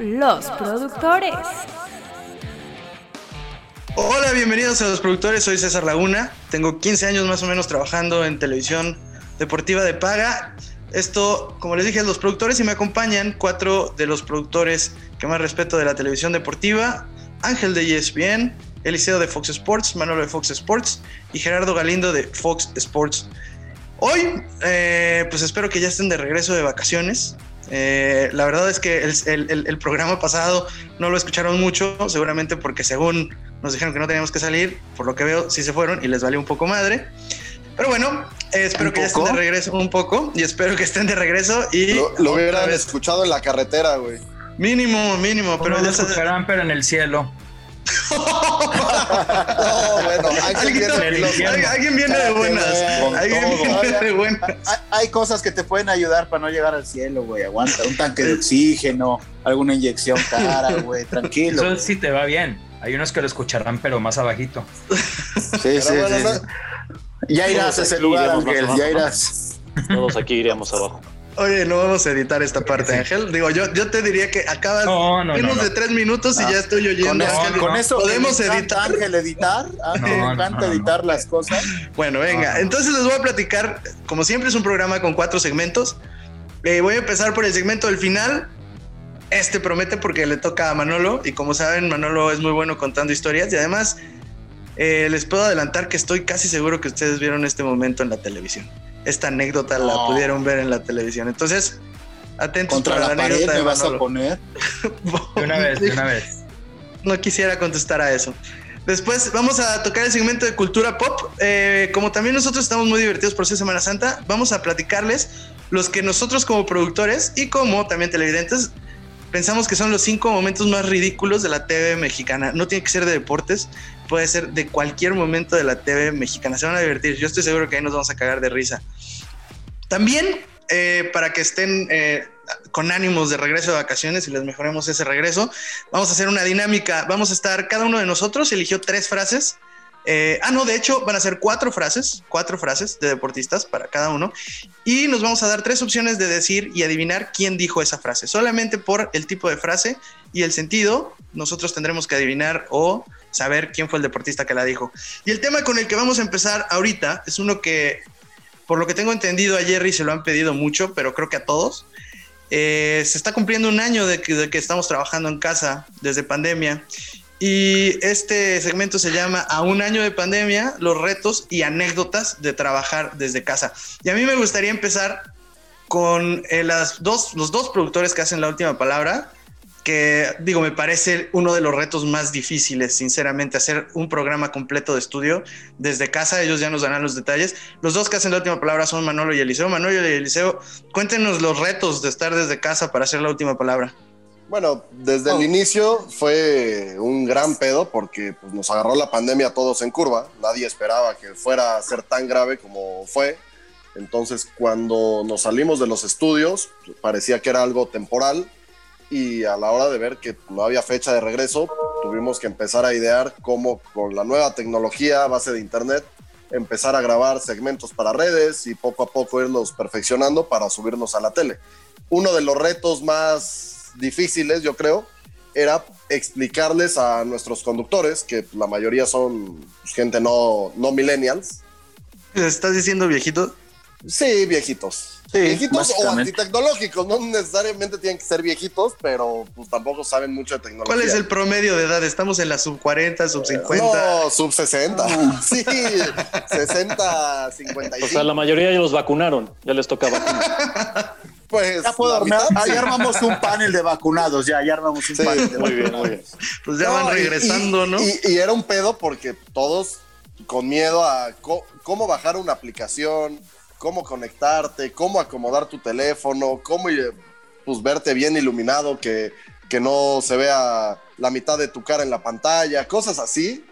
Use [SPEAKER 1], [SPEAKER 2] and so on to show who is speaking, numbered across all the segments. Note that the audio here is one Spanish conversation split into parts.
[SPEAKER 1] los productores.
[SPEAKER 2] Hola, bienvenidos a Los Productores, soy César Laguna, tengo 15 años más o menos trabajando en televisión deportiva de paga. Esto, como les dije, es Los Productores y me acompañan cuatro de los productores que más respeto de la televisión deportiva, Ángel de E ESPN, Eliseo de Fox Sports, Manolo de Fox Sports y Gerardo Galindo de Fox Sports. Hoy, eh, pues espero que ya estén de regreso de vacaciones. Eh, la verdad es que el, el- el programa pasado no lo escucharon mucho, seguramente porque según nos dijeron que no teníamos que salir, por lo que veo sí se fueron y les valió un poco madre. Pero bueno, eh, espero
[SPEAKER 3] ¿Un
[SPEAKER 2] que ya estén de
[SPEAKER 3] poco?
[SPEAKER 2] regreso un poco y espero que estén de regreso y
[SPEAKER 3] Lo, lo
[SPEAKER 2] otra
[SPEAKER 3] hubieran
[SPEAKER 2] vez.
[SPEAKER 3] escuchado en la carretera, güey.
[SPEAKER 2] mínimo, mínimo,
[SPEAKER 4] Pero
[SPEAKER 2] pero
[SPEAKER 4] no lo
[SPEAKER 2] ya se-
[SPEAKER 4] escucharán, pero en el cielo.
[SPEAKER 3] No, bueno, Ángel
[SPEAKER 2] alguien,
[SPEAKER 3] viene
[SPEAKER 4] en el
[SPEAKER 3] piloto.
[SPEAKER 4] infierno.
[SPEAKER 2] alguien- alguien viene de buenas.
[SPEAKER 3] Con
[SPEAKER 2] Alguien
[SPEAKER 3] todo.
[SPEAKER 2] viene de buenas.
[SPEAKER 5] Hay, hay cosas que te pueden ayudar para no llegar al cielo, güey. Aguanta, un tanque de oxígeno, alguna inyección cara, güey. Tranquilo.
[SPEAKER 4] Eso sí te va bien. Hay unos que lo escucharán, pero más abajito.
[SPEAKER 5] Sí, sí,
[SPEAKER 3] Pero bueno,
[SPEAKER 5] sí.
[SPEAKER 3] no-
[SPEAKER 5] Ya irás
[SPEAKER 6] Todos
[SPEAKER 5] a ese
[SPEAKER 6] aquí
[SPEAKER 5] lugar,
[SPEAKER 6] iremos
[SPEAKER 5] Ángel,
[SPEAKER 6] más abajo,
[SPEAKER 5] ya
[SPEAKER 6] ¿no?
[SPEAKER 5] irás.
[SPEAKER 6] Todos aquí iríamos abajo.
[SPEAKER 2] Oye, no vamos a editar esta parte,
[SPEAKER 4] Sí.
[SPEAKER 2] Ángel. Digo, yo, yo te diría que acabas
[SPEAKER 4] No, no, no.
[SPEAKER 2] Ah, menos
[SPEAKER 4] no.
[SPEAKER 2] de tres minutos y
[SPEAKER 5] Ah,
[SPEAKER 2] ya estoy
[SPEAKER 5] Con,
[SPEAKER 2] oyendo. a
[SPEAKER 4] no,
[SPEAKER 5] eso-
[SPEAKER 2] Ángel.
[SPEAKER 5] con eso
[SPEAKER 2] Podemos
[SPEAKER 5] le encanta
[SPEAKER 2] editar.
[SPEAKER 5] a Ángel editar, a Ángel
[SPEAKER 4] No,
[SPEAKER 5] le
[SPEAKER 4] no,
[SPEAKER 5] encanta
[SPEAKER 4] no, no.
[SPEAKER 5] editar las cosas.
[SPEAKER 2] Bueno, venga.
[SPEAKER 4] Ah.
[SPEAKER 2] Entonces les voy a platicar, como siempre es un programa con cuatro segmentos. Eh, voy a empezar por el segmento del final. Este promete porque le toca a Manolo y como saben Manolo es muy bueno contando historias y además eh, les puedo adelantar que estoy casi seguro que ustedes vieron este momento en la televisión. Esta anécdota la
[SPEAKER 5] No.
[SPEAKER 2] pudieron ver en la televisión. Entonces, atentos
[SPEAKER 5] Oh. Contra la pared
[SPEAKER 2] anécdota
[SPEAKER 5] me
[SPEAKER 2] de
[SPEAKER 5] vas a
[SPEAKER 2] Manolo.
[SPEAKER 5] poner.
[SPEAKER 4] De una vez, de una vez.
[SPEAKER 2] no quisiera contestar a eso. Después vamos a tocar el segmento de cultura pop. Eh, como también nosotros estamos muy divertidos por ser Semana Santa, vamos a platicarles los que nosotros como productores y como también televidentes pensamos que son los cinco momentos más ridículos de la TV mexicana. No tiene que ser de deportes, puede ser de cualquier momento de la TV mexicana. Se van a divertir. Yo estoy seguro que ahí nos vamos a cagar de risa. También eh, para que estén eh, con ánimos de regreso de vacaciones y les mejoremos ese regreso, vamos a hacer una dinámica. Vamos a estar, cada uno de nosotros eligió tres frases. Eh, ah, no, de hecho, van a ser cuatro frases, cuatro frases de deportistas para cada uno. Y nos vamos a dar tres opciones de decir y adivinar quién dijo esa frase. Solamente por el tipo de frase y el sentido, nosotros tendremos que adivinar o saber quién fue el deportista que la dijo. Y el tema con el que vamos a empezar ahorita es uno que, por lo que tengo entendido, a Jerry se lo han pedido mucho, pero creo que a todos. Eh, se está cumpliendo un año de que, de que estamos trabajando en casa desde pandemia. Y este segmento se llama A un año de pandemia, los retos y anécdotas de trabajar desde casa. Y a mí me gustaría empezar con eh, las dos, los dos productores que hacen la última palabra, que digo, me parece uno de los retos más difíciles, sinceramente, hacer un programa completo de estudio desde casa. Ellos ya nos darán los detalles. Los dos que hacen la última palabra son Manolo y Eliseo. Manolo y Eliseo, cuéntenos los retos de estar desde casa para hacer la última palabra.
[SPEAKER 3] Bueno, desde
[SPEAKER 2] Oh.
[SPEAKER 3] el inicio fue un gran pedo porque pues, nos agarró la pandemia a todos en curva. Nadie esperaba que fuera a ser tan grave como fue. Entonces, cuando nos salimos de los estudios, parecía que era algo temporal. Y a la hora de ver que no había fecha de regreso, tuvimos que empezar a idear cómo con la nueva tecnología a base de Internet empezar a grabar segmentos para redes y poco a poco irlos perfeccionando para subirnos a la tele uno de los retos más difíciles, yo creo, era explicarles a nuestros conductores, que la mayoría son pues, gente no, no millennials,
[SPEAKER 2] ¿Les estás diciendo viejito?
[SPEAKER 3] sí, viejitos.
[SPEAKER 5] Sí,
[SPEAKER 3] viejitos o
[SPEAKER 5] básicamente.
[SPEAKER 3] antitecnológicos, no necesariamente tienen que ser viejitos, pero pues tampoco saben mucho de tecnología.
[SPEAKER 2] ¿Cuál es el promedio de edad? Estamos en la sub 40, sub 50.
[SPEAKER 3] No, sub 60.
[SPEAKER 2] Ah.
[SPEAKER 3] Sí, 60,
[SPEAKER 6] O
[SPEAKER 3] 55.
[SPEAKER 5] Pues,
[SPEAKER 6] sea, la mayoría ya los vacunaron, ya les toca vacunar.
[SPEAKER 3] pues,
[SPEAKER 5] Ah, Ya puedo
[SPEAKER 3] la
[SPEAKER 5] armar.
[SPEAKER 3] mitad.
[SPEAKER 5] Ahí armamos un panel de vacunados, ya, ya armamos un
[SPEAKER 3] Sí,
[SPEAKER 5] panel de
[SPEAKER 6] Muy bien,
[SPEAKER 5] vacunados.
[SPEAKER 6] muy bien.
[SPEAKER 2] Pues ya
[SPEAKER 3] No,
[SPEAKER 2] van
[SPEAKER 3] y-
[SPEAKER 2] regresando,
[SPEAKER 3] y-
[SPEAKER 2] ¿no?
[SPEAKER 3] Y, y era un pedo porque todos con miedo a co- cómo bajar una aplicación, cómo conectarte, cómo acomodar tu teléfono, cómo eh, pues, verte bien iluminado, que, que no se vea la mitad de tu cara en la pantalla, cosas así.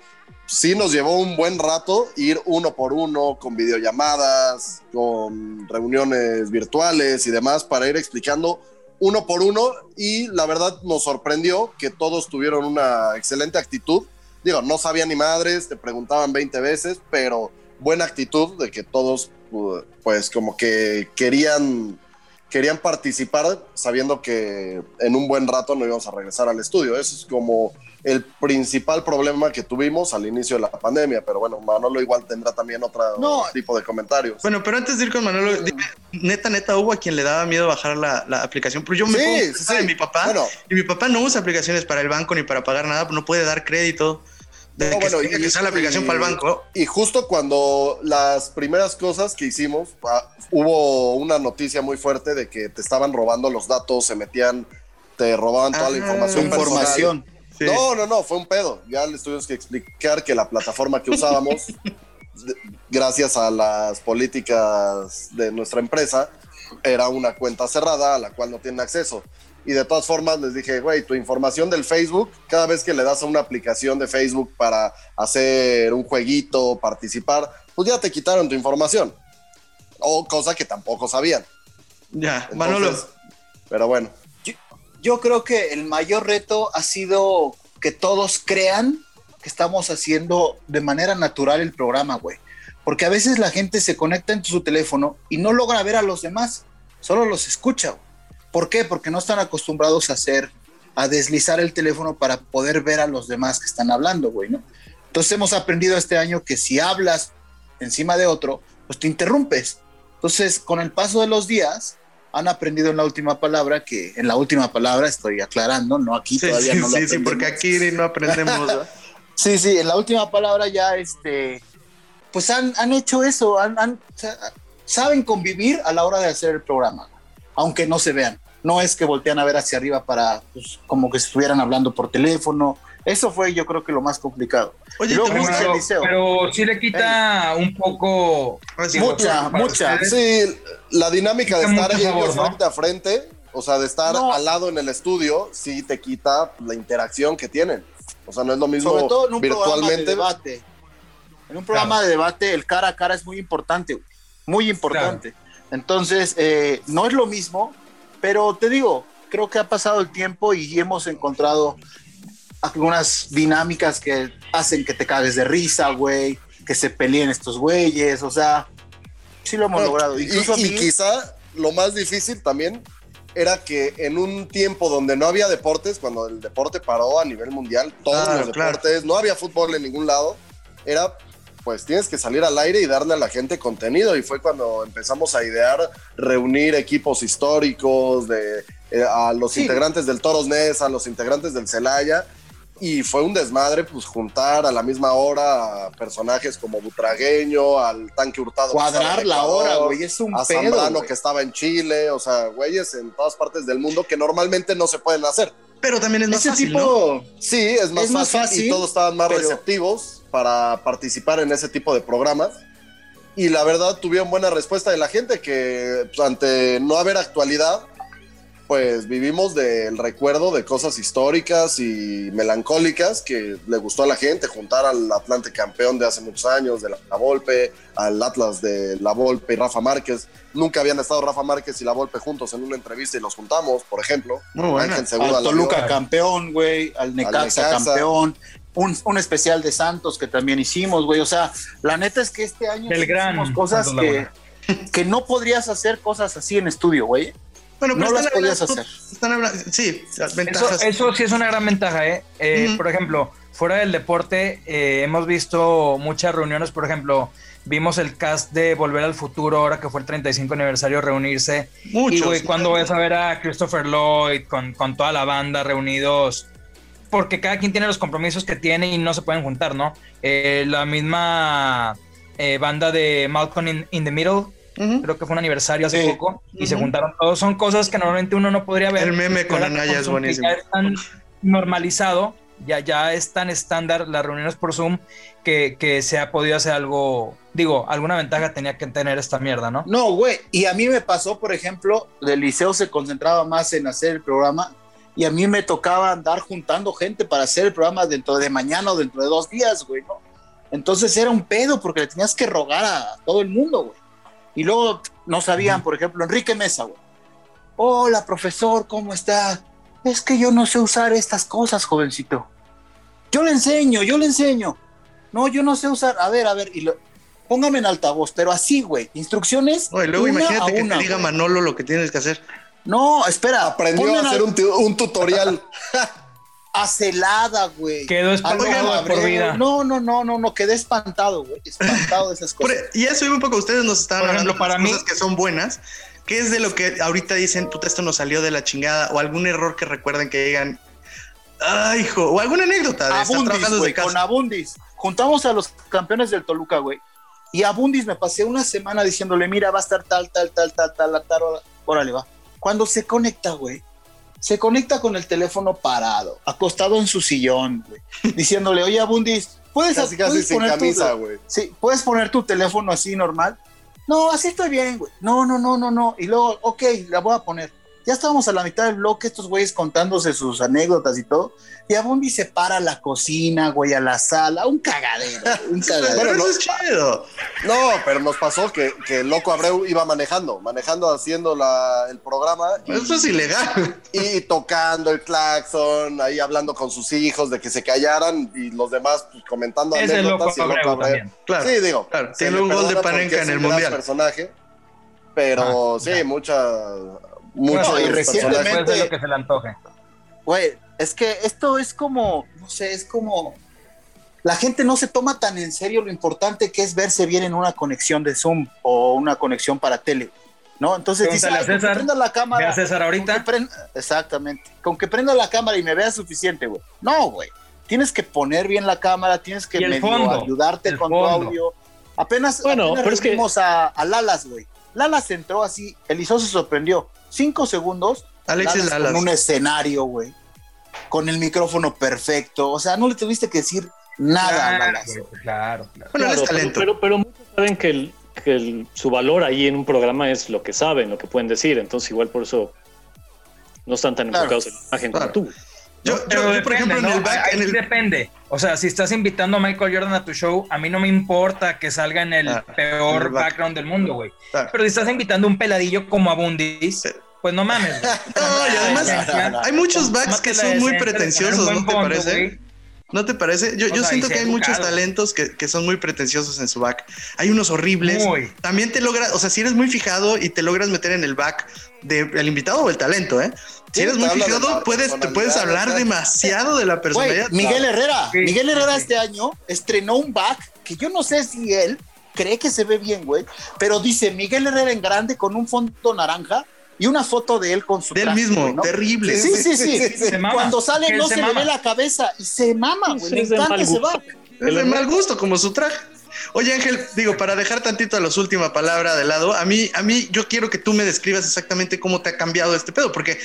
[SPEAKER 3] Sí nos llevó un buen rato ir uno por uno con videollamadas, con reuniones virtuales y demás para ir explicando uno por uno y la verdad nos sorprendió que todos tuvieron una excelente actitud. Digo, no sabían ni madres, te preguntaban 20 veces, pero buena actitud de que todos pu- pues como que querían querían participar sabiendo que en un buen rato no íbamos a regresar al estudio. Eso es como el principal problema que tuvimos al inicio de la pandemia, pero bueno, Manolo igual tendrá también otro
[SPEAKER 5] No.
[SPEAKER 3] tipo de comentarios.
[SPEAKER 2] Bueno, pero antes de ir con Manolo, dime, neta, neta, hubo a quien le daba miedo bajar la, la aplicación. Pero yo me
[SPEAKER 3] Sí,
[SPEAKER 2] pongo a
[SPEAKER 3] sí,
[SPEAKER 2] pensar
[SPEAKER 3] sí.
[SPEAKER 2] en mi papá
[SPEAKER 3] Bueno,
[SPEAKER 2] y mi papá no usa aplicaciones para el banco ni para pagar nada, no puede dar crédito. De
[SPEAKER 3] No,
[SPEAKER 2] que
[SPEAKER 3] bueno,
[SPEAKER 2] tenga
[SPEAKER 3] y-
[SPEAKER 2] que usar la aplicación
[SPEAKER 3] y-
[SPEAKER 2] para el banco.
[SPEAKER 3] Y justo cuando las primeras cosas que hicimos, ah, hubo una noticia muy fuerte de que te estaban robando los datos, se metían, te robaban toda la
[SPEAKER 2] Ah,
[SPEAKER 3] información. personal.
[SPEAKER 5] Información.
[SPEAKER 2] Sí.
[SPEAKER 3] No, no, no, fue un pedo. Ya les tuvimos que explicar que la plataforma que usábamos, de- gracias a las políticas de nuestra empresa, era una cuenta cerrada a la cual no tienen acceso. Y de todas formas les dije, güey, tu información del Facebook, cada vez que le das a una aplicación de Facebook para hacer un jueguito, participar, pues ya te quitaron tu información. O cosa que tampoco sabían.
[SPEAKER 2] Ya,
[SPEAKER 3] Entonces,
[SPEAKER 2] Manolo.
[SPEAKER 3] Pero bueno,
[SPEAKER 5] Yo creo que el mayor reto ha sido que todos crean que estamos haciendo de manera natural el programa, güey. Porque a veces la gente se conecta en su teléfono y no logra ver a los demás, solo los escucha. güey. ¿Por qué? Porque no están acostumbrados a hacer, a deslizar el teléfono para poder ver a los demás que están hablando, güey, ¿no? Entonces hemos aprendido este año que si hablas encima de otro, pues te interrumpes. Entonces, con el paso de los días, han aprendido en la última palabra que en la última palabra estoy aclarando, no aquí
[SPEAKER 2] Sí,
[SPEAKER 5] todavía
[SPEAKER 2] sí,
[SPEAKER 5] no lo
[SPEAKER 2] sí, sí,
[SPEAKER 5] aprendimos.
[SPEAKER 2] porque aquí no aprendemos. ¿verdad?
[SPEAKER 5] Sí, sí, en la última palabra ya este pues han, han hecho eso, han, han- sa- saben convivir a la hora de hacer el programa, aunque no se vean. No es que voltean a ver hacia arriba para pues, como que estuvieran hablando por teléfono. Eso fue yo creo que lo más complicado.
[SPEAKER 2] Oye,
[SPEAKER 5] Luego,
[SPEAKER 2] ¿te
[SPEAKER 4] Pero,
[SPEAKER 2] gusta?
[SPEAKER 5] Manolo, Eliseo.
[SPEAKER 4] pero sí le quita un poco.
[SPEAKER 2] Ah, sí.
[SPEAKER 4] digo,
[SPEAKER 5] Mucha,
[SPEAKER 4] para
[SPEAKER 5] mucha,
[SPEAKER 4] ustedes.
[SPEAKER 3] Sí, la dinámica de
[SPEAKER 4] Quita
[SPEAKER 3] estar
[SPEAKER 4] mucho
[SPEAKER 3] ellos
[SPEAKER 4] sabor, ¿no?
[SPEAKER 3] frente a frente, o sea, de estar
[SPEAKER 5] No.
[SPEAKER 3] al lado en el estudio, sí te quita la interacción que tienen. O sea, no es lo mismo
[SPEAKER 5] Sobre todo en un programa de
[SPEAKER 3] virtualmente.
[SPEAKER 5] debate. En un programa de debate, el cara a cara es muy importante, güey. muy importante. Entonces, eh, no es lo mismo, pero te digo, creo que ha pasado el tiempo y hemos encontrado algunas dinámicas que hacen que te cagues de risa, güey, que se peleen estos güeyes, o sea, sí lo hemos
[SPEAKER 3] Bueno,
[SPEAKER 5] logrado.
[SPEAKER 3] y,
[SPEAKER 5] Incluso a
[SPEAKER 3] y
[SPEAKER 5] mí-
[SPEAKER 3] quizá lo más difícil también era que en un tiempo donde no había deportes, cuando el deporte paró a nivel mundial, todos
[SPEAKER 2] Claro,
[SPEAKER 3] los
[SPEAKER 2] claro.
[SPEAKER 3] deportes, no había fútbol en ningún lado, era pues tienes que salir al aire y darle a la gente contenido y fue cuando empezamos a idear reunir equipos históricos de eh, a los
[SPEAKER 5] Sí.
[SPEAKER 3] integrantes del Toros Ness, a los integrantes del Celaya y fue un desmadre pues juntar a la misma hora a personajes como Butragueño, al Tanque Hurtado que estaba en
[SPEAKER 5] cuadrar la
[SPEAKER 3] Ecuador,
[SPEAKER 5] hora, güey, es un
[SPEAKER 3] a
[SPEAKER 5] pedo.
[SPEAKER 3] Zambrano
[SPEAKER 5] güey.
[SPEAKER 3] que estaba en Chile, o sea, güeyes en todas partes del mundo que normalmente no se pueden hacer.
[SPEAKER 2] Pero también es más
[SPEAKER 5] Ese
[SPEAKER 2] fácil,
[SPEAKER 5] tipo...
[SPEAKER 2] ¿no?
[SPEAKER 3] Sí, es más,
[SPEAKER 5] Es más
[SPEAKER 3] fácil, y
[SPEAKER 5] fácil,
[SPEAKER 3] todos estaban más
[SPEAKER 5] pero-
[SPEAKER 3] receptivos para participar en ese tipo de programas. Y la verdad tuvieron buena respuesta de la gente que pues, ante no haber actualidad, pues vivimos del recuerdo de cosas históricas y melancólicas que le gustó a la gente, juntar al Atlante campeón de hace muchos años, de la, la Volpe, al Atlas de la Volpe y Rafa Márquez. Nunca habían estado Rafa Márquez y la Volpe juntos en una entrevista y los juntamos, por ejemplo.
[SPEAKER 2] Muy buena.
[SPEAKER 3] Ángel Segura
[SPEAKER 5] al
[SPEAKER 3] la
[SPEAKER 5] Toluca
[SPEAKER 4] vio.
[SPEAKER 5] campeón, güey, al Necaxa
[SPEAKER 3] Necaxa.
[SPEAKER 5] campeón, un, un especial de Santos que también hicimos, güey. O sea, la neta es que este año
[SPEAKER 4] Del
[SPEAKER 5] sí
[SPEAKER 4] gran
[SPEAKER 5] hicimos cosas
[SPEAKER 4] Santos
[SPEAKER 5] que,
[SPEAKER 4] Laguna.
[SPEAKER 5] que no podrías hacer cosas así en estudio, güey.
[SPEAKER 2] Bueno,
[SPEAKER 5] No
[SPEAKER 2] pero
[SPEAKER 5] las
[SPEAKER 2] están
[SPEAKER 5] podías
[SPEAKER 2] hablando-
[SPEAKER 5] hacer.
[SPEAKER 2] Están hablando, sí, las
[SPEAKER 4] Eso,
[SPEAKER 2] ventajas.
[SPEAKER 4] eso sí es una gran ventaja, ¿eh? Eh,
[SPEAKER 2] Ujú.
[SPEAKER 4] Por ejemplo, fuera del deporte, eh, hemos visto muchas reuniones, por ejemplo, vimos el cast de Volver al Futuro, ahora que fue el 35 aniversario, reunirse.
[SPEAKER 2] Muchos.
[SPEAKER 4] Y, güey, cuando ves a ver a Christopher Lloyd con, con toda la banda reunidos? Porque cada quien tiene los compromisos que tiene y no se pueden juntar, ¿no? Eh, la misma eh, banda de Malcolm in, in the Middle,
[SPEAKER 2] Ujú.
[SPEAKER 4] creo que fue un aniversario hace
[SPEAKER 5] Sí.
[SPEAKER 4] poco, y se
[SPEAKER 2] Ujú.
[SPEAKER 4] juntaron todos. Son cosas que normalmente uno no podría ver.
[SPEAKER 2] El meme con
[SPEAKER 4] Ahora,
[SPEAKER 2] Anaya es
[SPEAKER 4] que
[SPEAKER 2] buenísimo.
[SPEAKER 4] Ya es tan normalizado, ya, ya es tan estándar las reuniones por Zoom que, que se ha podido hacer algo, digo, alguna ventaja tenía que tener esta mierda, ¿no?
[SPEAKER 5] No, güey. Y a mí me pasó, por ejemplo, el liceo se concentraba más en hacer el programa y a mí me tocaba andar juntando gente para hacer el programa dentro de mañana o dentro de dos días, güey, ¿no? Entonces era un pedo porque le tenías que rogar a todo el mundo, güey. Y luego no sabían, por ejemplo, Enrique Mesa, güey. Hola, profesor, ¿cómo está? Es que yo no sé usar estas cosas, jovencito. Yo le enseño, yo le enseño. No, yo no sé usar. A ver, a ver. Y lo- Póngame en altavoz, pero así, güey. Instrucciones.
[SPEAKER 2] No, y luego
[SPEAKER 5] una
[SPEAKER 2] imagínate
[SPEAKER 5] a
[SPEAKER 2] que
[SPEAKER 5] una,
[SPEAKER 2] te diga
[SPEAKER 5] güey.
[SPEAKER 2] Manolo lo que tienes que hacer.
[SPEAKER 5] No, espera.
[SPEAKER 3] Aprendió
[SPEAKER 5] ponme
[SPEAKER 3] a
[SPEAKER 5] en
[SPEAKER 3] hacer
[SPEAKER 5] al-
[SPEAKER 3] un, tu- un tutorial.
[SPEAKER 5] a celada, güey.
[SPEAKER 4] Quedó
[SPEAKER 5] Algo
[SPEAKER 4] espantado de por
[SPEAKER 5] Abreu.
[SPEAKER 4] vida.
[SPEAKER 5] No, no, no, no, no, quedé espantado, güey. Espantado de esas
[SPEAKER 2] Por- e-,
[SPEAKER 5] cosas.
[SPEAKER 2] y eso iba un poco, ustedes nos estaban
[SPEAKER 4] Por
[SPEAKER 2] hablando
[SPEAKER 4] ejemplo,
[SPEAKER 2] de
[SPEAKER 4] para
[SPEAKER 2] las
[SPEAKER 4] mí-
[SPEAKER 2] cosas que son buenas, que es de lo que ahorita dicen, puta, esto nos salió de la chingada, o algún error que recuerden que digan, ay, hijo, o alguna anécdota de estar
[SPEAKER 5] Abundis,
[SPEAKER 2] trabajando
[SPEAKER 5] güey,
[SPEAKER 2] desde
[SPEAKER 5] con
[SPEAKER 2] casa.
[SPEAKER 5] Abundis. Juntamos a los campeones del Toluca, güey. Y Abundis me pasé una semana diciéndole, mira, va a estar tal, tal, tal, tal, tal, tal, tal, ora- órale, va. Cuando se conecta, güey, se conecta con el teléfono parado, acostado en su sillón, güey, diciéndole, oye, Abundis, ¿puedes,
[SPEAKER 3] casi casi
[SPEAKER 5] puedes
[SPEAKER 3] sin
[SPEAKER 5] poner tu-
[SPEAKER 3] camisa, güey.
[SPEAKER 5] Sí, puedes poner tu teléfono así normal. No, así estoy bien, güey. No, no, no, no, no. Y luego, ok, la voy a poner. Ya estábamos a la mitad del bloque, estos güeyes contándose sus anécdotas y todo. Y Abundi se para a la cocina, güey, a la sala. Un cagadero, güey, un cagadero.
[SPEAKER 2] Pero
[SPEAKER 3] Bueno,
[SPEAKER 2] eso
[SPEAKER 3] no-
[SPEAKER 2] es chido.
[SPEAKER 3] No, pero nos pasó que, que el loco Abreu iba manejando, manejando, haciendo la- el programa y,
[SPEAKER 2] Pues Eso es ilegal.
[SPEAKER 3] y tocando el claxon, ahí hablando con sus hijos de que se callaran y los demás pues, comentando
[SPEAKER 4] Ese es loco
[SPEAKER 3] anécdotas. y el loco
[SPEAKER 4] Abreu
[SPEAKER 3] Abreu.
[SPEAKER 4] también.
[SPEAKER 2] Claro.
[SPEAKER 3] Sí, digo.
[SPEAKER 2] Claro,
[SPEAKER 3] se
[SPEAKER 2] tiene
[SPEAKER 3] le
[SPEAKER 2] un gol de
[SPEAKER 3] perdona
[SPEAKER 2] Panenka
[SPEAKER 3] porque es
[SPEAKER 2] en el
[SPEAKER 3] un gran
[SPEAKER 2] Mundial.
[SPEAKER 3] personaje, pero
[SPEAKER 4] Ah,
[SPEAKER 3] sí,
[SPEAKER 4] ya.
[SPEAKER 3] mucha. Mucho
[SPEAKER 5] No, y
[SPEAKER 3] de los
[SPEAKER 5] recientemente-
[SPEAKER 3] personajes.
[SPEAKER 4] Puede ser lo que se le antoje.
[SPEAKER 5] Güey, es que esto es como, no sé, es como... La gente no se toma tan en serio lo importante que es verse bien en una conexión de Zoom o una conexión para tele, ¿no? Entonces dice,
[SPEAKER 4] Pregúntale a
[SPEAKER 5] "Ay, que
[SPEAKER 4] César,
[SPEAKER 5] prenda la
[SPEAKER 4] Ve
[SPEAKER 5] cámara.
[SPEAKER 4] a César
[SPEAKER 5] Con
[SPEAKER 4] ahorita.
[SPEAKER 5] que prenda- exactamente. Con que prenda la cámara y me vea suficiente, güey. No, güey. Tienes que poner bien la cámara, tienes que
[SPEAKER 4] Y el
[SPEAKER 5] medio
[SPEAKER 4] fondo,
[SPEAKER 5] ayudarte
[SPEAKER 4] el
[SPEAKER 5] con tu
[SPEAKER 4] fondo.
[SPEAKER 5] audio. Apenas,
[SPEAKER 6] Bueno,
[SPEAKER 5] apenas
[SPEAKER 6] pero es que-
[SPEAKER 5] reunimos a, a Lalas, güey. Lalas entró así, Eliseo se sorprendió. Cinco segundos,
[SPEAKER 2] Alexis
[SPEAKER 5] Lalas
[SPEAKER 2] Lalas.
[SPEAKER 5] con un escenario, güey. Con el micrófono perfecto. O sea, no le tuviste que decir nada a
[SPEAKER 4] Claro,
[SPEAKER 5] Lalas.
[SPEAKER 4] güey, claro, claro.
[SPEAKER 2] Bueno, él es
[SPEAKER 6] Claro, pero-
[SPEAKER 2] talento.
[SPEAKER 6] Pero, pero muchos saben que, el- que el- su valor ahí en un programa es lo que saben, lo que pueden decir. Entonces, igual por eso no están tan
[SPEAKER 5] Claro,
[SPEAKER 6] enfocados en la imagen
[SPEAKER 2] claro.
[SPEAKER 6] como tú.
[SPEAKER 2] Yo, yo-
[SPEAKER 4] Pero
[SPEAKER 2] yo, por
[SPEAKER 4] depende,
[SPEAKER 2] ejemplo,
[SPEAKER 4] ¿no?
[SPEAKER 2] en el back,
[SPEAKER 4] Ahí
[SPEAKER 2] en el-
[SPEAKER 4] depende. O sea, si estás invitando a Michael Jordan a tu show, a mí no me importa que salga en el
[SPEAKER 2] Ah,
[SPEAKER 4] peor
[SPEAKER 2] en el back. Ah.
[SPEAKER 4] background del mundo, güey.
[SPEAKER 2] Claro.
[SPEAKER 4] Pero si estás invitando a un peladillo como Abundis,
[SPEAKER 2] Sí.
[SPEAKER 4] pues no mames. güey.
[SPEAKER 2] No, y además, hay muchos backs que
[SPEAKER 4] Tómatela
[SPEAKER 2] son
[SPEAKER 4] de
[SPEAKER 2] muy
[SPEAKER 4] centro,
[SPEAKER 2] pretenciosos,
[SPEAKER 4] tener un
[SPEAKER 2] ¿no te
[SPEAKER 4] buen fondo,
[SPEAKER 2] parece?
[SPEAKER 4] güey.
[SPEAKER 2] ¿No te parece? Yo,
[SPEAKER 4] O
[SPEAKER 2] yo
[SPEAKER 4] sea,
[SPEAKER 2] siento
[SPEAKER 4] y
[SPEAKER 2] que hay
[SPEAKER 4] ser
[SPEAKER 2] muchos
[SPEAKER 4] educado.
[SPEAKER 2] talentos que, que son muy pretenciosos en su back. Hay unos horribles.
[SPEAKER 4] Muy.
[SPEAKER 2] También te logras, o sea, si eres muy fijado y te logras meter en el back del invitado o el talento, ¿eh? Si
[SPEAKER 3] Sí,
[SPEAKER 2] eres
[SPEAKER 3] te
[SPEAKER 2] muy
[SPEAKER 3] habla de
[SPEAKER 2] fijado,
[SPEAKER 3] la
[SPEAKER 2] puedes, te puedes
[SPEAKER 3] personalidad,
[SPEAKER 2] hablar
[SPEAKER 3] exacto.
[SPEAKER 2] demasiado de la
[SPEAKER 5] Güey,
[SPEAKER 2] personalidad.
[SPEAKER 5] Miguel Herrera.
[SPEAKER 4] Sí,
[SPEAKER 5] Miguel Herrera
[SPEAKER 4] sí, sí.
[SPEAKER 5] este año estrenó un back que yo no sé si él cree que se ve bien, güey, pero dice Miguel Herrera en grande con un fondo naranja y una foto de él con su
[SPEAKER 2] Del
[SPEAKER 5] traje,
[SPEAKER 2] mismo,
[SPEAKER 5] güey, ¿no?
[SPEAKER 2] terrible.
[SPEAKER 5] Sí, sí, sí.
[SPEAKER 4] Se mama.
[SPEAKER 5] Cuando sale
[SPEAKER 4] Que
[SPEAKER 5] no
[SPEAKER 4] se
[SPEAKER 5] se, le
[SPEAKER 4] mama.
[SPEAKER 5] ve la cabeza y se mama, güey.
[SPEAKER 6] Eso
[SPEAKER 5] Le
[SPEAKER 6] es de
[SPEAKER 5] encanta
[SPEAKER 6] mal
[SPEAKER 5] ese
[SPEAKER 6] gusto.
[SPEAKER 5] back.
[SPEAKER 2] Es de mal gusto, como su traje. Oye, Ángel, digo, para dejar tantito a los última palabra de lado, a mí, a mí, yo quiero que tú me describas exactamente cómo te ha cambiado este pedo, porque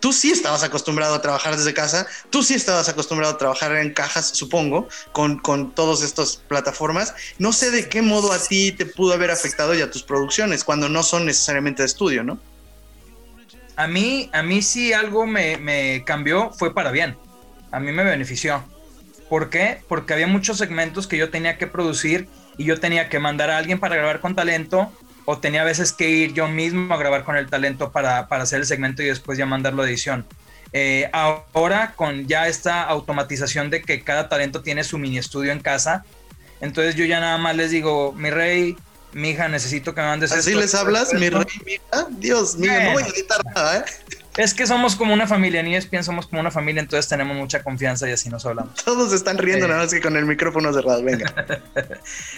[SPEAKER 2] tú sí estabas acostumbrado a trabajar desde casa, tú sí estabas acostumbrado a trabajar en cajas, supongo, con, con todas estas plataformas. No sé de qué modo a ti te pudo haber afectado ya tus producciones cuando no son necesariamente de estudio, ¿no?
[SPEAKER 4] A mí, a mí sí algo me, me cambió, fue para bien. A mí me benefició. ¿Por qué? Porque había muchos segmentos que yo tenía que producir y yo tenía que mandar a alguien para grabar con talento o tenía a veces que ir yo mismo a grabar con el talento para, para hacer el segmento y después ya mandarlo a edición. Eh, ahora con ya esta automatización de que cada talento tiene su mini estudio en casa, entonces yo ya nada más les digo, mi rey, mi hija, necesito que me mandes
[SPEAKER 2] Así les
[SPEAKER 4] Pues esto, esto,
[SPEAKER 2] hablas,
[SPEAKER 4] esto,
[SPEAKER 2] mi
[SPEAKER 4] esto".
[SPEAKER 2] rey, mira, Dios mío, no voy a editar nada, ¿eh?
[SPEAKER 4] Es que somos como una familia, en ESPN somos como una familia, entonces tenemos mucha confianza y así nos hablamos.
[SPEAKER 2] Todos están riendo,
[SPEAKER 4] Sí.
[SPEAKER 2] nada más que con el micrófono cerrado, venga.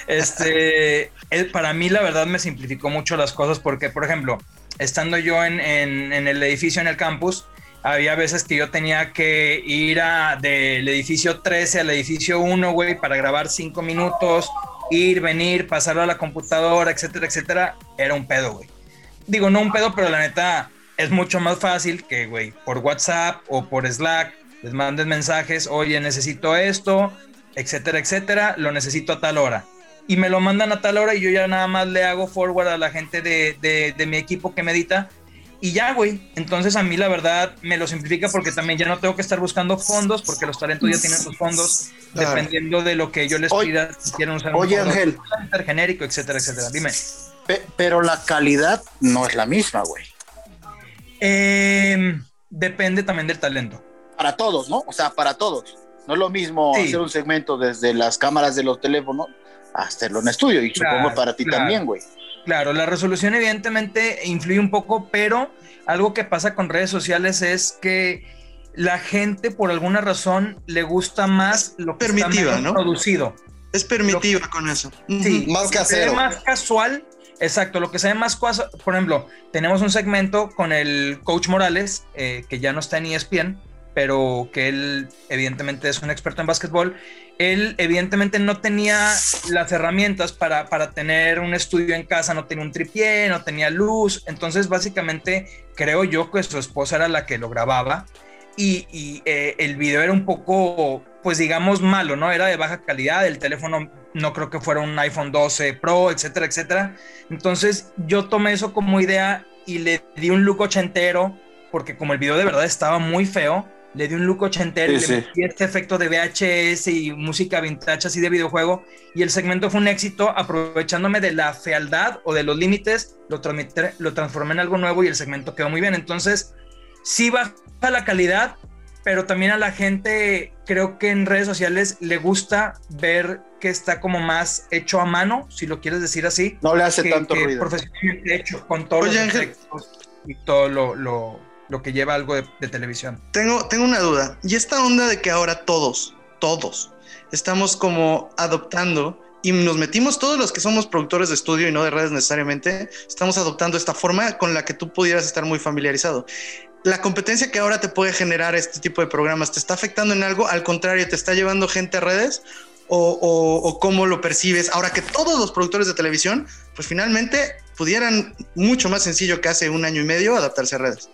[SPEAKER 4] Este, el- para mí la verdad me simplificó mucho las cosas porque, por ejemplo, estando yo en, en- en el edificio, en el campus, había veces que yo tenía que ir a- del edificio 13 al edificio 1, güey, para grabar cinco minutos, ir, venir, pasarlo a la computadora, etcétera, etcétera. Era un pedo, güey. Digo, no un pedo, pero la neta es mucho más fácil que, güey, por WhatsApp o por Slack les mandes mensajes, oye, necesito esto, etcétera, etcétera, lo necesito a tal hora. Y me lo mandan a tal hora y yo ya nada más le hago forward a la gente de, de- de mi equipo que medita. Y ya, güey. Entonces a mí la verdad me lo simplifica porque también ya no tengo que estar buscando fondos porque los talentos ya tienen sus fondos
[SPEAKER 2] Claro.
[SPEAKER 4] dependiendo de lo que yo les
[SPEAKER 5] Oye-
[SPEAKER 4] pida si quieren usar
[SPEAKER 5] Oye,
[SPEAKER 4] fondo
[SPEAKER 5] Ángel.
[SPEAKER 4] center, genérico, etcétera, etcétera. Dime.
[SPEAKER 5] Pe- pero la calidad no es la misma, güey.
[SPEAKER 4] Em, depende también del talento.
[SPEAKER 5] Para todos, ¿no? O sea, para todos. No es lo mismo
[SPEAKER 4] Sí.
[SPEAKER 5] hacer un segmento desde las cámaras de los teléfonos hacerlo en estudio. Y
[SPEAKER 4] Claro,
[SPEAKER 5] supongo para ti
[SPEAKER 4] claro.
[SPEAKER 5] también, güey.
[SPEAKER 4] Claro, la resolución evidentemente influye un poco, pero algo que pasa con redes sociales es que la gente por alguna razón le gusta más lo que
[SPEAKER 2] Permitiva,
[SPEAKER 4] está menos
[SPEAKER 2] ¿no?
[SPEAKER 4] producido.
[SPEAKER 2] Es permitiva con eso.
[SPEAKER 4] Sí,
[SPEAKER 2] Ujú.
[SPEAKER 3] Más
[SPEAKER 4] lo que se
[SPEAKER 3] casero.
[SPEAKER 4] ve más casual, exacto, lo que se ve más casual, por ejemplo, tenemos un segmento con el coach Morales, eh, que ya no está en ESPN, pero que él evidentemente es un experto en básquetbol, él evidentemente no tenía las herramientas para, para tener un estudio en casa, no tenía un tripié, no tenía luz, entonces básicamente creo yo que su esposa era la que lo grababa y, y, eh, el video era un poco, pues digamos, malo, ¿no? Era de baja calidad, el teléfono no creo que fuera un iPhone 12 Pro, etcétera, etcétera. Entonces yo tomé eso como idea y le di un look ochentero, porque como el video de verdad estaba muy feo, le di un look ochentero y
[SPEAKER 1] Sí,
[SPEAKER 4] le
[SPEAKER 1] sí.
[SPEAKER 4] metí este efecto de VHS y música vintage así de videojuego y el segmento fue un éxito aprovechándome de la fealdad o de los límites, lo, transmité- lo transformé en algo nuevo y el segmento quedó muy bien. Entonces, sí baja la calidad, pero también a la gente creo que en redes sociales le gusta ver que está como más hecho a mano, si lo quieres decir así,
[SPEAKER 5] No le hace
[SPEAKER 4] que,
[SPEAKER 5] tanto
[SPEAKER 4] que
[SPEAKER 5] ruido.
[SPEAKER 4] profesionalmente hecho con todos
[SPEAKER 2] Oye,
[SPEAKER 4] los
[SPEAKER 2] Ángel.
[SPEAKER 4] efectos y todo lo, lo- lo que lleva algo de, de televisión.
[SPEAKER 2] Tengo, tengo una duda. Y esta onda de que ahora todos, todos, estamos como adoptando y nos metimos todos los que somos productores de estudio y no de redes necesariamente, estamos adoptando esta forma con la que tú pudieras estar muy familiarizado. La competencia que ahora te puede generar este tipo de programas, ¿te está afectando en algo? Al contrario, ¿te está llevando gente a redes? ¿O, o- o cómo lo percibes? Ahora que todos los productores de televisión, pues finalmente pudieran mucho más sencillo que hace un año y medio adaptarse a redes.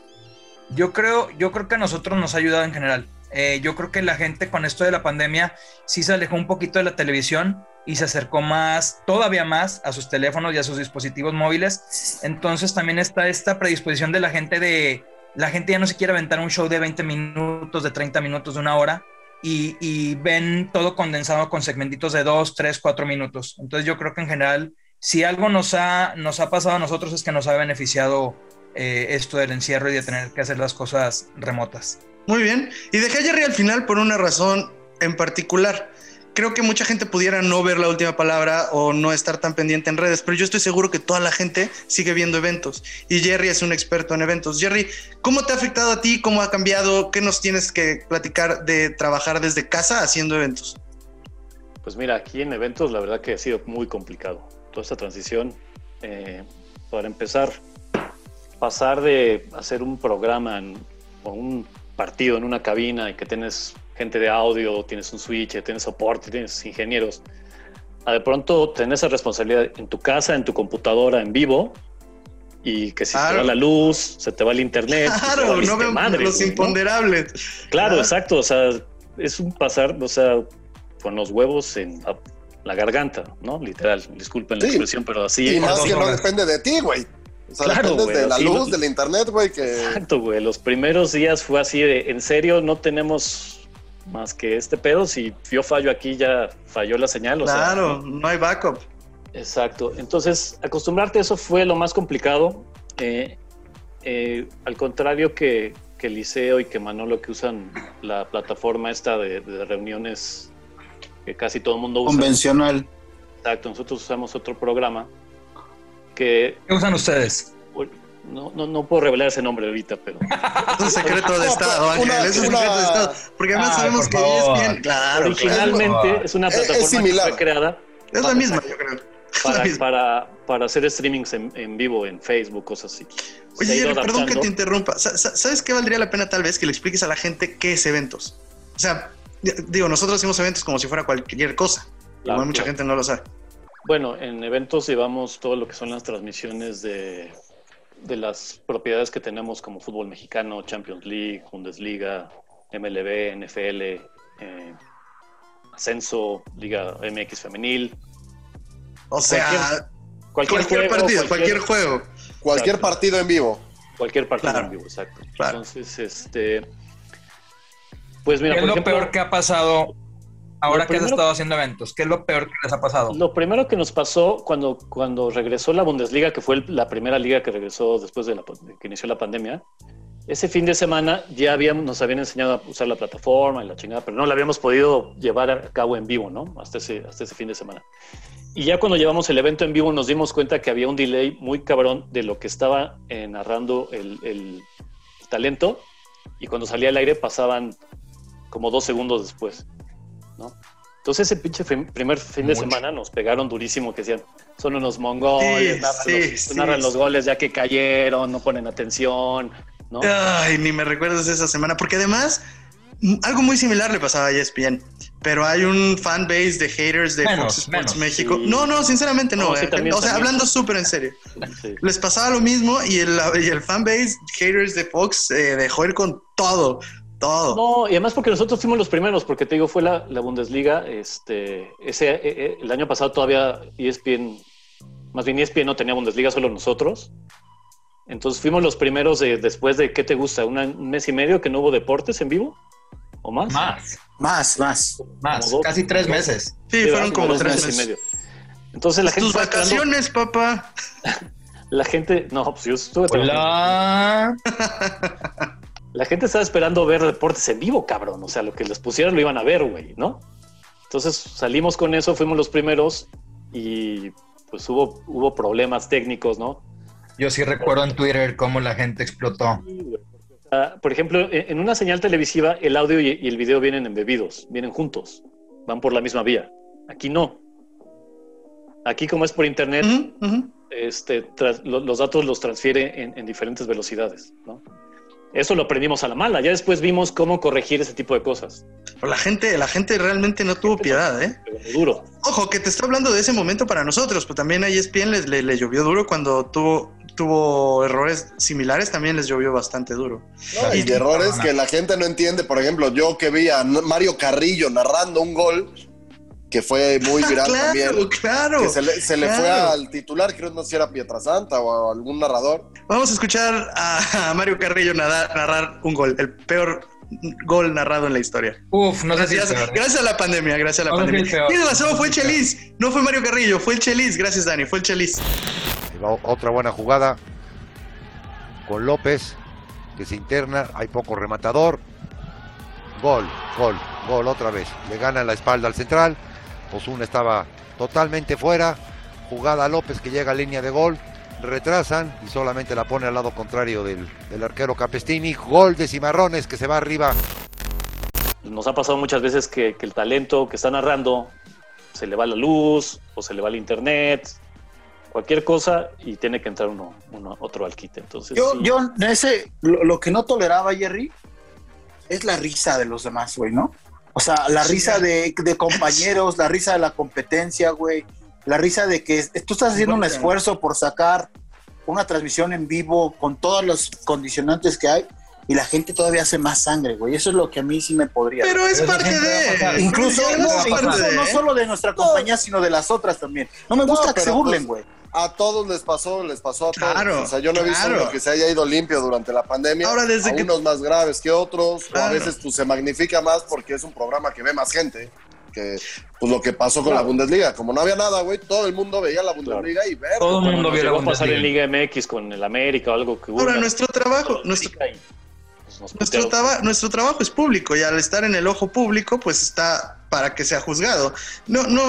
[SPEAKER 4] Yo creo, yo creo que a nosotros nos ha ayudado en general. Eh, yo creo que la gente con esto de la pandemia sí se alejó un poquito de la televisión y se acercó más, todavía más, a sus teléfonos y a sus dispositivos móviles. Entonces también está esta predisposición de la gente de, la gente ya no se quiere aventar un show de 20 minutos, de 30 minutos, de una hora, y, y ven todo condensado con segmentitos de 2, 3, 4 minutos. Entonces yo creo que en general, si algo nos ha, nos ha pasado a nosotros es que nos ha beneficiado eh, esto del encierro y de tener que hacer las cosas remotas.
[SPEAKER 2] Muy bien. Y dejé a Jerry al final por una razón en particular. Creo que mucha gente pudiera no ver la última palabra o no estar tan pendiente en redes, pero yo estoy seguro que toda la gente sigue viendo eventos y Jerry es un experto en eventos. Jerry, ¿cómo te ha afectado a ti? ¿Cómo ha cambiado? ¿Qué nos tienes que platicar de trabajar desde casa haciendo eventos?
[SPEAKER 6] Pues mira, aquí en eventos la verdad que ha sido muy complicado. Toda esta transición, eh, para empezar, pasar de hacer un programa en- o un partido en una cabina y que tienes gente de audio, tienes un switch, tienes soporte, tienes ingenieros, a de pronto tener esa responsabilidad en tu casa, en tu computadora, en vivo, y que si te
[SPEAKER 2] Claro.
[SPEAKER 6] va la luz, se te va el internet, pues, ya
[SPEAKER 2] Claro,
[SPEAKER 6] valiste
[SPEAKER 2] no veo
[SPEAKER 6] madre,
[SPEAKER 2] los
[SPEAKER 6] güey, ¿no?
[SPEAKER 2] imponderables.
[SPEAKER 6] Claro,
[SPEAKER 2] Ah.
[SPEAKER 6] exacto. O sea, es un pasar, o sea, con los huevos en la, la garganta, ¿no? Literal. Disculpen la
[SPEAKER 3] Sí.
[SPEAKER 6] expresión, pero así.
[SPEAKER 3] Y
[SPEAKER 6] es.
[SPEAKER 3] más
[SPEAKER 4] dos
[SPEAKER 3] que no
[SPEAKER 4] horas.
[SPEAKER 3] depende de ti, güey. O sea,
[SPEAKER 6] Claro,
[SPEAKER 3] depende
[SPEAKER 6] güey,
[SPEAKER 3] de la
[SPEAKER 6] así
[SPEAKER 3] luz,
[SPEAKER 6] lo-
[SPEAKER 3] del internet, güey, que...
[SPEAKER 6] Exacto, güey. Los primeros días fue así de, en serio, no tenemos más que este pedo. Si yo fallo aquí, ya falló la señal. O sea,
[SPEAKER 2] Claro, no hay backup.
[SPEAKER 6] Exacto. Entonces, acostumbrarte a eso fue lo más complicado. Eh, eh, al contrario que, que Liceo y que Manolo, que usan la plataforma esta de, de reuniones que casi todo el mundo usa.
[SPEAKER 5] Convencional.
[SPEAKER 6] Exacto. Nosotros usamos otro programa que
[SPEAKER 4] ¿Qué usan ustedes?
[SPEAKER 6] bueno, no, no, no puedo revelar ese nombre ahorita, pero
[SPEAKER 2] Es un secreto de Estado, Ángel.
[SPEAKER 3] Una-
[SPEAKER 2] Es un
[SPEAKER 3] una-
[SPEAKER 2] secreto de Estado. Porque además
[SPEAKER 4] Ay,
[SPEAKER 2] sabemos
[SPEAKER 4] por
[SPEAKER 2] que
[SPEAKER 4] favor.
[SPEAKER 2] es bien. Claro, claro.
[SPEAKER 6] originalmente es una
[SPEAKER 3] Ah, Es- es
[SPEAKER 6] plataforma
[SPEAKER 3] similar.
[SPEAKER 6] que fue creada
[SPEAKER 2] Es la misma, yo creo. Es la
[SPEAKER 6] para,
[SPEAKER 2] misma.
[SPEAKER 6] para, para hacer streamings en, en vivo, en Facebook, cosas así. Se ha
[SPEAKER 2] Oye,
[SPEAKER 6] ido
[SPEAKER 2] Jerry, perdón que
[SPEAKER 6] adaptando.
[SPEAKER 2] te interrumpa. Sa- sa- ¿Sabes qué valdría la pena tal vez que le expliques a la gente qué es eventos? O sea, di- digo, nosotros hacemos eventos como si fuera cualquier cosa.
[SPEAKER 6] Claro,
[SPEAKER 2] Igual mucha
[SPEAKER 6] claro.
[SPEAKER 2] gente no lo sabe.
[SPEAKER 6] Bueno, en eventos llevamos todo lo que son las transmisiones de, de las propiedades que tenemos como fútbol mexicano, Champions League, Bundesliga, MLB, NFL, eh, Ascenso, Liga MX Femenil,
[SPEAKER 2] O sea, cualquier,
[SPEAKER 6] cualquier, juego,
[SPEAKER 2] partido, cualquier, juego.
[SPEAKER 3] Cualquier
[SPEAKER 6] Exacto.
[SPEAKER 3] partido en vivo.
[SPEAKER 6] cualquier partido
[SPEAKER 2] Claro.
[SPEAKER 6] en vivo, exacto.
[SPEAKER 2] Claro.
[SPEAKER 6] Entonces, este, pues mira,
[SPEAKER 4] ¿Qué es
[SPEAKER 6] por
[SPEAKER 4] lo
[SPEAKER 6] ejemplo,
[SPEAKER 4] peor que ha pasado ahora
[SPEAKER 6] Lo
[SPEAKER 4] que has
[SPEAKER 6] primero-
[SPEAKER 4] estado haciendo eventos? ¿Qué es lo peor que les ha pasado?
[SPEAKER 6] Lo primero que nos pasó cuando, cuando regresó la Bundesliga, que fue el- la primera liga que regresó después de la pan- que inició la pandemia, Ese fin de semana ya habíamos, nos habían enseñado a usar la plataforma y la chingada, pero no la habíamos podido llevar a cabo en vivo, ¿no? Hasta ese, hasta ese fin de semana. Y ya cuando llevamos el evento en vivo nos dimos cuenta que había un delay muy cabrón de lo que estaba eh, narrando el, el talento y cuando salía al aire pasaban como dos segundos después, ¿no? Entonces ese pinche fin- primer fin de
[SPEAKER 4] Mucho.
[SPEAKER 6] semana nos pegaron durísimo que decían, son unos mongoles,
[SPEAKER 2] Sí,
[SPEAKER 6] narran,
[SPEAKER 2] sí,
[SPEAKER 6] los,
[SPEAKER 2] sí,
[SPEAKER 6] narran
[SPEAKER 2] sí.
[SPEAKER 6] los goles ya que cayeron, no ponen atención, ¿no?
[SPEAKER 2] Ay, ni me recuerdas esa semana, porque además m- algo muy similar le pasaba a E ESPN, pero hay un fan base de haters de
[SPEAKER 4] Menos,
[SPEAKER 2] Fox Sports
[SPEAKER 4] menos.
[SPEAKER 2] México.
[SPEAKER 6] Sí.
[SPEAKER 2] No, no, sinceramente no.
[SPEAKER 6] No, sí,
[SPEAKER 2] eh.
[SPEAKER 6] también,
[SPEAKER 2] o sea,
[SPEAKER 6] también.
[SPEAKER 2] hablando súper en serio.
[SPEAKER 6] Sí.
[SPEAKER 2] Les pasaba lo mismo y el, y el fan base haters de Fox eh, dejó ir con todo, todo.
[SPEAKER 6] No, y además porque nosotros fuimos los primeros, porque te digo, fue la, la Bundesliga, este, ese, eh, eh, el año pasado todavía E ESPN, más bien E ESPN no tenía Bundesliga, solo nosotros. Entonces fuimos los primeros de- después de, ¿qué te gusta? ¿Una- ¿Un mes y medio que no hubo deportes en vivo? ¿O más?
[SPEAKER 4] Más,
[SPEAKER 5] Más, más.
[SPEAKER 4] más,
[SPEAKER 6] Como dos,
[SPEAKER 4] casi tres
[SPEAKER 6] como dos.
[SPEAKER 4] meses.
[SPEAKER 2] sí, fueron
[SPEAKER 6] ¿verdad?
[SPEAKER 2] como
[SPEAKER 6] Dos
[SPEAKER 2] tres
[SPEAKER 6] meses
[SPEAKER 2] meses.
[SPEAKER 6] y medio. Entonces la gente,
[SPEAKER 2] Tus
[SPEAKER 6] estaba esperando-
[SPEAKER 2] vacaciones, papá.
[SPEAKER 6] la gente, no, pues yo estuve trabajando.
[SPEAKER 4] Hola.
[SPEAKER 6] La gente estaba esperando ver deportes en vivo, cabrón. O sea, lo que les pusieran lo iban a ver, güey, ¿no? Entonces salimos con eso, fuimos los primeros y pues hubo, hubo problemas técnicos, ¿no?
[SPEAKER 4] Yo sí recuerdo en Twitter cómo la gente explotó.
[SPEAKER 6] Ah, por ejemplo, en en una señal televisiva el audio y y el video vienen embebidos, vienen juntos, van por la misma vía. Aquí no. Aquí como es por internet,
[SPEAKER 2] Ujú, ujú.
[SPEAKER 6] este, tras- lo- los datos los transfiere en, en diferentes velocidades, ¿no? Eso lo aprendimos a la mala. Ya después vimos cómo corregir ese tipo de cosas.
[SPEAKER 2] Pero La gente, la gente realmente no tuvo piedad, ¿eh?
[SPEAKER 6] Pero duro.
[SPEAKER 2] Ojo, que te estoy hablando de ese momento para nosotros, pero también a E ESPN les, le, le llovió duro cuando tuvo, tuvo errores similares, también les llovió bastante duro.
[SPEAKER 3] No, y de errores que la gente no entiende. Por ejemplo, yo que vi a N- Mario Carrillo narrando un gol que fue muy
[SPEAKER 2] Ah,
[SPEAKER 3] viral
[SPEAKER 2] claro,
[SPEAKER 3] también.
[SPEAKER 2] claro.
[SPEAKER 3] Que se le, se le fue
[SPEAKER 2] claro.
[SPEAKER 3] al titular, creo no sé si era Pietrasanta o a algún narrador.
[SPEAKER 2] Vamos a escuchar a, a Mario Carrillo nadar- narrar un gol, el peor gol narrado en la historia.
[SPEAKER 4] Uf, no sé si es
[SPEAKER 2] Gracias,
[SPEAKER 4] peor.
[SPEAKER 2] gracias a la pandemia, gracias a la
[SPEAKER 4] No sé si
[SPEAKER 2] pandemia.
[SPEAKER 4] el peor.
[SPEAKER 2] Tienes razón, fue el
[SPEAKER 4] No sé si el
[SPEAKER 2] Chelis, no fue Mario Carrillo, fue el Chelis, gracias Dani, fue el Chelis.
[SPEAKER 1] Ahí va otra buena jugada con López, que se interna, hay poco rematador. Gol, gol, gol otra vez. Le gana la espalda al central. Osuna estaba totalmente fuera. Jugada a López que llega a línea de gol. Retrasan y solamente la pone al lado contrario del, del arquero Capestini. Gol de Cimarrones que se va arriba.
[SPEAKER 6] Nos ha pasado muchas veces que, que el talento que está narrando se le va la luz o se le va el internet, cualquier cosa, y tiene que entrar uno, uno otro al quite. Entonces,
[SPEAKER 5] Yo,
[SPEAKER 6] sí,
[SPEAKER 5] yo, en ese, lo, lo que no toleraba, Jerry, es la risa de los demás, güey, ¿no? O sea, la risa de, de compañeros, la risa de la competencia, güey, la risa de que es- tú estás haciendo un
[SPEAKER 2] Bueno.
[SPEAKER 5] esfuerzo por sacar una transmisión en vivo con todos los condicionantes que hay y la gente todavía hace más sangre, güey. Eso es lo que a mí sí me podría.
[SPEAKER 2] Pero es
[SPEAKER 4] Eso
[SPEAKER 2] parte
[SPEAKER 4] siempre va a pasar.
[SPEAKER 2] de...
[SPEAKER 5] incluso,
[SPEAKER 2] es
[SPEAKER 5] no,
[SPEAKER 2] parte
[SPEAKER 5] incluso
[SPEAKER 2] de,
[SPEAKER 5] no
[SPEAKER 2] ¿eh?
[SPEAKER 5] solo de nuestra compañía, sino de las otras también. No me
[SPEAKER 3] No,
[SPEAKER 5] gusta que
[SPEAKER 3] pero
[SPEAKER 5] se burlen,
[SPEAKER 3] pues,
[SPEAKER 5] güey.
[SPEAKER 3] A todos les pasó, les pasó a todos.
[SPEAKER 2] Claro,
[SPEAKER 3] o sea, yo no he visto
[SPEAKER 2] claro.
[SPEAKER 3] uno que se haya ido limpio durante la pandemia.
[SPEAKER 2] Ahora, desde
[SPEAKER 3] a
[SPEAKER 2] que-
[SPEAKER 3] unos más graves que otros, o a
[SPEAKER 2] Claro.
[SPEAKER 3] veces pues, se magnifica más porque es un programa que ve más gente. Que pues lo que pasó con
[SPEAKER 6] Claro.
[SPEAKER 3] la Bundesliga. Como no había nada, güey, todo el mundo veía la Bundesliga y ver.
[SPEAKER 4] Todo el
[SPEAKER 6] cuando
[SPEAKER 4] mundo
[SPEAKER 6] nos
[SPEAKER 4] vio la
[SPEAKER 6] llegó a pasar en
[SPEAKER 4] Bundesliga.
[SPEAKER 6] Liga MX con el América o algo que hubo
[SPEAKER 2] Ahora,
[SPEAKER 6] una-
[SPEAKER 2] nuestro trabajo, nuestro,
[SPEAKER 6] América y, pues, nos
[SPEAKER 2] Nuestro,
[SPEAKER 6] putearon.
[SPEAKER 2] traba- nuestro trabajo es público y al estar en el ojo público, pues está para que sea juzgado. No, no,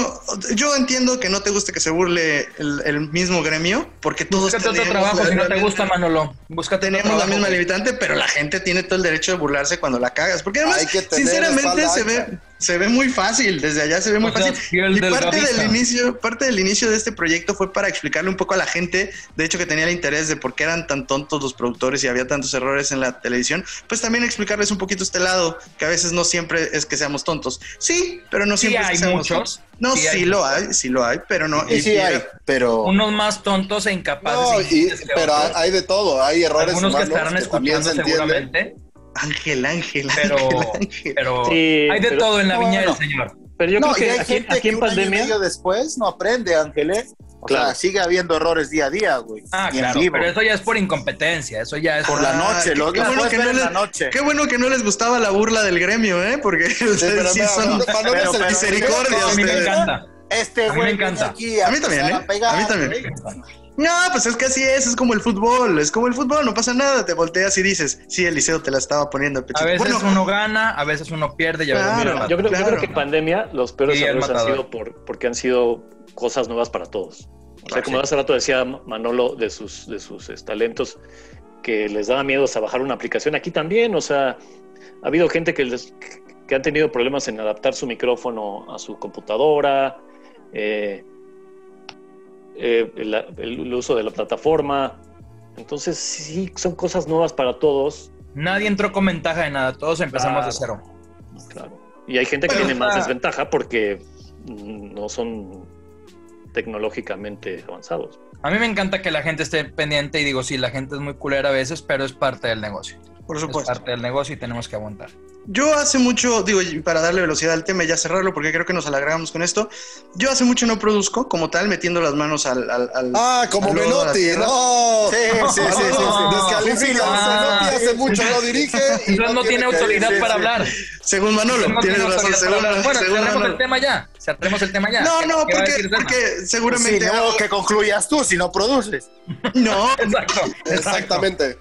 [SPEAKER 2] yo entiendo que no te guste que se burle el, el mismo gremio, porque todos
[SPEAKER 4] Búscate otro
[SPEAKER 2] tenemos
[SPEAKER 4] trabajo
[SPEAKER 2] la-
[SPEAKER 4] si no te gusta, Manolo. Búscate otro
[SPEAKER 2] tenemos la
[SPEAKER 4] trabajo.
[SPEAKER 2] misma limitante, pero la gente tiene todo el derecho de burlarse cuando la cagas. Porque además,
[SPEAKER 3] Hay que tener
[SPEAKER 2] sinceramente,
[SPEAKER 3] espalda
[SPEAKER 2] se
[SPEAKER 3] ancha.
[SPEAKER 2] ve, se ve muy fácil. Desde allá se ve muy
[SPEAKER 4] O sea,
[SPEAKER 2] fácil.
[SPEAKER 4] fiel
[SPEAKER 2] Y
[SPEAKER 4] del
[SPEAKER 2] parte
[SPEAKER 4] Gavista.
[SPEAKER 2] del, inicio, parte del inicio de este proyecto fue para explicarle un poco a la gente, de hecho que tenía el interés de por qué eran tan tontos los productores y había tantos errores en la televisión, pues también explicarles un poquito este lado, que a veces no siempre es que seamos tontos. Sí, pero no
[SPEAKER 4] Sí
[SPEAKER 2] siempre es que
[SPEAKER 4] hay
[SPEAKER 2] seamos tontos.
[SPEAKER 4] muchos,
[SPEAKER 2] No, sí,
[SPEAKER 4] Sí hay
[SPEAKER 2] lo
[SPEAKER 4] muchos.
[SPEAKER 2] hay, sí lo hay, pero no.
[SPEAKER 5] Sí,
[SPEAKER 2] y-
[SPEAKER 5] sí
[SPEAKER 2] y-
[SPEAKER 5] hay, pero...
[SPEAKER 4] unos más tontos e incapaces.
[SPEAKER 3] No, y-
[SPEAKER 4] inocentes que
[SPEAKER 3] pero hay,
[SPEAKER 4] otros.
[SPEAKER 3] hay de todo. Hay errores
[SPEAKER 4] Este algunos que
[SPEAKER 3] humanos
[SPEAKER 4] estarán
[SPEAKER 3] también
[SPEAKER 4] escuchando
[SPEAKER 3] se entienden.
[SPEAKER 4] seguramente,
[SPEAKER 2] Ángel, Ángel,
[SPEAKER 4] pero,
[SPEAKER 2] Ángel, Ángel.
[SPEAKER 4] pero
[SPEAKER 6] Sí,
[SPEAKER 4] hay de
[SPEAKER 6] pero-
[SPEAKER 4] todo en la
[SPEAKER 5] no,
[SPEAKER 4] viña
[SPEAKER 5] no.
[SPEAKER 4] del señor.
[SPEAKER 6] Pero yo
[SPEAKER 5] no, y
[SPEAKER 6] creo
[SPEAKER 5] hay
[SPEAKER 6] que aquí,
[SPEAKER 5] gente
[SPEAKER 6] aquí en
[SPEAKER 5] que un año y
[SPEAKER 6] pandemia.
[SPEAKER 5] medio después no aprende, Ángel, ¿eh? O
[SPEAKER 6] Claro.
[SPEAKER 5] sea, sigue habiendo errores día a día, güey.
[SPEAKER 4] Ah,
[SPEAKER 5] Y en
[SPEAKER 4] claro,
[SPEAKER 5] vivo.
[SPEAKER 4] pero eso ya es por incompetencia, eso ya es Ah,
[SPEAKER 5] Por la noche,
[SPEAKER 2] qué-
[SPEAKER 5] lo
[SPEAKER 2] qué
[SPEAKER 5] lo
[SPEAKER 2] bueno
[SPEAKER 5] puedes
[SPEAKER 2] que
[SPEAKER 5] ver
[SPEAKER 2] no
[SPEAKER 5] en
[SPEAKER 2] le-
[SPEAKER 5] la noche.
[SPEAKER 2] Qué bueno que no les gustaba la burla del gremio, ¿eh? Porque
[SPEAKER 3] Sí, pero
[SPEAKER 2] ustedes sí
[SPEAKER 3] mira,
[SPEAKER 2] son...
[SPEAKER 3] Manolo- Manolo
[SPEAKER 5] Pero-
[SPEAKER 3] es el
[SPEAKER 5] pero-
[SPEAKER 3] misericordia,
[SPEAKER 4] A mí me
[SPEAKER 2] ustedes.
[SPEAKER 4] encanta.
[SPEAKER 5] Este
[SPEAKER 4] A mí
[SPEAKER 5] güey
[SPEAKER 4] me encanta.
[SPEAKER 5] viene aquí a,
[SPEAKER 2] A mí también,
[SPEAKER 5] empezar
[SPEAKER 2] ¿eh?
[SPEAKER 5] pegar,
[SPEAKER 2] A mí también.
[SPEAKER 5] güey.
[SPEAKER 2] No, pues es que así es, es como el fútbol, es como el fútbol, no pasa nada, te volteas y dices, sí, Eliseo te la estaba poniendo el
[SPEAKER 4] A
[SPEAKER 2] pechito.
[SPEAKER 4] veces
[SPEAKER 2] Bueno,
[SPEAKER 4] uno gana, a veces uno pierde y a veces
[SPEAKER 2] Claro.
[SPEAKER 4] uno
[SPEAKER 6] Yo creo, yo
[SPEAKER 2] Claro.
[SPEAKER 6] creo que en pandemia los peores
[SPEAKER 4] Y el
[SPEAKER 6] errores han
[SPEAKER 4] matador.
[SPEAKER 6] sido por, porque han sido cosas nuevas para todos. O sea,
[SPEAKER 4] Claro,
[SPEAKER 6] como
[SPEAKER 4] sí.
[SPEAKER 6] hace rato decía Manolo de sus, de sus es, talentos, que les daba miedo hasta bajar una aplicación. Aquí también, o sea, ha habido gente que, les, que han tenido problemas en adaptar su micrófono a su computadora, eh, eh, el, el uso de la plataforma. Entonces, sí, son cosas nuevas para todos.
[SPEAKER 4] Nadie entró con ventaja de nada, todos empezamos de
[SPEAKER 6] Claro.
[SPEAKER 4] cero.
[SPEAKER 6] Claro. Y hay gente que
[SPEAKER 2] Bueno,
[SPEAKER 6] tiene más
[SPEAKER 2] ah.
[SPEAKER 6] desventaja porque mm, no son tecnológicamente avanzados.
[SPEAKER 4] A mí me encanta que la gente esté pendiente y digo, sí, la gente es muy culera a veces, pero es parte del negocio.
[SPEAKER 2] por
[SPEAKER 4] Es
[SPEAKER 2] supuesto.
[SPEAKER 4] parte del negocio y tenemos que aguantar.
[SPEAKER 2] Yo hace mucho, digo, y para darle velocidad al tema y ya cerrarlo, porque creo que nos alargamos con esto. Yo hace mucho no produzco, como tal, metiendo las manos al. al, al-
[SPEAKER 3] Ah, como
[SPEAKER 2] al lodo, a la
[SPEAKER 3] Menotti,
[SPEAKER 2] tierra.
[SPEAKER 3] no.
[SPEAKER 5] Sí, sí, sí, sí, sí.
[SPEAKER 3] Descalifica
[SPEAKER 4] Ah.
[SPEAKER 3] a Menotti, hace mucho no dirige. y
[SPEAKER 4] Entonces no tiene
[SPEAKER 3] que-
[SPEAKER 4] autoridad
[SPEAKER 3] sí,
[SPEAKER 4] para
[SPEAKER 3] sí.
[SPEAKER 4] hablar.
[SPEAKER 2] Según Manolo,
[SPEAKER 4] No tiene
[SPEAKER 2] tienes razón,
[SPEAKER 4] autoridad
[SPEAKER 2] según,
[SPEAKER 4] para hablar. Bueno,
[SPEAKER 2] según
[SPEAKER 4] cerremos
[SPEAKER 2] Manolo.
[SPEAKER 4] el tema ya. Cerremos el tema ya.
[SPEAKER 2] No,
[SPEAKER 4] ¿Qué-
[SPEAKER 2] no,
[SPEAKER 4] qué va a
[SPEAKER 2] porque,
[SPEAKER 4] decir Pues Selma?
[SPEAKER 2] porque
[SPEAKER 5] Si
[SPEAKER 2] seguramente.
[SPEAKER 5] no, que concluyas tú, si no produces.
[SPEAKER 2] no,
[SPEAKER 4] Exacto. Exactamente.
[SPEAKER 3] Exactamente.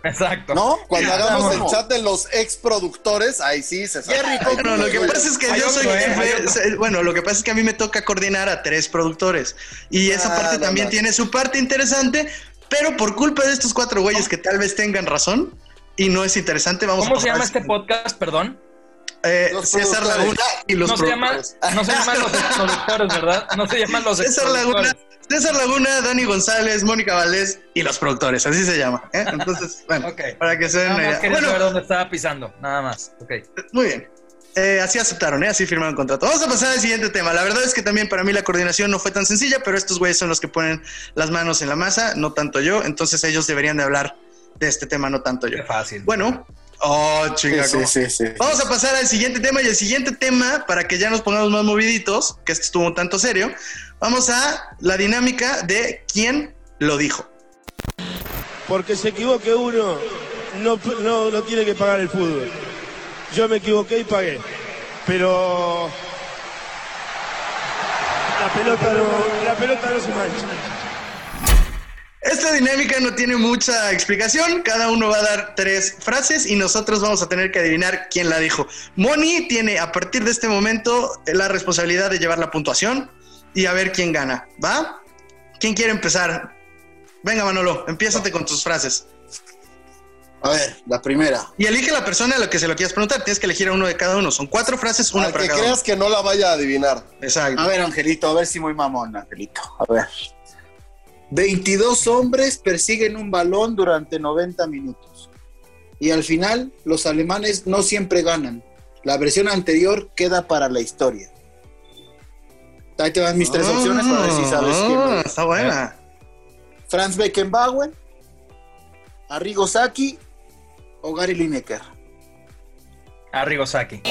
[SPEAKER 4] Exacto.
[SPEAKER 5] ¿No?
[SPEAKER 3] Cuando hagamos el
[SPEAKER 5] Vámonos.
[SPEAKER 3] chat de los ex productores, ahí sí se sabe.
[SPEAKER 5] Jerry,
[SPEAKER 3] Ahí
[SPEAKER 2] No, lo que
[SPEAKER 3] güey.
[SPEAKER 2] pasa es que
[SPEAKER 4] Hay
[SPEAKER 2] yo
[SPEAKER 4] otro,
[SPEAKER 2] soy
[SPEAKER 4] ¿eh?
[SPEAKER 2] jefe,
[SPEAKER 4] Hay otro.
[SPEAKER 2] se- bueno, lo que pasa es que a mí me toca coordinar a tres productores y esa
[SPEAKER 3] Ah,
[SPEAKER 2] parte
[SPEAKER 3] no
[SPEAKER 2] también
[SPEAKER 3] manches.
[SPEAKER 2] tiene su parte interesante, pero por culpa de estos cuatro güeyes que tal vez tengan razón y no es interesante, vamos
[SPEAKER 4] ¿Cómo
[SPEAKER 2] a
[SPEAKER 4] se
[SPEAKER 2] pasar
[SPEAKER 4] llama
[SPEAKER 2] al
[SPEAKER 4] este podcast? Perdón.
[SPEAKER 2] Eh,
[SPEAKER 3] Los
[SPEAKER 2] César
[SPEAKER 3] productores.
[SPEAKER 2] Laguna y los
[SPEAKER 4] no, se llama,
[SPEAKER 2] productores.
[SPEAKER 4] no se llaman los exproductores, ¿verdad? No se llaman los
[SPEAKER 2] César Laguna,
[SPEAKER 4] exproductores.
[SPEAKER 2] César Laguna, Dani González, Mónica Valdés y los productores, así se llama. ¿eh? Entonces, bueno,
[SPEAKER 4] Ok.
[SPEAKER 2] para que se den
[SPEAKER 4] Nada
[SPEAKER 2] una
[SPEAKER 4] más
[SPEAKER 2] idea.
[SPEAKER 4] quería
[SPEAKER 2] Bueno, pues,
[SPEAKER 4] saber dónde estaba pisando, nada más. Ok.
[SPEAKER 2] Muy bien. Eh, así aceptaron, ¿eh? así firmaron contrato. Vamos a pasar al siguiente tema. La verdad es que también para mí la coordinación no fue tan sencilla, pero estos güeyes son los que ponen las manos en la masa, no tanto yo. Entonces ellos deberían de hablar de este tema, no tanto yo.
[SPEAKER 4] Qué fácil.
[SPEAKER 2] Bueno, oh, chinga,
[SPEAKER 5] Sí,
[SPEAKER 2] cómo-
[SPEAKER 5] sí, sí.
[SPEAKER 2] Vamos a pasar al siguiente tema y el siguiente tema, para que ya nos pongamos más moviditos, que esto estuvo un tanto serio, vamos a la dinámica de quién lo dijo.
[SPEAKER 7] Porque se equivoque uno, no, no, no tiene que pagar el fútbol. Yo me equivoqué y pagué. Pero la pelota no, la pelota no se mancha.
[SPEAKER 2] Esta dinámica no tiene mucha explicación. Cada uno va a dar tres frases y nosotros vamos a tener que adivinar quién la dijo. Moni tiene a partir de este momento la responsabilidad de llevar la puntuación y a ver quién gana. ¿Va? ¿Quién quiere empezar? Venga, Manolo, empiézate con tus frases.
[SPEAKER 5] A ver, la primera.
[SPEAKER 2] Y elige la persona a la que se lo quieras preguntar. Tienes que elegir a uno de cada uno. Son cuatro frases, una
[SPEAKER 3] Al
[SPEAKER 2] para
[SPEAKER 3] que
[SPEAKER 2] cada uno.
[SPEAKER 3] creas que no la vaya a adivinar.
[SPEAKER 2] Exacto.
[SPEAKER 5] A ver, Angelito, a ver si muy mamón, Angelito. A ver. 22 hombres persiguen un balón durante 90 minutos. Y al final, los alemanes no siempre ganan. La versión anterior queda para la historia. Ahí te van mis tres opciones para ver si sabes quién
[SPEAKER 2] Ah,
[SPEAKER 5] es.
[SPEAKER 2] Está buena.
[SPEAKER 5] Franz Beckenbauer, Arrigo Saki o Gary Lineker.
[SPEAKER 4] Arrigo Saki.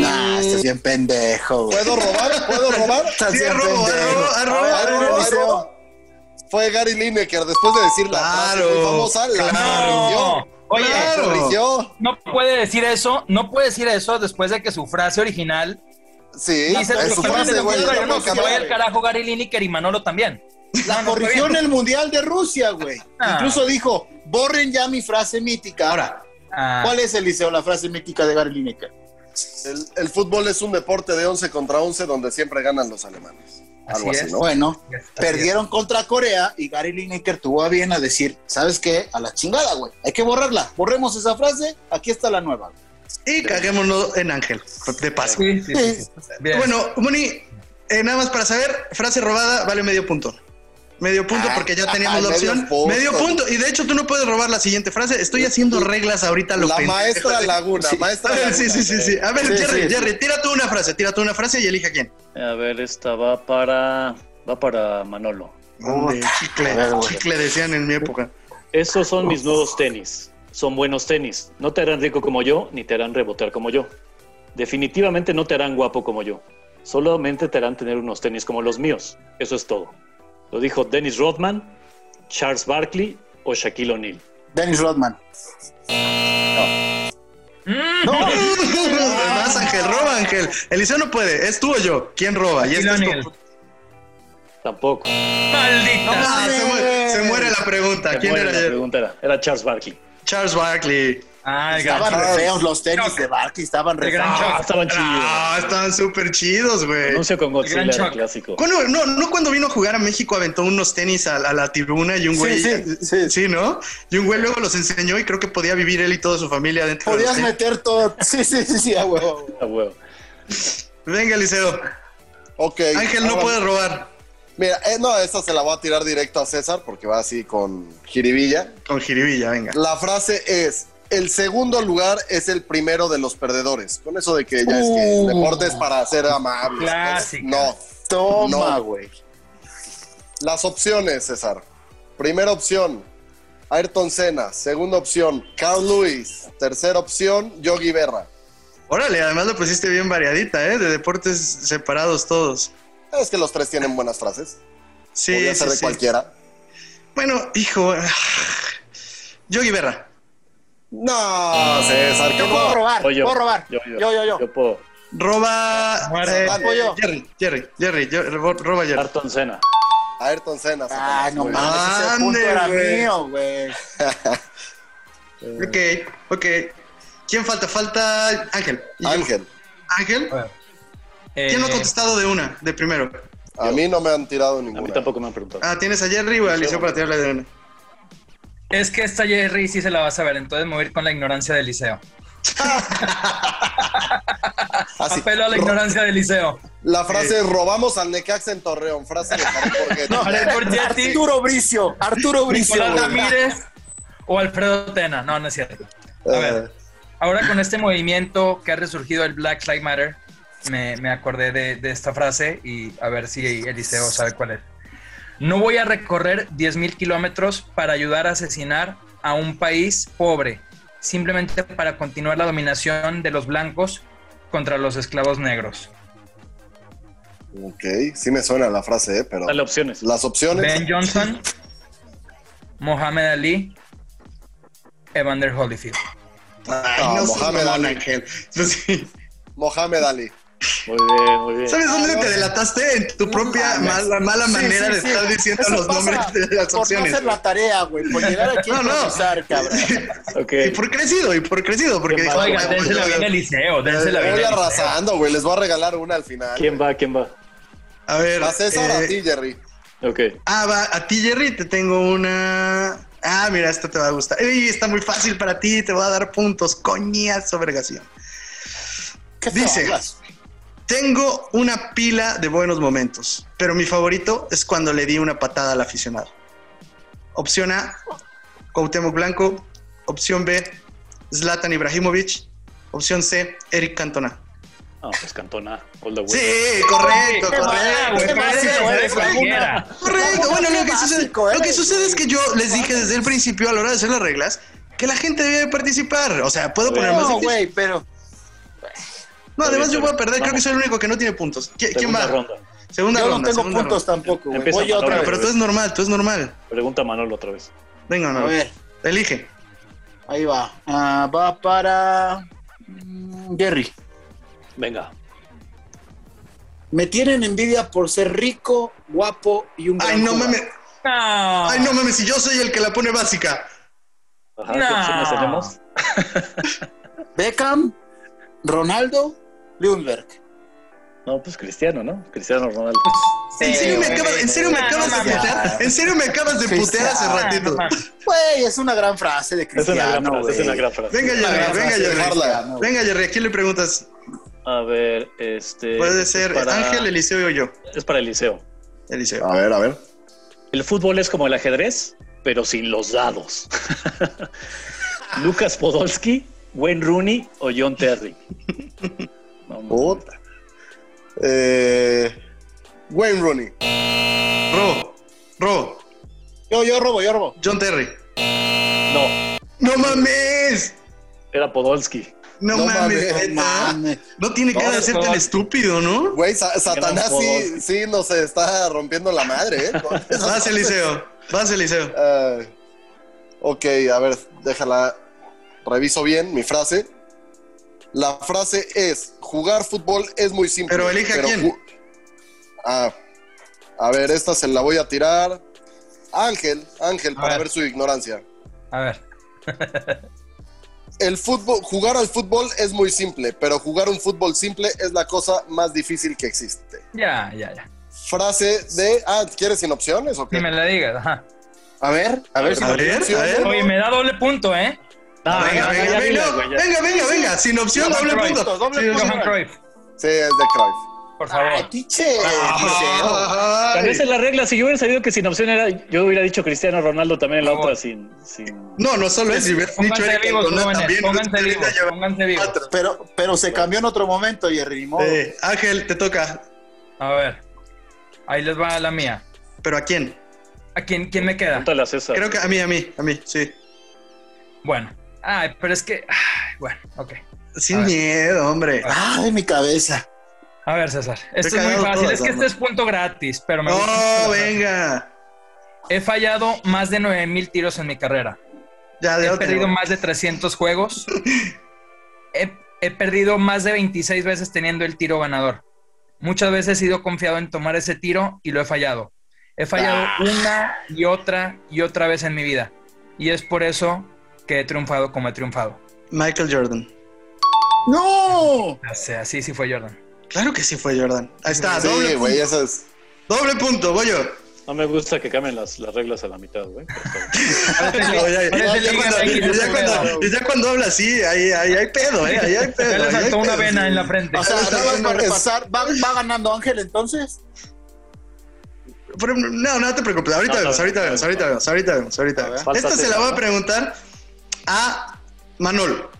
[SPEAKER 5] Nah, estás bien pendejo. güey.
[SPEAKER 3] ¿Puedo robar? ¿Puedo robar?
[SPEAKER 5] Estás
[SPEAKER 2] Sí,
[SPEAKER 5] bien
[SPEAKER 2] arrobo,
[SPEAKER 5] pendejo.
[SPEAKER 2] arrobo, arrobo,
[SPEAKER 5] A ver,
[SPEAKER 2] arrobo,
[SPEAKER 5] Eliseo.
[SPEAKER 3] Fue Gary Lineker después de decir la frase
[SPEAKER 2] Claro,
[SPEAKER 3] muy famosa, la
[SPEAKER 4] No.
[SPEAKER 3] corrigió.
[SPEAKER 4] Oye,
[SPEAKER 3] La corrigió.
[SPEAKER 4] no puede decir eso, no puede decir eso después de que su frase original
[SPEAKER 3] Sí,
[SPEAKER 4] dice
[SPEAKER 3] es su
[SPEAKER 4] "Los camiones
[SPEAKER 3] frase,
[SPEAKER 4] de
[SPEAKER 3] güey.
[SPEAKER 4] Puebla,
[SPEAKER 3] ya
[SPEAKER 4] yo no,
[SPEAKER 3] puedo
[SPEAKER 4] que se vaya al
[SPEAKER 3] cambiar.
[SPEAKER 4] carajo Gary Lineker y Manolo también.
[SPEAKER 5] La corrigió en el Mundial de Rusia, güey.
[SPEAKER 4] Ah.
[SPEAKER 5] Incluso dijo, borren ya mi frase mítica. Ahora,
[SPEAKER 4] Ah,
[SPEAKER 5] ¿cuál es, Eliseo, la frase mítica de Gary Lineker?
[SPEAKER 3] El, el fútbol es un deporte de 11 contra 11 donde siempre ganan los alemanes. Algo
[SPEAKER 4] Así
[SPEAKER 3] así,
[SPEAKER 4] es.
[SPEAKER 3] ¿no?
[SPEAKER 5] Bueno,
[SPEAKER 4] ya está
[SPEAKER 5] perdieron contra Corea y Gary Lineker tuvo a bien a decir, ¿sabes qué? A la chingada, güey. Hay que borrarla. Borremos esa frase, aquí está la nueva.
[SPEAKER 2] Y caguémonos en Ángel, de
[SPEAKER 4] bien.
[SPEAKER 2] paso.
[SPEAKER 4] Sí, sí, sí, sí. Bien.
[SPEAKER 2] Bueno, Moni, eh, nada más para saber, frase robada vale medio punto. Medio punto
[SPEAKER 3] Ah,
[SPEAKER 2] porque ya teníamos la
[SPEAKER 3] medio
[SPEAKER 2] opción.
[SPEAKER 3] punto.
[SPEAKER 2] Medio punto. Y de hecho tú no puedes robar la siguiente frase. Estoy haciendo reglas ahorita a lo
[SPEAKER 3] La
[SPEAKER 2] pendejo.
[SPEAKER 3] maestra Laguna,
[SPEAKER 2] Sí.
[SPEAKER 3] maestra
[SPEAKER 2] A ver,
[SPEAKER 3] Laguna.
[SPEAKER 2] sí, sí, sí, sí. A ver,
[SPEAKER 5] Sí,
[SPEAKER 2] Jerry,
[SPEAKER 5] sí, sí.
[SPEAKER 2] Jerry, tira tú una frase, tira tú una frase y elige a quién.
[SPEAKER 6] A ver, esta va para, va para Manolo.
[SPEAKER 2] Hombre, chicle,
[SPEAKER 5] A ver, güey.
[SPEAKER 2] chicle decían en mi época.
[SPEAKER 6] Esos son mis nuevos tenis. Son buenos tenis. No te harán rico como yo, ni te harán rebotear como yo. Definitivamente no te harán guapo como yo. Solamente te harán tener unos tenis como los míos. Eso es todo. Lo dijo Dennis Rodman, Charles Barkley o Shaquille O'Neal.
[SPEAKER 5] Dennis Rodman.
[SPEAKER 4] Mm,
[SPEAKER 2] Además, Ángel, roba, Ángel. Eliseo no puede, es tú o yo. ¿Quién roba? Y
[SPEAKER 4] Shaquille
[SPEAKER 2] este es tu-
[SPEAKER 4] O'Neal.
[SPEAKER 6] Tampoco.
[SPEAKER 2] No
[SPEAKER 4] ¡Maldita!
[SPEAKER 2] mames, Ah, se, muere, se muere la pregunta.
[SPEAKER 6] Se
[SPEAKER 2] ¿Quién
[SPEAKER 6] muere
[SPEAKER 2] era
[SPEAKER 6] la
[SPEAKER 2] ayer?
[SPEAKER 6] pregunta era, era Charles Barkley.
[SPEAKER 2] Charles Barkley.
[SPEAKER 4] Ay,
[SPEAKER 5] Estaban
[SPEAKER 4] gran-
[SPEAKER 5] re feos los tenis
[SPEAKER 4] Choca.
[SPEAKER 5] de Barkley, estaban re
[SPEAKER 4] El gran
[SPEAKER 5] feos.
[SPEAKER 6] Ah,
[SPEAKER 4] Chuck.
[SPEAKER 6] estaban chidos.
[SPEAKER 2] Ah, estaban súper chidos, güey.
[SPEAKER 6] Anuncio con Godzilla
[SPEAKER 4] gran
[SPEAKER 6] era
[SPEAKER 4] Chuck.
[SPEAKER 6] clásico.
[SPEAKER 2] Bueno, no, no cuando vino a jugar a México aventó unos tenis a, la- a la tribuna y un güey.
[SPEAKER 5] sí, sí, sí.
[SPEAKER 2] Sí, ¿no? Y un güey luego los enseñó y creo que podía vivir él y toda su familia dentro de los
[SPEAKER 5] Podías
[SPEAKER 2] tenis.
[SPEAKER 5] meter todo. Sí, sí, sí, sí, a huevo.
[SPEAKER 6] Ah, huevo.
[SPEAKER 2] Venga, Liceo.
[SPEAKER 3] Ok.
[SPEAKER 2] Ángel no
[SPEAKER 3] ahora-
[SPEAKER 2] puede robar
[SPEAKER 3] Mira, eh, no, esta se la voy a tirar directo a César porque va así con jiribilla.
[SPEAKER 2] con jiribilla, venga.
[SPEAKER 3] La frase es: el segundo lugar es el primero de los perdedores. Con eso de que ya es que
[SPEAKER 5] Uh.
[SPEAKER 3] el deporte es para ser amables. pues,
[SPEAKER 4] Clásica.
[SPEAKER 3] No.
[SPEAKER 5] Toma,
[SPEAKER 3] No.
[SPEAKER 5] güey.
[SPEAKER 3] Las opciones, César. Primera opción, Ayrton Senna. Segunda opción, Carl Lewis. Tercera opción, Yogi Berra.
[SPEAKER 2] Órale, además lo pusiste bien variadita, ¿eh? De deportes separados todos.
[SPEAKER 3] Es que los tres tienen buenas frases.
[SPEAKER 2] Sí,
[SPEAKER 3] Podría
[SPEAKER 2] sí,
[SPEAKER 3] ser de
[SPEAKER 2] sí.
[SPEAKER 3] cualquiera.
[SPEAKER 2] Bueno, hijo. ah, Yogi Berra.
[SPEAKER 3] No, César, ¿qué
[SPEAKER 5] Yo puedo
[SPEAKER 3] no?
[SPEAKER 5] robar,
[SPEAKER 6] Soy yo.
[SPEAKER 5] puedo robar.
[SPEAKER 6] Yo,
[SPEAKER 5] Yo,
[SPEAKER 6] yo.
[SPEAKER 5] yo, yo.
[SPEAKER 6] Yo puedo.
[SPEAKER 2] Roba.
[SPEAKER 4] Muere.
[SPEAKER 5] Ah,
[SPEAKER 2] eh,
[SPEAKER 3] Vale.
[SPEAKER 5] Yo.
[SPEAKER 2] Jerry, Jerry, Jerry, yo- ro- roba Jerry.
[SPEAKER 6] Ayrton Senna.
[SPEAKER 3] Ayrton Senna.
[SPEAKER 5] Ah,
[SPEAKER 3] Satanás,
[SPEAKER 5] no
[SPEAKER 3] muy bien.
[SPEAKER 5] mames, ese
[SPEAKER 2] Ande,
[SPEAKER 5] punto era
[SPEAKER 2] güey.
[SPEAKER 5] mío, güey.
[SPEAKER 2] Ok, ok. ¿Quién falta? Falta Ángel. Y yo.
[SPEAKER 3] Ángel,
[SPEAKER 2] Ángel.
[SPEAKER 4] Eh,
[SPEAKER 2] ¿Quién no ha contestado de una, de primero?
[SPEAKER 3] a mí no me han tirado
[SPEAKER 6] A mí
[SPEAKER 3] ninguna.
[SPEAKER 6] tampoco me han preguntado.
[SPEAKER 2] Ah, tienes a Jerry o a Liceo para tirarle de una.
[SPEAKER 4] Es que esta Jerry sí se la vas a ver, entonces me voy a ir con la ignorancia del liceo.
[SPEAKER 3] Así,
[SPEAKER 4] Apelo a la
[SPEAKER 3] Ah, ro-
[SPEAKER 4] ignorancia del liceo.
[SPEAKER 3] La frase es, robamos al Necax en Torreón. Frase de Jared Borghetti. Eh,
[SPEAKER 4] Jared Borgetti,
[SPEAKER 5] Arturo Bricio, Arturo Bricio.
[SPEAKER 4] Nicolás
[SPEAKER 5] güey.
[SPEAKER 4] Ramírez o Alfredo Tena. No, no es cierto. A
[SPEAKER 3] Eh,
[SPEAKER 4] ver, ahora con este movimiento que ha resurgido el Black Lives Matter, me, me acordé de, de esta frase y a ver si Eliseo sabe cuál es. No voy a recorrer 10.000 kilómetros para ayudar a asesinar a un país pobre, simplemente para continuar la dominación de los blancos contra los esclavos negros.
[SPEAKER 3] ok, sí me suena la frase, eh, pero...
[SPEAKER 6] Dale opciones.
[SPEAKER 3] Las opciones...
[SPEAKER 4] Ben Johnson, Mohamed Ali, Evander Holyfield.
[SPEAKER 2] Ay,
[SPEAKER 3] No,
[SPEAKER 2] seas
[SPEAKER 3] Ah, Mohamed
[SPEAKER 2] mamón,
[SPEAKER 3] Ali.
[SPEAKER 2] Ángel. Pues sí.
[SPEAKER 3] Mohamed Ali.
[SPEAKER 6] Muy bien, muy bien.
[SPEAKER 2] ¿Sabes
[SPEAKER 5] Ah,
[SPEAKER 2] dónde te delataste? En tu propia mala, mala
[SPEAKER 5] Sí,
[SPEAKER 2] manera
[SPEAKER 5] sí,
[SPEAKER 2] de
[SPEAKER 5] sí.
[SPEAKER 2] estar diciendo
[SPEAKER 5] Eso
[SPEAKER 2] los
[SPEAKER 5] pasa
[SPEAKER 2] nombres de las
[SPEAKER 5] Por
[SPEAKER 2] opciones.
[SPEAKER 5] no hacer la tarea, güey. Por llegar aquí
[SPEAKER 2] No,
[SPEAKER 5] a
[SPEAKER 2] no.
[SPEAKER 5] improvisar, cabrón.
[SPEAKER 6] Ok.
[SPEAKER 2] Y por crecido, y por crecido, porque
[SPEAKER 6] Qué
[SPEAKER 2] dijo,
[SPEAKER 6] mal.
[SPEAKER 4] Oiga,
[SPEAKER 2] bueno,
[SPEAKER 4] dénsela
[SPEAKER 2] pues,
[SPEAKER 4] bien a Eliseo, dénsela bien a
[SPEAKER 3] Voy
[SPEAKER 4] Eliseo.
[SPEAKER 3] arrasando, güey. Les voy a regalar una al final.
[SPEAKER 6] ¿Quién va? ¿Quién va?
[SPEAKER 2] a ver.
[SPEAKER 3] A César,
[SPEAKER 2] eh,
[SPEAKER 3] a ti, Jerry.
[SPEAKER 6] Ok.
[SPEAKER 2] Ah, va, a ti, Jerry, te tengo una. Ah, mira, esta te va a gustar. Ey, está muy fácil para ti, te voy a dar puntos. Coñazo, vergación.
[SPEAKER 5] ¿Qué
[SPEAKER 2] Dice.
[SPEAKER 5] hablas?
[SPEAKER 2] Tengo una pila de buenos momentos, pero mi favorito es cuando le di una patada al aficionado. Opción A, Cuauhtémoc Blanco. Opción B, Zlatan Ibrahimovic. Opción C, Eric Cantona.
[SPEAKER 6] Ah, pues Cantona. All the way.
[SPEAKER 2] Sí, correcto,
[SPEAKER 5] Qué
[SPEAKER 2] correcto.
[SPEAKER 4] Ah,
[SPEAKER 5] mal, güey,
[SPEAKER 2] correcto,
[SPEAKER 5] fácil, güey,
[SPEAKER 2] correcto.
[SPEAKER 4] cualquiera.
[SPEAKER 2] Correcto. Bueno, lo
[SPEAKER 5] Qué
[SPEAKER 2] que, sucede,
[SPEAKER 5] básico
[SPEAKER 2] lo que
[SPEAKER 5] eres,
[SPEAKER 2] sucede es que yo
[SPEAKER 5] güey.
[SPEAKER 2] les dije desde el principio a la hora de hacer las reglas que la gente debe participar. O sea, puedo poner más
[SPEAKER 5] No,
[SPEAKER 2] difícil.
[SPEAKER 5] güey, pero.
[SPEAKER 2] No, además yo voy a perder. Creo que
[SPEAKER 6] Vamos.
[SPEAKER 2] soy el único que no tiene puntos. ¿Qui- ¿Quién
[SPEAKER 6] Segunda
[SPEAKER 2] va?
[SPEAKER 6] ronda.
[SPEAKER 2] Segunda
[SPEAKER 5] yo
[SPEAKER 2] ronda.
[SPEAKER 5] no tengo
[SPEAKER 2] segunda
[SPEAKER 5] puntos
[SPEAKER 2] ronda.
[SPEAKER 5] tampoco, güey.
[SPEAKER 6] Empieza
[SPEAKER 5] Voy yo
[SPEAKER 6] Manolo,
[SPEAKER 5] otra
[SPEAKER 2] Pero,
[SPEAKER 5] vez.
[SPEAKER 2] pero tú es normal, tú es normal.
[SPEAKER 6] Pregunta a Manolo otra vez.
[SPEAKER 2] Venga,
[SPEAKER 5] A
[SPEAKER 2] no.
[SPEAKER 5] ver,
[SPEAKER 2] Elige.
[SPEAKER 5] ahí va. Ah, va para. mm, Jerry.
[SPEAKER 6] Venga.
[SPEAKER 5] Me tienen envidia por ser rico, guapo y un gran
[SPEAKER 2] Ay, no
[SPEAKER 5] jugador.
[SPEAKER 2] mames.
[SPEAKER 4] No.
[SPEAKER 2] Ay, no mames. Si yo soy el que la pone básica.
[SPEAKER 6] Ajá, ¿qué
[SPEAKER 4] No.
[SPEAKER 6] opciones tenemos?
[SPEAKER 5] Beckham, Ronaldo, Lundberg.
[SPEAKER 6] No, pues Cristiano, ¿no? Cristiano Ronaldo.
[SPEAKER 4] Sí,
[SPEAKER 2] ¿En serio me
[SPEAKER 5] güey,
[SPEAKER 2] acabas, en serio me
[SPEAKER 4] no,
[SPEAKER 2] acabas
[SPEAKER 4] no
[SPEAKER 2] de
[SPEAKER 4] mames.
[SPEAKER 2] putear? ¿En serio me acabas de
[SPEAKER 5] Sí, Ah,
[SPEAKER 2] putear hace
[SPEAKER 5] no,
[SPEAKER 2] ratito?
[SPEAKER 4] Ah, No, mames.
[SPEAKER 5] Güey, es una gran frase de
[SPEAKER 6] Es una gran
[SPEAKER 5] Cristiano,
[SPEAKER 6] frase, es
[SPEAKER 5] güey.
[SPEAKER 6] una gran frase.
[SPEAKER 2] Pues Venga,
[SPEAKER 5] Una gran
[SPEAKER 2] Jerry, venga,
[SPEAKER 5] frase de
[SPEAKER 2] Jerry.
[SPEAKER 5] Cristiano, güey.
[SPEAKER 2] Venga, Jerry, ¿a quién le preguntas?
[SPEAKER 6] A ver, este.
[SPEAKER 2] Puede
[SPEAKER 6] es
[SPEAKER 2] ser
[SPEAKER 6] para-
[SPEAKER 2] Ángel, Eliseo o yo.
[SPEAKER 6] Es para Eliseo.
[SPEAKER 2] Eliseo.
[SPEAKER 3] A ver, a ver.
[SPEAKER 6] El fútbol es como el ajedrez, pero sin los dados. Lucas Podolski, Wayne Rooney o John Terry. No, no.
[SPEAKER 3] Puta. Eh, Wayne Rooney.
[SPEAKER 5] Ah.
[SPEAKER 2] Robo. Robo.
[SPEAKER 5] Yo, yo robo, yo robo.
[SPEAKER 2] John Terry.
[SPEAKER 6] No,
[SPEAKER 2] ¡No mames!
[SPEAKER 6] era Podolski.
[SPEAKER 2] No,
[SPEAKER 3] No
[SPEAKER 2] mames,
[SPEAKER 3] mames,
[SPEAKER 2] neta.
[SPEAKER 5] Mames.
[SPEAKER 2] No tiene cara de ser tan estúpido, ¿no?
[SPEAKER 3] Güey, Sa- Satanás
[SPEAKER 6] Podolski.
[SPEAKER 3] sí, sí nos está rompiendo la madre, ¿eh? Con esas
[SPEAKER 2] Vas, Eliseo. Vas, Eliseo.
[SPEAKER 3] Ay. ok, a ver, déjala. Reviso bien mi frase. La frase es: jugar fútbol es muy simple.
[SPEAKER 2] Pero elige a quién.
[SPEAKER 3] ju- Ah, A ver, esta se la voy a tirar. Ángel, Ángel,
[SPEAKER 4] A
[SPEAKER 3] para
[SPEAKER 4] ver.
[SPEAKER 3] ver su ignorancia.
[SPEAKER 4] A ver.
[SPEAKER 3] El fútbol, jugar al fútbol es muy simple, pero jugar un fútbol simple es la cosa más difícil que existe.
[SPEAKER 4] Ya, ya, ya.
[SPEAKER 3] Frase de. Ah, ¿quieres sin opciones o qué?
[SPEAKER 4] Ni me la digas, ajá.
[SPEAKER 5] A ver, a ver si
[SPEAKER 2] A ver, a ver.
[SPEAKER 4] Oye, me da doble punto, ¿eh?
[SPEAKER 6] No,
[SPEAKER 2] Venga,
[SPEAKER 6] no, no,
[SPEAKER 2] venga,
[SPEAKER 6] ya
[SPEAKER 2] venga,
[SPEAKER 6] dile, güey, ya.
[SPEAKER 2] venga, venga, venga, sin opción,
[SPEAKER 5] Johan
[SPEAKER 2] doble
[SPEAKER 4] Cruyff,
[SPEAKER 2] punto.
[SPEAKER 5] doble
[SPEAKER 2] Sin
[SPEAKER 5] punto.
[SPEAKER 2] opción.
[SPEAKER 4] Johan Cruyff,
[SPEAKER 3] Sí, es de Cruyff.
[SPEAKER 4] por favor.
[SPEAKER 5] tiche.
[SPEAKER 2] eh,
[SPEAKER 5] ah,
[SPEAKER 2] ah,
[SPEAKER 6] También esa
[SPEAKER 2] Ay.
[SPEAKER 6] es la regla. Si yo hubiera sabido que sin opción era, yo hubiera dicho Cristiano Ronaldo también en la
[SPEAKER 4] Por
[SPEAKER 6] otra
[SPEAKER 4] favor.
[SPEAKER 6] sin. sin...
[SPEAKER 2] No, no solo es, si hubieras dicho
[SPEAKER 4] Pónganse
[SPEAKER 2] Eric
[SPEAKER 4] vivos,
[SPEAKER 2] Cantona
[SPEAKER 4] jóvenes,
[SPEAKER 2] también,
[SPEAKER 4] pónganse
[SPEAKER 2] ahorita
[SPEAKER 4] vivos,
[SPEAKER 2] lleva
[SPEAKER 4] pónganse vivos.
[SPEAKER 2] cuatro.
[SPEAKER 5] Pero, pero se cambió en otro momento, Jerry. ni modo.
[SPEAKER 2] Eh, Ángel, te toca.
[SPEAKER 4] A ver. Ahí les va la mía.
[SPEAKER 2] ¿Pero a quién?
[SPEAKER 4] ¿A quién, quién me queda?
[SPEAKER 6] Pregúntale a César.
[SPEAKER 2] Creo que a mí, a mí, a mí, sí.
[SPEAKER 4] Bueno. Ay, pero es que. ay, bueno, ok. A
[SPEAKER 2] Sin
[SPEAKER 4] ver. Ah,
[SPEAKER 2] miedo, hombre.
[SPEAKER 5] Ay, mi cabeza.
[SPEAKER 4] A ver, César. Esto es muy
[SPEAKER 2] cagado
[SPEAKER 4] fácil.
[SPEAKER 2] todas,
[SPEAKER 4] es que este
[SPEAKER 2] hombre.
[SPEAKER 4] es punto gratis, pero me gusta mucho
[SPEAKER 2] No,
[SPEAKER 4] la
[SPEAKER 2] venga.
[SPEAKER 4] He fallado más de 9000 tiros en mi carrera.
[SPEAKER 2] Ya,
[SPEAKER 4] He
[SPEAKER 2] ya lo
[SPEAKER 4] perdido
[SPEAKER 2] tengo.
[SPEAKER 4] más de 300 juegos. he, he perdido más de 26 veces teniendo el tiro ganador. Muchas veces he sido confiado en tomar ese tiro y lo he fallado. He fallado una y otra y otra vez en mi vida. Y es por eso que he triunfado como he triunfado.
[SPEAKER 2] Michael Jordan.
[SPEAKER 5] ¡No!
[SPEAKER 4] O sea, así sí fue Jordan.
[SPEAKER 2] Claro que sí fue Jordan. Ahí está, doble,
[SPEAKER 3] Sí, güey, esa es.
[SPEAKER 2] doble punto, voy yo.
[SPEAKER 6] No me gusta que cambien las, las reglas a la mitad, güey. Pero está bien.
[SPEAKER 2] Oye,
[SPEAKER 4] Parece
[SPEAKER 2] ya
[SPEAKER 4] Liga
[SPEAKER 2] cuando-
[SPEAKER 4] MX,
[SPEAKER 2] ya
[SPEAKER 4] no
[SPEAKER 2] cuando- ya cuando habla así, ahí, ahí hay pedo, ¿eh? Ahí hay pedo.
[SPEAKER 4] Ya le
[SPEAKER 2] ahí hay
[SPEAKER 4] saltó una
[SPEAKER 2] pedo.
[SPEAKER 4] vena en la frente.
[SPEAKER 5] O sea,
[SPEAKER 3] Ahorita
[SPEAKER 5] nada más
[SPEAKER 3] viene
[SPEAKER 5] para
[SPEAKER 3] es-
[SPEAKER 5] repasar, ¿va, va ganando Ángel entonces?
[SPEAKER 2] Pero, no, no te preocupes. Ahorita
[SPEAKER 6] No, no,
[SPEAKER 2] vemos, ahorita
[SPEAKER 6] no,
[SPEAKER 2] vemos,
[SPEAKER 6] no.
[SPEAKER 2] ahorita vemos, ahorita vemos, ahorita
[SPEAKER 5] A ver.
[SPEAKER 2] vemos.
[SPEAKER 6] Falta
[SPEAKER 2] Esta se la
[SPEAKER 6] César,
[SPEAKER 2] voy a
[SPEAKER 6] ¿no?
[SPEAKER 2] preguntar a Manol.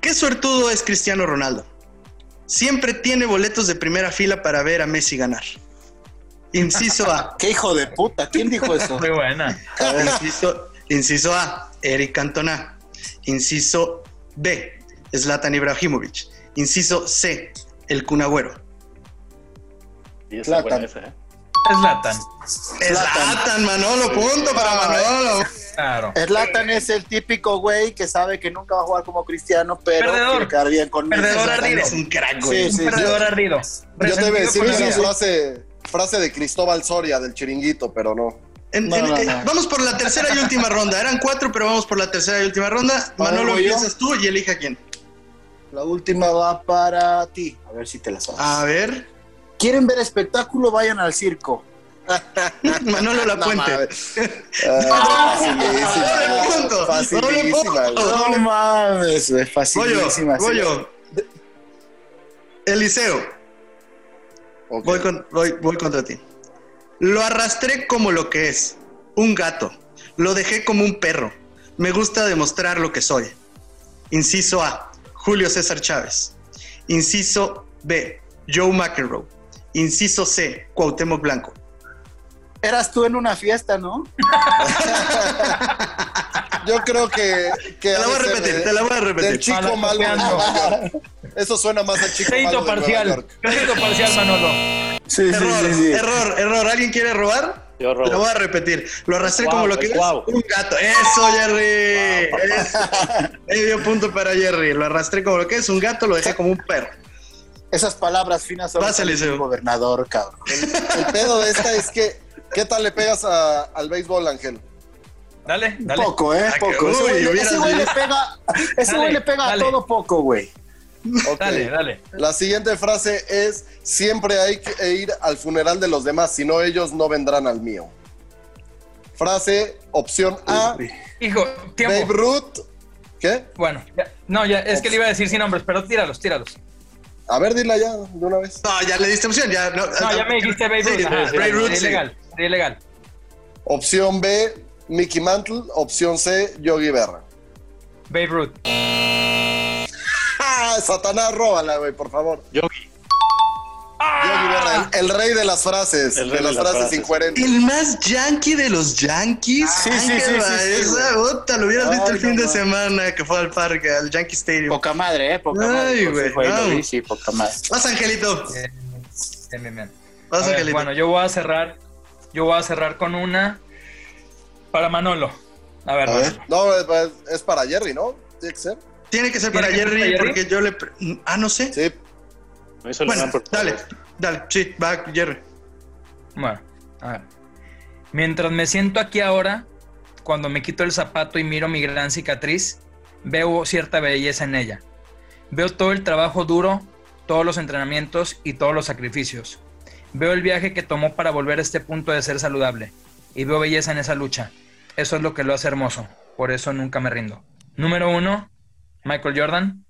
[SPEAKER 2] ¿Qué suertudo es Cristiano Ronaldo? Siempre tiene boletos de primera fila para ver a Messi ganar. Inciso A.
[SPEAKER 5] ¡Qué hijo de puta! ¿Quién dijo eso?
[SPEAKER 4] Muy buena.
[SPEAKER 2] Inciso, inciso A, Eric Cantona. Inciso B, Zlatan Ibrahimovic. Inciso C, el Kun Agüero.
[SPEAKER 6] Y esa es buena
[SPEAKER 5] Plátano.
[SPEAKER 6] esa, ¿eh?
[SPEAKER 4] Es Latan.
[SPEAKER 5] Zlatan.
[SPEAKER 2] Zlatan, Manolo, punto para Manolo.
[SPEAKER 4] Claro.
[SPEAKER 5] Zlatan es el típico güey que sabe que nunca va a jugar como Cristiano, pero
[SPEAKER 4] Perdedor.
[SPEAKER 5] quiere quedar bien con Messi.
[SPEAKER 4] Perdedor
[SPEAKER 5] Zlatan
[SPEAKER 4] ardido.
[SPEAKER 5] es
[SPEAKER 2] Es un crack,
[SPEAKER 5] Sí,
[SPEAKER 2] güey.
[SPEAKER 4] Un perdedor ardido.
[SPEAKER 3] Yo te
[SPEAKER 4] Resentido
[SPEAKER 3] iba a decir
[SPEAKER 4] con la
[SPEAKER 3] esa
[SPEAKER 4] vida.
[SPEAKER 3] frase, frase de Cristóbal Soria del chiringuito, pero no.
[SPEAKER 2] En-
[SPEAKER 5] No,
[SPEAKER 2] en-
[SPEAKER 5] no,
[SPEAKER 2] eh,
[SPEAKER 5] no.
[SPEAKER 2] Vamos por la tercera y última ronda. Eran cuatro, pero vamos por la tercera y última ronda.
[SPEAKER 5] ver,
[SPEAKER 2] Manolo,
[SPEAKER 5] ¿voy yo?
[SPEAKER 2] empiezas tú y elija quién.
[SPEAKER 5] La última va para ti. A ver si te la sabes.
[SPEAKER 2] A ver,
[SPEAKER 5] ¿Quieren ver espectáculo? Vayan al circo.
[SPEAKER 2] Manolo La
[SPEAKER 3] No,
[SPEAKER 2] Puente.
[SPEAKER 3] mames. Ah, facilísima,
[SPEAKER 2] Doble punto. Doble
[SPEAKER 3] facilísima,
[SPEAKER 2] punto.
[SPEAKER 3] güey.
[SPEAKER 5] No mames, güey,
[SPEAKER 2] Oh. Goyo,
[SPEAKER 5] facilísima. sí.
[SPEAKER 2] Goyo. Eliseo,
[SPEAKER 3] Ok.
[SPEAKER 2] voy, con- voy- voy contra ti. Lo arrastré como lo que es, un gato. Lo dejé como un perro. Me gusta demostrar lo que soy. Inciso A, Julio César Chávez. Inciso B, Joe McEnroe. Inciso C, Cuauhtémoc Blanco.
[SPEAKER 5] Eras tú en una fiesta, ¿no?
[SPEAKER 3] Yo creo que. que
[SPEAKER 2] Te la voy a
[SPEAKER 3] ha de ser
[SPEAKER 2] repetir,
[SPEAKER 5] ¿eh?
[SPEAKER 3] de-
[SPEAKER 2] te la voy a
[SPEAKER 3] Del
[SPEAKER 2] repetir.
[SPEAKER 3] chico malo de
[SPEAKER 4] Malacopeando.
[SPEAKER 3] Nueva York. Eso suena más al chico malo
[SPEAKER 4] Crédito
[SPEAKER 3] de Nueva
[SPEAKER 4] parcial.
[SPEAKER 3] York.
[SPEAKER 4] Crédito parcial, Manolo.
[SPEAKER 5] Sí,
[SPEAKER 2] Error, error, error. ¿Alguien quiere robar?
[SPEAKER 6] Yo robo.
[SPEAKER 2] Lo voy a repetir. Lo arrastré
[SPEAKER 6] Guau,
[SPEAKER 2] como lo que
[SPEAKER 6] es
[SPEAKER 2] es
[SPEAKER 6] guau.
[SPEAKER 2] un gato. Eso, Jerry. Eso. Medio punto para Jerry. Lo arrastré como lo que es un gato, lo dejé como un perro.
[SPEAKER 5] Esas palabras finas son
[SPEAKER 2] Vas, Eliseo.
[SPEAKER 5] del gobernador, cabrón.
[SPEAKER 3] El pedo de esta es que. ¿Qué tal le pegas a- al béisbol, Ángel?
[SPEAKER 4] Dale, dale.
[SPEAKER 5] Poco, ¿eh?
[SPEAKER 2] Ah, que-
[SPEAKER 5] Poco. Ese
[SPEAKER 2] uy,
[SPEAKER 5] güey-
[SPEAKER 2] hubiera
[SPEAKER 5] ese güey le
[SPEAKER 2] sido.
[SPEAKER 5] pega, ese güey
[SPEAKER 4] Dale,
[SPEAKER 5] le pega a
[SPEAKER 4] dale.
[SPEAKER 5] todo poco, güey.
[SPEAKER 3] Ok.
[SPEAKER 4] Dale, dale.
[SPEAKER 3] La siguiente frase es: Siempre hay que ir al funeral de los demás, si no, ellos no vendrán al mío. Frase, opción A,
[SPEAKER 4] Hijo,
[SPEAKER 3] Babe
[SPEAKER 4] tiempo.
[SPEAKER 3] Ruth. ¿Qué?
[SPEAKER 4] Bueno, ya- no, ya, es que le iba a decir sin nombres, pero tíralos, tíralos.
[SPEAKER 3] A ver, dila ya de una vez.
[SPEAKER 2] No, ya le diste opción. Ya, no,
[SPEAKER 4] No, ya me dijiste Babe
[SPEAKER 2] Sí,
[SPEAKER 4] Ruth. Ajá,
[SPEAKER 6] sí, sí,
[SPEAKER 4] Babe
[SPEAKER 6] sí.
[SPEAKER 4] Ruth,
[SPEAKER 2] Sí.
[SPEAKER 4] ilegal, ilegal.
[SPEAKER 3] Opción B, Mickey Mantle. Opción C, Yogi Berra.
[SPEAKER 4] Babe Ruth.
[SPEAKER 3] ¡Ah! Satanás, róbala, güey, por favor.
[SPEAKER 6] Yogi.
[SPEAKER 3] Yogi Berra, el, el rey de las frases.
[SPEAKER 6] El
[SPEAKER 3] De
[SPEAKER 6] rey
[SPEAKER 3] las, frases, incoherentes.
[SPEAKER 2] El más yankee de los yankees.
[SPEAKER 5] Sí,
[SPEAKER 2] Ángel
[SPEAKER 5] sí, sí, sí, sí,
[SPEAKER 2] Baeza, puta, lo hubieras
[SPEAKER 5] Ay,
[SPEAKER 2] visto el
[SPEAKER 5] no
[SPEAKER 2] fin de
[SPEAKER 5] mames.
[SPEAKER 2] semana que fue al parque, al Yankee Stadium.
[SPEAKER 5] Poca madre, ¿eh? Poca
[SPEAKER 2] Ay,
[SPEAKER 5] madre. por
[SPEAKER 2] güey,
[SPEAKER 5] ese güey lo
[SPEAKER 2] no.
[SPEAKER 5] vi, sí, poca madre.
[SPEAKER 2] Vas, Angelito.
[SPEAKER 4] Bien, bien, bien, bien. A
[SPEAKER 2] Vas,
[SPEAKER 4] ver,
[SPEAKER 2] Angelito.
[SPEAKER 4] bueno, yo voy a cerrar. Yo voy a cerrar con una para Manolo. A ver,
[SPEAKER 3] A ver.
[SPEAKER 4] Manolo.
[SPEAKER 3] No, es, es para Jerry, ¿no? Tiene que ser.
[SPEAKER 2] Tiene que ser
[SPEAKER 4] ¿Tiene
[SPEAKER 2] para
[SPEAKER 4] que ser
[SPEAKER 2] Jerry,
[SPEAKER 4] para Jerry?
[SPEAKER 2] porque yo le. pre- Ah, no sé.
[SPEAKER 3] Sí.
[SPEAKER 6] No hizo el
[SPEAKER 2] Bueno,
[SPEAKER 6] gran por-
[SPEAKER 2] dale, dale. Sí, va, Jerry.
[SPEAKER 4] Bueno, a ver. Mientras me siento aquí ahora, cuando me quito el zapato y miro mi gran cicatriz, veo cierta belleza en ella. Veo todo el trabajo duro, todos los entrenamientos y todos los sacrificios. Veo el viaje que tomó para volver a este punto de ser saludable. Y veo belleza en esa lucha. Eso es lo que lo hace hermoso. Por eso nunca me rindo. Número uno, Michael Jordan.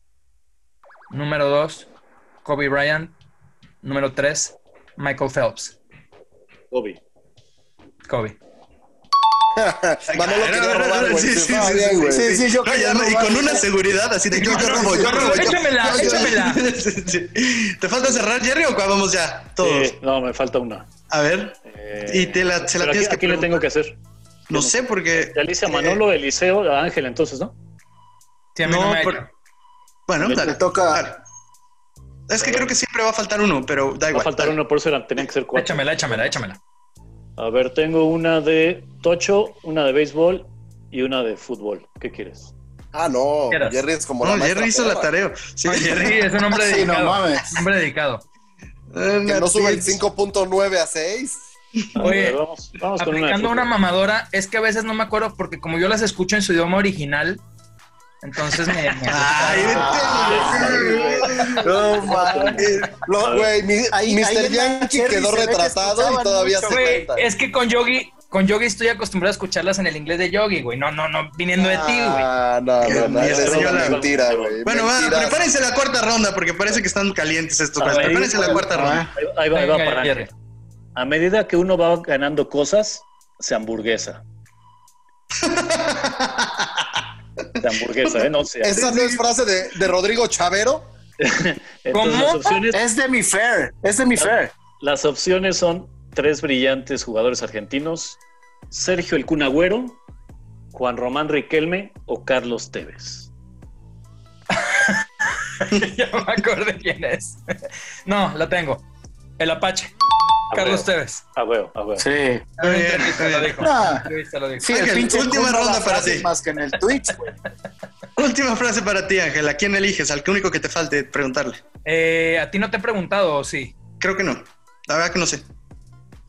[SPEAKER 4] Número dos, Kobe Bryant. Número tres, Michael Phelps.
[SPEAKER 6] Bobby.
[SPEAKER 4] Kobe.
[SPEAKER 3] Manolo
[SPEAKER 2] Era,
[SPEAKER 3] quería
[SPEAKER 2] era,
[SPEAKER 3] robar,
[SPEAKER 2] era,
[SPEAKER 3] güey.
[SPEAKER 2] sí, sí,
[SPEAKER 3] Ah,
[SPEAKER 2] sí,
[SPEAKER 3] bien,
[SPEAKER 2] sí,
[SPEAKER 3] güey.
[SPEAKER 2] sí,
[SPEAKER 5] Sí, sí, yo
[SPEAKER 2] No,
[SPEAKER 5] quería
[SPEAKER 2] ya no, y
[SPEAKER 5] robar,
[SPEAKER 2] con una
[SPEAKER 5] güey.
[SPEAKER 2] seguridad así de yo robo, yo robo. yo
[SPEAKER 4] Échamela,
[SPEAKER 2] robo.
[SPEAKER 4] échamela.
[SPEAKER 2] Sí. ¿Te falta cerrar, Jerry, o cuál vamos ya? Todos.
[SPEAKER 6] Eh, no, me falta una.
[SPEAKER 2] A ver,
[SPEAKER 6] Eh,
[SPEAKER 2] Y te la- se la
[SPEAKER 6] pero
[SPEAKER 2] tienes
[SPEAKER 6] aquí,
[SPEAKER 2] que
[SPEAKER 6] aquí le
[SPEAKER 2] preguntar.
[SPEAKER 6] tengo que hacer.
[SPEAKER 2] no sé porque. eh,
[SPEAKER 6] De Alicia Manolo, Eliseo, a Ángel, entonces, ¿no?
[SPEAKER 4] Sí, a mí no,
[SPEAKER 2] No,
[SPEAKER 4] me ha
[SPEAKER 2] por-
[SPEAKER 4] hecho.
[SPEAKER 2] Bueno, dale.
[SPEAKER 5] Le toca-
[SPEAKER 2] dale. Es que creo que siempre va a faltar uno, pero da
[SPEAKER 6] Va
[SPEAKER 2] igual.
[SPEAKER 6] a faltar
[SPEAKER 2] dale.
[SPEAKER 6] uno, por eso eran- tenían que ser cuatro.
[SPEAKER 4] Échamela, échamela, échamela.
[SPEAKER 6] A ver, tengo una de tocho, una de béisbol y una de fútbol. ¿Qué quieres?
[SPEAKER 3] Ah, no.
[SPEAKER 4] Quieras.
[SPEAKER 3] Jerry es como
[SPEAKER 2] No,
[SPEAKER 3] la
[SPEAKER 2] Jerry hizo la
[SPEAKER 3] maestra
[SPEAKER 2] tarea. Sí,
[SPEAKER 4] No, Jerry es un hombre
[SPEAKER 5] Sí,
[SPEAKER 4] dedicado.
[SPEAKER 5] no mames.
[SPEAKER 4] Hombre dedicado.
[SPEAKER 3] perra, Que no sube el 5.9 a 6.
[SPEAKER 6] A
[SPEAKER 4] Oye,
[SPEAKER 6] ver, vamos, vamos con una. de
[SPEAKER 4] Aplicando
[SPEAKER 6] fútbol.
[SPEAKER 4] una mamadora, es que a veces no me acuerdo porque como yo las escucho en su idioma original, entonces me... me-
[SPEAKER 2] Ay, vete.
[SPEAKER 5] No mames.
[SPEAKER 3] Ah, No, güey, mi-
[SPEAKER 5] Ahí-
[SPEAKER 3] Mr.
[SPEAKER 5] ahí en la
[SPEAKER 3] Yankee
[SPEAKER 5] Jerry
[SPEAKER 3] quedó
[SPEAKER 5] se ve que
[SPEAKER 3] retratado y
[SPEAKER 5] escuchaban
[SPEAKER 3] todavía
[SPEAKER 5] mucho,
[SPEAKER 3] se
[SPEAKER 4] Güey,
[SPEAKER 3] cuenta.
[SPEAKER 4] es que con Yogi, con Yogi estoy acostumbrado a escucharlas en el inglés de Yogi, güey. No, no, no, viniendo de ti, güey.
[SPEAKER 3] Ah, no,
[SPEAKER 2] Que
[SPEAKER 3] no, no,
[SPEAKER 2] mi
[SPEAKER 3] eso es una
[SPEAKER 2] señora-
[SPEAKER 3] mentira, güey.
[SPEAKER 2] Bueno, va,
[SPEAKER 3] Mentiras.
[SPEAKER 2] prepárense la cuarta ronda porque parece que están calientes estos.
[SPEAKER 6] A
[SPEAKER 2] güeyes.
[SPEAKER 6] ver,
[SPEAKER 2] Prepárense la cuarta ronda.
[SPEAKER 6] Ahí va, ahí va, ahí va
[SPEAKER 4] Venga,
[SPEAKER 6] para
[SPEAKER 4] Jerry.
[SPEAKER 6] Ángel. A medida que uno va ganando cosas, se hamburguesa. se hamburguesa, ¿eh? No sé.
[SPEAKER 3] ¿Esa no es frase de, de Rodrigo Chavero?
[SPEAKER 6] Entonces, las
[SPEAKER 4] ¿Cómo?
[SPEAKER 6] opciones,
[SPEAKER 5] Es de mi fair, es de mi fair.
[SPEAKER 6] las opciones son tres brillantes jugadores argentinos, Sergio El Kun Agüero, Juan Román Riquelme o Carlos Tevez.
[SPEAKER 4] ya me acordé quién es. no, la tengo. El Apache.
[SPEAKER 6] A
[SPEAKER 4] Carlos
[SPEAKER 6] huevo.
[SPEAKER 4] Teves.
[SPEAKER 6] A huevo, a huevo.
[SPEAKER 5] Sí.
[SPEAKER 2] Muy bien,
[SPEAKER 4] Te lo
[SPEAKER 2] muy bien.
[SPEAKER 4] dijo.
[SPEAKER 5] Ah,
[SPEAKER 4] Te lo dijo.
[SPEAKER 5] sí, el
[SPEAKER 2] Ángel,
[SPEAKER 5] pinche
[SPEAKER 2] última
[SPEAKER 5] Kun no
[SPEAKER 2] ronda
[SPEAKER 5] la
[SPEAKER 2] para
[SPEAKER 5] hace
[SPEAKER 2] ti.
[SPEAKER 5] Más que en el Twitch, güey.
[SPEAKER 2] Última frase para ti, Ángela. ¿Quién eliges? Al que único que te falte preguntarle.
[SPEAKER 4] Eh, a ti no te he preguntado, ¿o sí.
[SPEAKER 2] Creo que no. La verdad que no sé.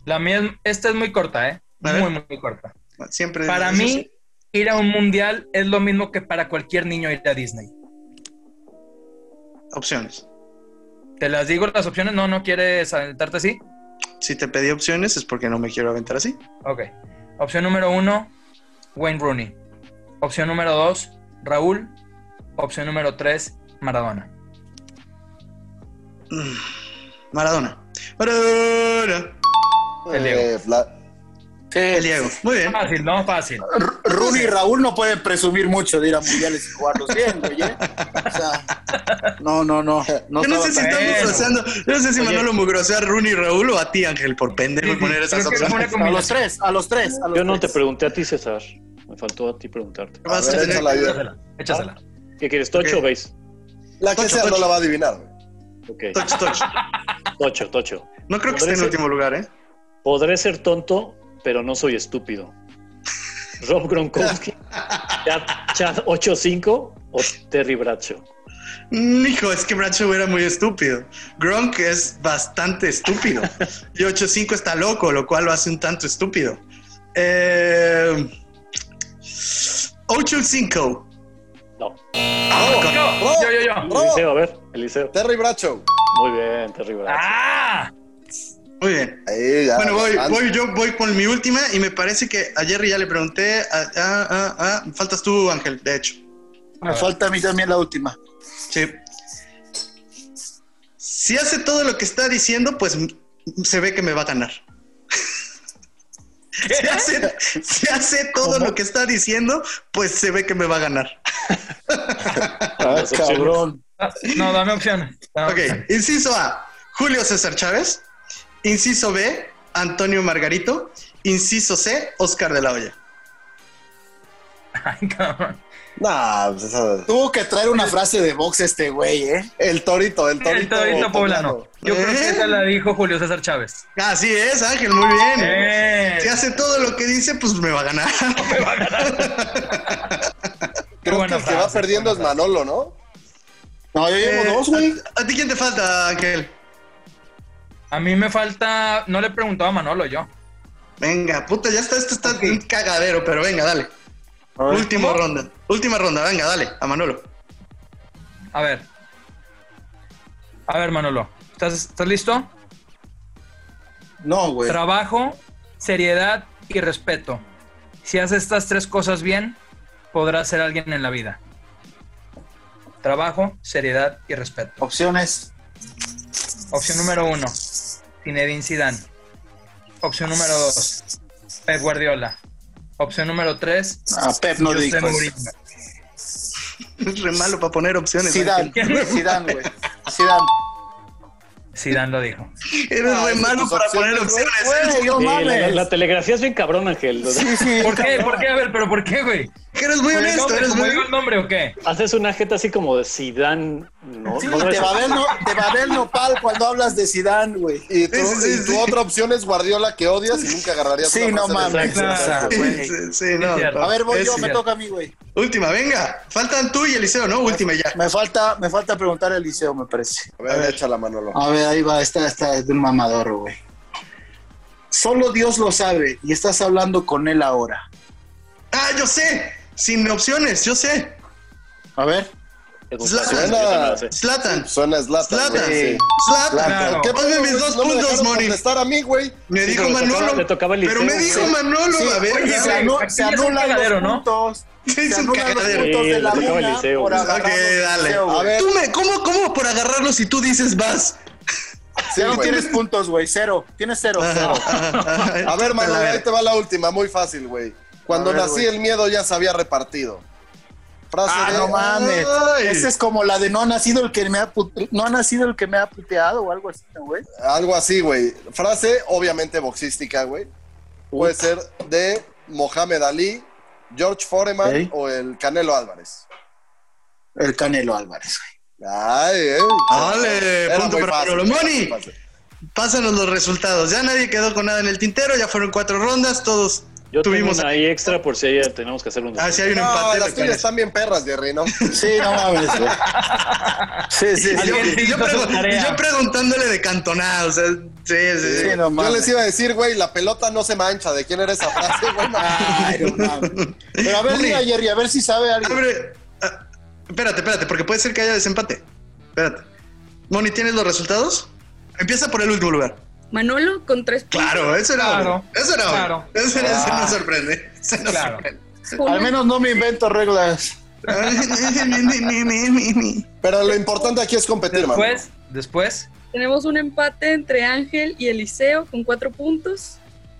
[SPEAKER 4] La mía, es- esta es muy corta, ¿eh?
[SPEAKER 2] A ver.
[SPEAKER 4] Muy, muy, muy corta.
[SPEAKER 2] Siempre.
[SPEAKER 4] Para mí, ir a un mundial es lo mismo que para cualquier niño ir a Disney.
[SPEAKER 2] Opciones.
[SPEAKER 4] Te las digo las opciones, no, no quieres aventarte así.
[SPEAKER 2] Si te pedí opciones es porque no me quiero aventar así.
[SPEAKER 4] Ok. Opción número uno, Wayne Rooney. Opción número dos, Raúl. Opción número tres, Maradona.
[SPEAKER 2] Mm. Maradona. Maradona.
[SPEAKER 4] El Diego.
[SPEAKER 3] Eh, Fla-
[SPEAKER 2] El Diego. Muy bien.
[SPEAKER 4] Fácil, no fácil.
[SPEAKER 5] R- Rooney y Raúl no pueden presumir mucho de ir a mundiales y jugarlos bien, güey. ¿eh? O sea, no, no, no. no
[SPEAKER 2] Yo no sé si
[SPEAKER 5] estaba tan-
[SPEAKER 2] están
[SPEAKER 4] bueno.
[SPEAKER 2] disfrazando. Yo no sé si Manolo mugroseó a Rooney y Raúl o a ti, Ángel, por pendejo
[SPEAKER 4] Sí,
[SPEAKER 2] y
[SPEAKER 4] sí,
[SPEAKER 2] poner esas
[SPEAKER 4] creo que fue
[SPEAKER 2] opciones.
[SPEAKER 5] A
[SPEAKER 4] una
[SPEAKER 5] los
[SPEAKER 4] combinación.
[SPEAKER 5] tres, a los tres. a los
[SPEAKER 6] Yo no te
[SPEAKER 5] tres.
[SPEAKER 6] pregunté a ti, César. Me faltó a ti preguntarte.
[SPEAKER 2] Vas
[SPEAKER 3] A
[SPEAKER 2] a
[SPEAKER 3] ver,
[SPEAKER 2] tener-
[SPEAKER 3] échala, yo-
[SPEAKER 4] Échasela, échasela.
[SPEAKER 6] ¿Qué quieres, tocho
[SPEAKER 2] Ok.
[SPEAKER 6] o base?
[SPEAKER 3] La que
[SPEAKER 2] Tocho,
[SPEAKER 3] sea no
[SPEAKER 2] tocho.
[SPEAKER 3] la va a adivinar, güey.
[SPEAKER 6] Ok,
[SPEAKER 2] Touch, touch.
[SPEAKER 6] tocho, tocho.
[SPEAKER 2] No creo que esté en último lugar, ¿eh?
[SPEAKER 6] Podré ser tonto, pero no soy estúpido. Rob Gronkowski, Chad, Chad 85 o Terry Bradshaw.
[SPEAKER 2] Mm, Hijo, es que Bradshaw era muy estúpido. Gronk es bastante estúpido. Y 8-5 está loco, lo cual lo hace un tanto estúpido. Eh, 8-5.
[SPEAKER 6] No.
[SPEAKER 2] Ah.
[SPEAKER 4] Yo, yo, yo, yo.
[SPEAKER 3] Bro,
[SPEAKER 6] Eliseo, a ver, Eliseo.
[SPEAKER 3] Terry Bracho.
[SPEAKER 6] Muy bien, Terry Bradshaw.
[SPEAKER 4] ¡Ah!
[SPEAKER 2] Muy bien.
[SPEAKER 3] Ahí, ya.
[SPEAKER 2] Bueno, voy,
[SPEAKER 3] Antes-
[SPEAKER 2] voy, yo voy con mi última y me parece que a Jerry ya le pregunté. a- a- a- a- faltas tú, Ángel, de hecho.
[SPEAKER 5] Me falta a mí también la última.
[SPEAKER 2] Sí. Si hace todo lo que está diciendo, pues m- se ve que me va a ganar. Si hace, si hace todo lo que está diciendo, pues se ve que me va a ganar.
[SPEAKER 5] Ah,
[SPEAKER 6] Las opciones.
[SPEAKER 5] cabrón.
[SPEAKER 4] Ah, No, dame opciones.
[SPEAKER 2] Ah,
[SPEAKER 4] Dame
[SPEAKER 2] Ok,
[SPEAKER 4] opciones.
[SPEAKER 2] inciso A, Julio César Chávez. Inciso B, Antonio Margarito. Inciso C, Oscar de la Hoya.
[SPEAKER 4] Ay, cabrón.
[SPEAKER 3] Nah, pues esa-
[SPEAKER 5] Tuvo que traer una frase de box este güey, ¿eh?
[SPEAKER 3] El torito, el torito.
[SPEAKER 4] El torito poblano. Yo creo que
[SPEAKER 2] ¿Eh?
[SPEAKER 4] esa la dijo Julio César Chávez.
[SPEAKER 2] Así es, Ángel, muy bien.
[SPEAKER 4] ¡Eh!
[SPEAKER 2] Si hace todo lo que dice, pues me va a ganar.
[SPEAKER 3] Creo
[SPEAKER 4] buena
[SPEAKER 3] que el que va
[SPEAKER 4] frase,
[SPEAKER 3] perdiendo es
[SPEAKER 4] buena
[SPEAKER 3] Manolo, ¿no?
[SPEAKER 5] No, yo llevo
[SPEAKER 2] Eh,
[SPEAKER 5] dos, güey.
[SPEAKER 2] ¿A, a ti quién te falta, Ángel?
[SPEAKER 4] A mí me falta. No le he preguntado a Manolo yo.
[SPEAKER 2] Venga, puta, ya está, esto está un cagadero, pero venga, dale. Última ronda. Última ronda, venga, dale, a Manolo.
[SPEAKER 4] A ver. A ver, Manolo. ¿Estás, estás listo?
[SPEAKER 5] No, güey.
[SPEAKER 4] Trabajo, seriedad y respeto. Si haces estas tres cosas bien, podrás ser alguien en la vida. Trabajo, seriedad y respeto.
[SPEAKER 5] Opciones.
[SPEAKER 4] Opción número uno, Zinedine Zidane. Opción número dos, Pep Guardiola. Opción número tres,
[SPEAKER 5] A Pep no
[SPEAKER 4] José
[SPEAKER 5] dijo.
[SPEAKER 4] Mourinho.
[SPEAKER 2] Es re malo para poner opciones.
[SPEAKER 5] Zidane,
[SPEAKER 4] Ángel.
[SPEAKER 5] Zidane, güey. Zidane.
[SPEAKER 4] Zidane lo dijo.
[SPEAKER 2] Ángel. Eres re malo para poner opciones. ¿eh?
[SPEAKER 5] Güey, no
[SPEAKER 6] Sí, Eh, la, la-
[SPEAKER 5] mames.
[SPEAKER 6] la telegrafía es bien cabrón, Ángel. O sea,
[SPEAKER 5] Sí, sí.
[SPEAKER 4] ¿Por qué? ¿Por qué? A ver, pero ¿por qué, güey?
[SPEAKER 2] Que eres muy
[SPEAKER 4] ¿Por el
[SPEAKER 2] honesto,
[SPEAKER 4] nombre?
[SPEAKER 2] eres
[SPEAKER 4] ¿Cómo
[SPEAKER 2] muy...
[SPEAKER 4] digo el nombre o qué?
[SPEAKER 6] Haces una jeta así como de Sidán. No,
[SPEAKER 5] Sí,
[SPEAKER 6] no
[SPEAKER 5] te
[SPEAKER 6] es-
[SPEAKER 5] va, a ver, no, te va a ver nopal cuando hablas de Zidane, güey.
[SPEAKER 3] Y tu,
[SPEAKER 2] Sí, sí,
[SPEAKER 3] y
[SPEAKER 2] sí,
[SPEAKER 3] tu
[SPEAKER 2] sí.
[SPEAKER 3] otra opción es Guardiola que odias y nunca agarrarías
[SPEAKER 5] Sí,
[SPEAKER 3] una
[SPEAKER 5] no
[SPEAKER 3] frase de
[SPEAKER 5] mames.
[SPEAKER 3] Zidane.
[SPEAKER 5] Exacto, güey.
[SPEAKER 2] Sí, sí, no,
[SPEAKER 4] cierto.
[SPEAKER 2] no.
[SPEAKER 5] A ver, voy
[SPEAKER 2] Es-
[SPEAKER 5] yo, me toca a mí, güey.
[SPEAKER 2] Última, venga. Faltan tú y Eliseo, ¿no? Última ya.
[SPEAKER 5] Me falta, me falta preguntar al liceo, me parece.
[SPEAKER 3] A ver, échala, Manolo.
[SPEAKER 5] A ver, ahí va, esta, esta es de un mamador, güey. Solo Dios lo sabe y estás hablando con él ahora.
[SPEAKER 2] Ah, yo sé. Sin opciones, yo sé.
[SPEAKER 5] A ver.
[SPEAKER 6] Yo también lo sé.
[SPEAKER 2] Slatan.
[SPEAKER 3] Suena Slatan.
[SPEAKER 2] Slatan.
[SPEAKER 3] güey, sí.
[SPEAKER 2] Slatan.
[SPEAKER 4] Claro.
[SPEAKER 2] ¿Qué Ponme
[SPEAKER 3] pedo,
[SPEAKER 2] mis
[SPEAKER 3] güey?
[SPEAKER 2] dos
[SPEAKER 3] No me
[SPEAKER 2] puntos,
[SPEAKER 3] dejaron
[SPEAKER 2] Moni.
[SPEAKER 3] contestar a mí, güey.
[SPEAKER 2] Me
[SPEAKER 6] Sí,
[SPEAKER 2] dijo
[SPEAKER 6] pero le tocaba-
[SPEAKER 2] Manolo.
[SPEAKER 6] le tocaba el
[SPEAKER 2] pero me
[SPEAKER 6] Liceo,
[SPEAKER 2] dijo
[SPEAKER 6] sí.
[SPEAKER 2] Manolo, a ver.
[SPEAKER 4] oye,
[SPEAKER 5] se,
[SPEAKER 2] ya.
[SPEAKER 4] güey,
[SPEAKER 5] anu-
[SPEAKER 4] aquí
[SPEAKER 5] se
[SPEAKER 4] ya es un
[SPEAKER 5] anulan
[SPEAKER 4] cagadero,
[SPEAKER 5] los
[SPEAKER 4] ¿no?
[SPEAKER 5] puntos.
[SPEAKER 2] Sí, es un
[SPEAKER 5] se anulan los
[SPEAKER 2] cagadero.
[SPEAKER 5] puntos de la
[SPEAKER 6] Sí, le tocaba el
[SPEAKER 5] una
[SPEAKER 6] Liceo,
[SPEAKER 5] por
[SPEAKER 6] güey.
[SPEAKER 5] agarrar
[SPEAKER 2] Ok,
[SPEAKER 5] los
[SPEAKER 2] dale.
[SPEAKER 5] Liceo, güey.
[SPEAKER 3] A ver,
[SPEAKER 2] Tú me- ¿cómo, ¿Cómo por agarrarlo si tú dices vas?
[SPEAKER 5] Ya no
[SPEAKER 3] güey.
[SPEAKER 5] tienes puntos, güey. Cero. Tienes cero.
[SPEAKER 2] Ah,
[SPEAKER 5] cero.
[SPEAKER 3] A
[SPEAKER 2] A
[SPEAKER 3] ver, Manolo, ahí te va la última, muy fácil, güey. Cuando
[SPEAKER 5] A ver,
[SPEAKER 3] nací
[SPEAKER 5] güey.
[SPEAKER 3] el miedo ya se había repartido. Frase
[SPEAKER 5] Ah,
[SPEAKER 3] de-
[SPEAKER 5] no mames.
[SPEAKER 2] Ay.
[SPEAKER 5] Esa es como la de no ha nacido el que me ha pute- no ha nacido el que me ha puteado o algo así, ¿no, güey.
[SPEAKER 3] Algo así, güey. Frase obviamente boxística, güey. Puede ser de Mohamed Ali, George Foreman
[SPEAKER 5] Ey.
[SPEAKER 3] o el Canelo Álvarez.
[SPEAKER 5] El Canelo Álvarez, güey.
[SPEAKER 3] Ay, eh.
[SPEAKER 2] Dale,
[SPEAKER 3] Era
[SPEAKER 2] punto
[SPEAKER 3] muy
[SPEAKER 2] para
[SPEAKER 3] fácil,
[SPEAKER 2] Manolo.
[SPEAKER 3] era muy
[SPEAKER 2] Moni.
[SPEAKER 3] fácil.
[SPEAKER 2] Pásanos los resultados. Ya nadie quedó con nada en el tintero, ya fueron cuatro rondas, todos
[SPEAKER 6] Yo
[SPEAKER 2] tuvimos.
[SPEAKER 6] tengo una ahí extra por si ahí tenemos que hacer un.
[SPEAKER 2] Ah, sí, hay un
[SPEAKER 3] No,
[SPEAKER 2] empate.
[SPEAKER 3] las
[SPEAKER 2] me
[SPEAKER 3] tuyas
[SPEAKER 2] parece.
[SPEAKER 3] están bien perras, Jerry, ¿no?
[SPEAKER 5] Sí, no mames, güey. Sí, sí,
[SPEAKER 2] Y
[SPEAKER 5] sí.
[SPEAKER 2] yo,
[SPEAKER 4] Alguien
[SPEAKER 2] y yo
[SPEAKER 4] hizo su
[SPEAKER 2] pregun-
[SPEAKER 4] tarea.
[SPEAKER 2] y yo preguntándole de cantonado, o sea, sí, sí, sí.
[SPEAKER 5] Sí, no
[SPEAKER 3] Yo les
[SPEAKER 5] mames.
[SPEAKER 3] iba a decir, güey, la pelota no se mancha. ¿De quién era esa frase, güey? No.
[SPEAKER 5] Ay, no mames. Pero a ver,
[SPEAKER 2] Moni.
[SPEAKER 5] mira, Jerry, a ver si sabe algo.
[SPEAKER 2] Abre- ah, espérate, espérate, porque puede ser que haya desempate. Espérate. Moni, ¿tienes los resultados? Empieza por el último lugar.
[SPEAKER 8] Manolo con tres puntos.
[SPEAKER 2] Claro, eso era.
[SPEAKER 4] Claro,
[SPEAKER 2] obvio. eso era. obvio.
[SPEAKER 4] claro.
[SPEAKER 2] Eso, era- eso
[SPEAKER 5] Ah.
[SPEAKER 2] nos sorprende. Eso nos
[SPEAKER 4] Claro.
[SPEAKER 2] sorprende.
[SPEAKER 5] Al menos no me invento reglas.
[SPEAKER 3] Pero lo importante aquí es competir, man.
[SPEAKER 4] Después, después,
[SPEAKER 8] Tenemos un empate entre Ángel y Eliseo con cuatro puntos.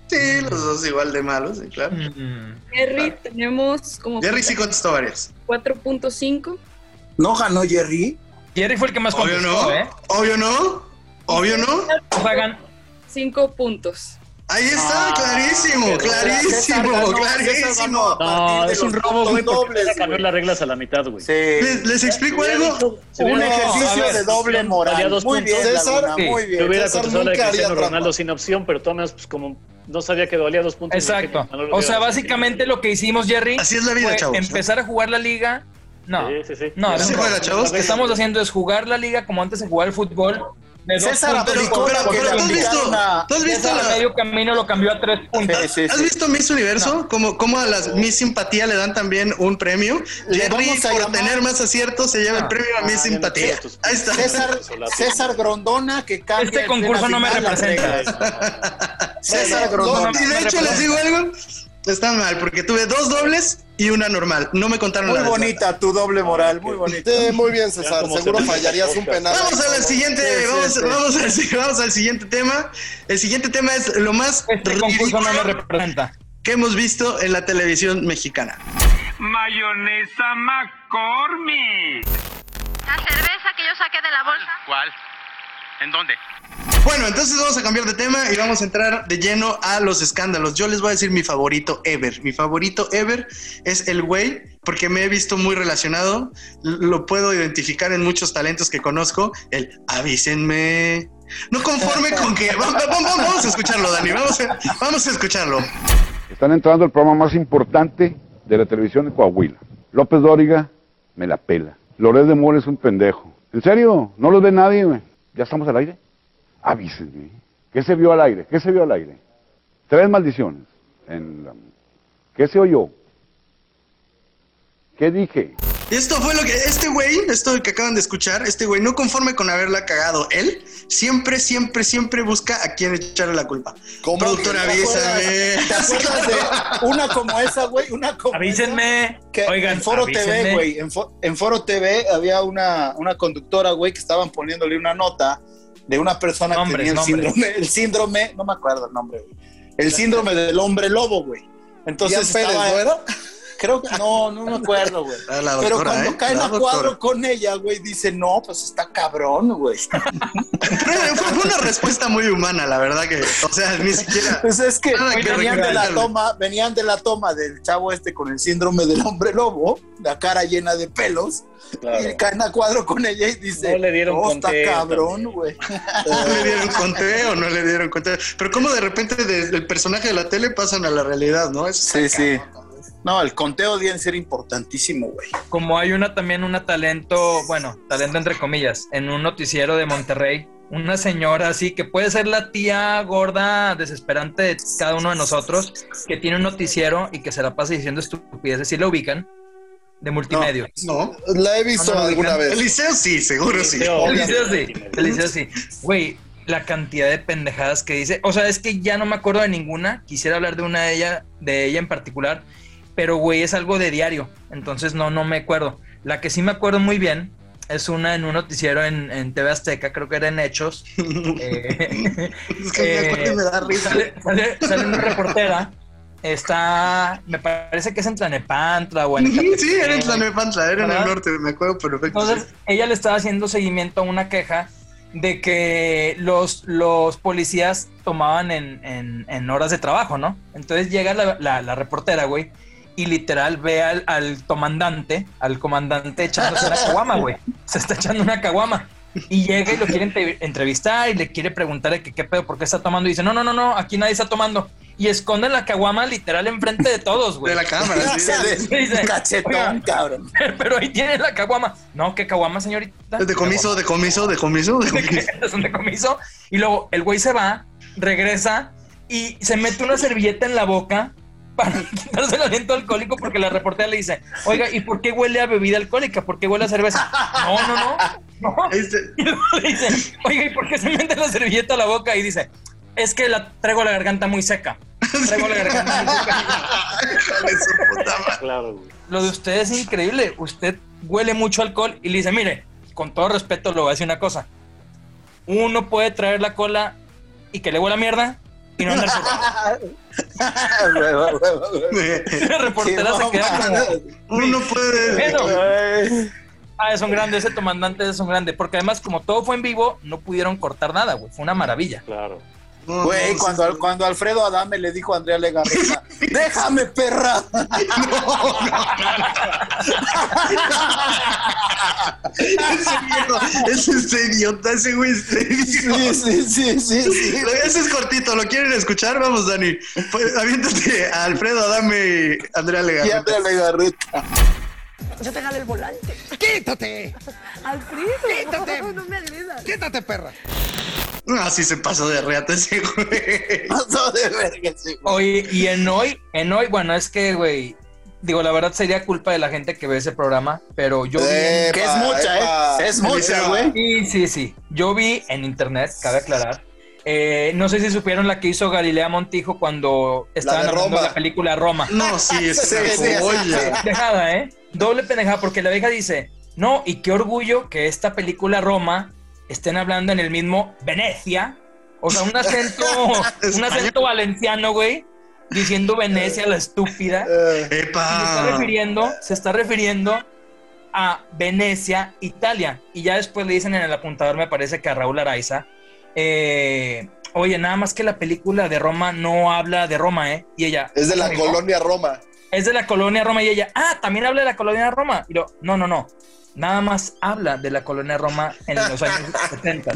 [SPEAKER 2] sí, los dos igual de malos, sí, claro.
[SPEAKER 4] mm,
[SPEAKER 8] Jerry tenemos como
[SPEAKER 2] Jerry sí contestó varias.
[SPEAKER 8] 4.5.
[SPEAKER 5] ¿No ganó Jerry?
[SPEAKER 4] Jerry fue el que más
[SPEAKER 2] Obvio
[SPEAKER 4] contestó,
[SPEAKER 2] no.
[SPEAKER 4] ¿eh?
[SPEAKER 2] Obvio no. Obvio no.
[SPEAKER 4] O sea, gan-
[SPEAKER 8] 5 puntos.
[SPEAKER 2] Ahí está,
[SPEAKER 5] Ah,
[SPEAKER 2] clarísimo,
[SPEAKER 5] César ganó,
[SPEAKER 2] clarísimo,
[SPEAKER 5] César
[SPEAKER 2] clarísimo.
[SPEAKER 5] ganó.
[SPEAKER 6] No, es un robo, güey. porque
[SPEAKER 5] dobles,
[SPEAKER 6] se cambió
[SPEAKER 5] güey.
[SPEAKER 6] las reglas a la mitad, güey.
[SPEAKER 5] Sí.
[SPEAKER 2] ¿Les, les explico algo?
[SPEAKER 6] Se
[SPEAKER 5] Un
[SPEAKER 6] hubiera-
[SPEAKER 5] ejercicio
[SPEAKER 4] a ver,
[SPEAKER 5] de doble
[SPEAKER 6] valía
[SPEAKER 5] moral.
[SPEAKER 6] dos
[SPEAKER 5] Muy
[SPEAKER 6] puntos.
[SPEAKER 5] bien,
[SPEAKER 3] César,
[SPEAKER 5] Laguna,
[SPEAKER 4] sí.
[SPEAKER 5] muy
[SPEAKER 6] Yo
[SPEAKER 5] bien.
[SPEAKER 6] hubiera
[SPEAKER 3] César
[SPEAKER 6] contestado la de
[SPEAKER 3] nunca haría
[SPEAKER 6] Cristiano
[SPEAKER 3] trampa.
[SPEAKER 6] Ronaldo sin opción, pero tomas pues como no sabía que valía dos puntos.
[SPEAKER 4] Exacto.
[SPEAKER 6] dije, no lo
[SPEAKER 4] O sea,
[SPEAKER 6] hubiera-
[SPEAKER 4] básicamente lo que hicimos, Jerry,
[SPEAKER 2] Así es la vida,
[SPEAKER 4] fue
[SPEAKER 2] chavos.
[SPEAKER 4] empezar a jugar la liga. No,
[SPEAKER 6] Sí, sí, sí.
[SPEAKER 4] No,
[SPEAKER 6] Era
[SPEAKER 4] así
[SPEAKER 6] un
[SPEAKER 2] juega,
[SPEAKER 6] robo.
[SPEAKER 2] chavos,
[SPEAKER 4] lo que estamos haciendo es jugar la liga como antes se jugaba el fútbol. de dos
[SPEAKER 5] César
[SPEAKER 4] puntos
[SPEAKER 2] Pero,
[SPEAKER 5] aplicó
[SPEAKER 4] por-
[SPEAKER 5] la
[SPEAKER 2] pero,
[SPEAKER 5] que
[SPEAKER 2] pero,
[SPEAKER 5] le
[SPEAKER 2] ¿tú has visto,
[SPEAKER 5] aplicaron a-
[SPEAKER 2] tú has visto
[SPEAKER 4] a
[SPEAKER 2] la-
[SPEAKER 4] medio camino lo cambió a tres puntos.
[SPEAKER 5] Sí, sí,
[SPEAKER 2] ¿Has
[SPEAKER 5] sí.
[SPEAKER 2] visto Miss Universo? Como, como a las Miss Simpatía le dan también un premio.
[SPEAKER 5] Le
[SPEAKER 2] Jerry,
[SPEAKER 5] vamos a
[SPEAKER 2] por
[SPEAKER 5] llamar-
[SPEAKER 2] tener más aciertos, se lleva el
[SPEAKER 4] Ah,
[SPEAKER 2] premio a
[SPEAKER 6] ah, ya
[SPEAKER 2] Miss
[SPEAKER 6] no
[SPEAKER 2] Simpatía.
[SPEAKER 6] quiero tus-
[SPEAKER 2] Ahí está.
[SPEAKER 5] César, César Grondona que cambia
[SPEAKER 4] Este
[SPEAKER 5] en
[SPEAKER 4] concurso
[SPEAKER 5] plena
[SPEAKER 4] no me
[SPEAKER 5] final las
[SPEAKER 4] representa.
[SPEAKER 5] reglas. César
[SPEAKER 3] Bueno,
[SPEAKER 5] Grondona.
[SPEAKER 2] Y de hecho, les digo algo. Está mal, porque tuve dos dobles y una normal. No me contaron
[SPEAKER 5] Muy
[SPEAKER 2] la desventaja.
[SPEAKER 5] bonita tu doble moral, muy bonita.
[SPEAKER 3] Sí, muy bien, César.
[SPEAKER 6] Vean cómo
[SPEAKER 3] Seguro
[SPEAKER 6] se me-
[SPEAKER 3] fallarías un penal.
[SPEAKER 2] Vamos a la siguiente,
[SPEAKER 5] Sí, sí,
[SPEAKER 2] vamos,
[SPEAKER 5] sí.
[SPEAKER 2] vamos al, si- vamos al siguiente tema. El siguiente tema es lo más
[SPEAKER 4] Este concurso no me
[SPEAKER 2] ridículo
[SPEAKER 4] representa.
[SPEAKER 2] que hemos visto en la televisión mexicana.
[SPEAKER 9] Mayonesa McCormick.
[SPEAKER 10] La cerveza que yo saqué de la bolsa.
[SPEAKER 9] ¿Cuál? ¿En dónde?
[SPEAKER 2] Bueno, entonces vamos a cambiar de tema y vamos a entrar de lleno a los escándalos. Yo les voy a decir mi favorito ever. Mi favorito ever es el güey, porque me he visto muy relacionado. L- Lo puedo identificar en muchos talentos que conozco. El avísenme. No conforme con que. va- va- va- Vamos a escucharlo, Dani. Vamos a, vamos a escucharlo.
[SPEAKER 11] Están entrando al programa más importante de la televisión de Coahuila. López Dóriga me la pela. Lorel de Mora es un pendejo. ¿En serio? ¿No los ve nadie? güey? ¿Ya estamos al aire? Avísenme. ¿Qué se vio al aire? ¿Qué se vio al aire? Tres maldiciones. En la- ¿Qué se oyó? ¿Qué dije?
[SPEAKER 2] Y esto fue lo que este güey, esto que acaban de escuchar, este güey no conforme con haberla cagado él, siempre, siempre, siempre busca a quien echarle la culpa. Productora,
[SPEAKER 5] ¿Te acuerdas-
[SPEAKER 2] avísame.
[SPEAKER 5] ¿Te acuerdas de una como esa, güey? Una como
[SPEAKER 4] Avísenme.
[SPEAKER 5] Que
[SPEAKER 4] Oigan,
[SPEAKER 5] en Foro TV,
[SPEAKER 4] avísenme.
[SPEAKER 5] güey, en, Fo- en Foro TV había una, una conductora, güey, que estaban poniéndole una nota de una persona que
[SPEAKER 4] Nombres,
[SPEAKER 5] tenía el
[SPEAKER 4] nombres.
[SPEAKER 5] síndrome, el síndrome, no me acuerdo el nombre, güey, el síndrome del hombre lobo, güey. Entonces
[SPEAKER 3] Ian Pérez,
[SPEAKER 5] estaba-
[SPEAKER 3] ¿no era?
[SPEAKER 5] Creo que no, no me acuerdo, güey.
[SPEAKER 2] Ah, la
[SPEAKER 5] Pero
[SPEAKER 2] doctora,
[SPEAKER 5] cuando
[SPEAKER 2] ¿eh?
[SPEAKER 5] cae
[SPEAKER 2] La
[SPEAKER 5] a
[SPEAKER 2] doctora.
[SPEAKER 5] cuadro con ella, güey, dice, no, pues está cabrón, güey.
[SPEAKER 2] Pero fue fue una respuesta muy humana, la verdad que, o sea, ni siquiera.
[SPEAKER 5] Pues es que
[SPEAKER 2] Nada que
[SPEAKER 5] venían de, la
[SPEAKER 2] reclamarle.
[SPEAKER 5] toma, venían de la toma del chavo este con el síndrome del hombre lobo, la cara llena de pelos,
[SPEAKER 6] Claro.
[SPEAKER 5] y caen a cuadro con ella y dice,
[SPEAKER 6] No le dieron
[SPEAKER 5] "Oh, está
[SPEAKER 6] conteo
[SPEAKER 5] cabrón,
[SPEAKER 6] también".
[SPEAKER 5] güey.
[SPEAKER 2] ¿No le dieron conteo? ¿No le dieron conteo? Pero cómo de repente desde el personaje de la tele pasan a la realidad, ¿no? Eso
[SPEAKER 5] Sí,
[SPEAKER 2] está
[SPEAKER 5] sí. No, el conteo debe ser importantísimo, güey.
[SPEAKER 4] como hay una también una talento, bueno, talento entre comillas, en un noticiero de Monterrey, una señora así que puede ser la tía gorda desesperante de cada uno de nosotros que tiene un noticiero y que se la pasa diciendo estupideces, si la ubican de multimedia.
[SPEAKER 2] No.
[SPEAKER 3] La he visto
[SPEAKER 4] No, no,
[SPEAKER 3] alguna
[SPEAKER 4] no.
[SPEAKER 3] vez.
[SPEAKER 2] Eliseo sí, seguro sí.
[SPEAKER 6] Eliseo.
[SPEAKER 4] El liceo sí,
[SPEAKER 6] Obviamente.
[SPEAKER 4] el liceo sí. Güey, la cantidad de pendejadas que dice. O sea, es que ya no me acuerdo de ninguna. Quisiera hablar de una de ella, de ella en particular. Pero, güey, es algo de diario. Entonces no, no me acuerdo. La que sí me acuerdo muy bien es una en un noticiero en, en TV Azteca, creo que era en Hechos. Eh,
[SPEAKER 2] Es que me acuerdo y me da risa.
[SPEAKER 4] Sale, sale- sale una reportera. Está, me parece que es en Tlanepantra o en
[SPEAKER 2] Ujú, Sí, era en
[SPEAKER 4] Ecatepec.
[SPEAKER 2] Tlanepantla, era en el
[SPEAKER 4] ¿Verdad?
[SPEAKER 2] norte, me acuerdo perfecto.
[SPEAKER 4] Entonces, ella le estaba haciendo seguimiento a una queja de que los, los policías tomaban en, en- en horas de trabajo, ¿no? Entonces llega la, la- la reportera, güey, y literal ve al, al comandante, al comandante echándose una caguama, güey. Se está echando una caguama. Y llega y lo quiere entre- entrevistar y le quiere preguntar de que qué pedo, por qué está tomando. Y dice, no, no, no, no, aquí nadie está tomando. Y esconde la caguama literal enfrente de todos, güey.
[SPEAKER 2] De la cámara, sí.
[SPEAKER 4] Dice,
[SPEAKER 5] Cachetón,
[SPEAKER 4] "Oiga".
[SPEAKER 5] cabrón.
[SPEAKER 4] Pero ahí tiene la caguama. No, ¿qué caguama, señorita?
[SPEAKER 2] De comiso, de comiso, de comiso, de comiso.
[SPEAKER 4] es un decomiso. Y luego el güey se va, regresa y se mete una servilleta en la boca para quitarse el aliento alcohólico porque la reportera le dice, oiga, ¿y por qué huele a bebida alcohólica? ¿Por qué huele a cerveza? No, no, no. no.
[SPEAKER 2] Este-
[SPEAKER 4] Y luego le dice, oiga, ¿y por qué se mete la servilleta a la boca? Y dice, es que la traigo la garganta muy seca. Traigo la garganta muy seca.
[SPEAKER 2] Hija de su puta madre.
[SPEAKER 6] Claro, güey.
[SPEAKER 4] Lo de usted es increíble. Usted huele mucho alcohol y le dice, mire, con todo respeto le voy a decir una cosa. Uno puede traer la cola y que le huela mierda y no andar sudado". La reportera se queda como...
[SPEAKER 2] eh, Uno puede.
[SPEAKER 4] "Pero, Ah, es un grande, ese comandante es un grande. Porque además, como todo fue en vivo, no pudieron cortar nada, güey. Fue una maravilla.
[SPEAKER 6] Claro.
[SPEAKER 2] No,
[SPEAKER 5] Güey,
[SPEAKER 2] no,
[SPEAKER 5] cuando,
[SPEAKER 2] sí,
[SPEAKER 5] al- cuando Alfredo Adame le dijo a Andrea Legarreta, déjame, perra.
[SPEAKER 2] Ese mierda, es este idiota, ese güey es este
[SPEAKER 5] Sí,
[SPEAKER 2] idiota.
[SPEAKER 5] sí, sí, sí, sí.
[SPEAKER 2] Lo- Ese es cortito, ¿lo quieren escuchar? Vamos, Dani. Pues, aviéntate a Alfredo, dame Andrea
[SPEAKER 5] Y
[SPEAKER 2] Legarreta.
[SPEAKER 5] Andrea Legarreta.
[SPEAKER 12] Yo te jale el volante.
[SPEAKER 13] ¡Quítate!
[SPEAKER 12] Alfredo.
[SPEAKER 13] Quítate.
[SPEAKER 12] No me agredas.
[SPEAKER 13] ¡Quítate, perra!
[SPEAKER 2] Así Ah, se pasó de reata ese güey.
[SPEAKER 5] Pasó de verga, sí, güey.
[SPEAKER 4] Oye, y en hoy, en hoy, bueno, es que, güey, digo, la verdad sería culpa de la gente que ve ese programa, pero yo... vi en-
[SPEAKER 5] Que es mucha, ¿eh? Es mucha, güey.
[SPEAKER 4] Sí, sí, sí. Yo vi en internet, cabe aclarar. eh, no sé si supieron la que hizo Galilea Montijo cuando estaban
[SPEAKER 3] de
[SPEAKER 4] hablando de
[SPEAKER 3] Roma.
[SPEAKER 4] la película Roma.
[SPEAKER 2] No, sí, es
[SPEAKER 5] Sí, sí, sí,
[SPEAKER 2] una joya.
[SPEAKER 4] Pendejada, ¿eh? Doble pendejada, porque la vieja dice, no, y qué orgullo que esta película Roma estén hablando en el mismo Venecia, o sea, un acento, un acento valenciano, güey, diciendo Venecia la estúpida. Se está
[SPEAKER 2] Epa.
[SPEAKER 4] refiriendo, se está refiriendo a Venecia, Italia. Y ya después le dicen en el apuntador, me parece que a Raúl Araiza, eh, oye, nada más que la película de Roma no habla de Roma, ¿eh? Y ella...
[SPEAKER 3] Es de la
[SPEAKER 4] "Amigo,
[SPEAKER 3] colonia Roma.
[SPEAKER 4] Es de la colonia Roma y ella, ah, también habla de la colonia Roma. Y yo, no, no, no. Nada más habla de la colonia Roma en los años 70.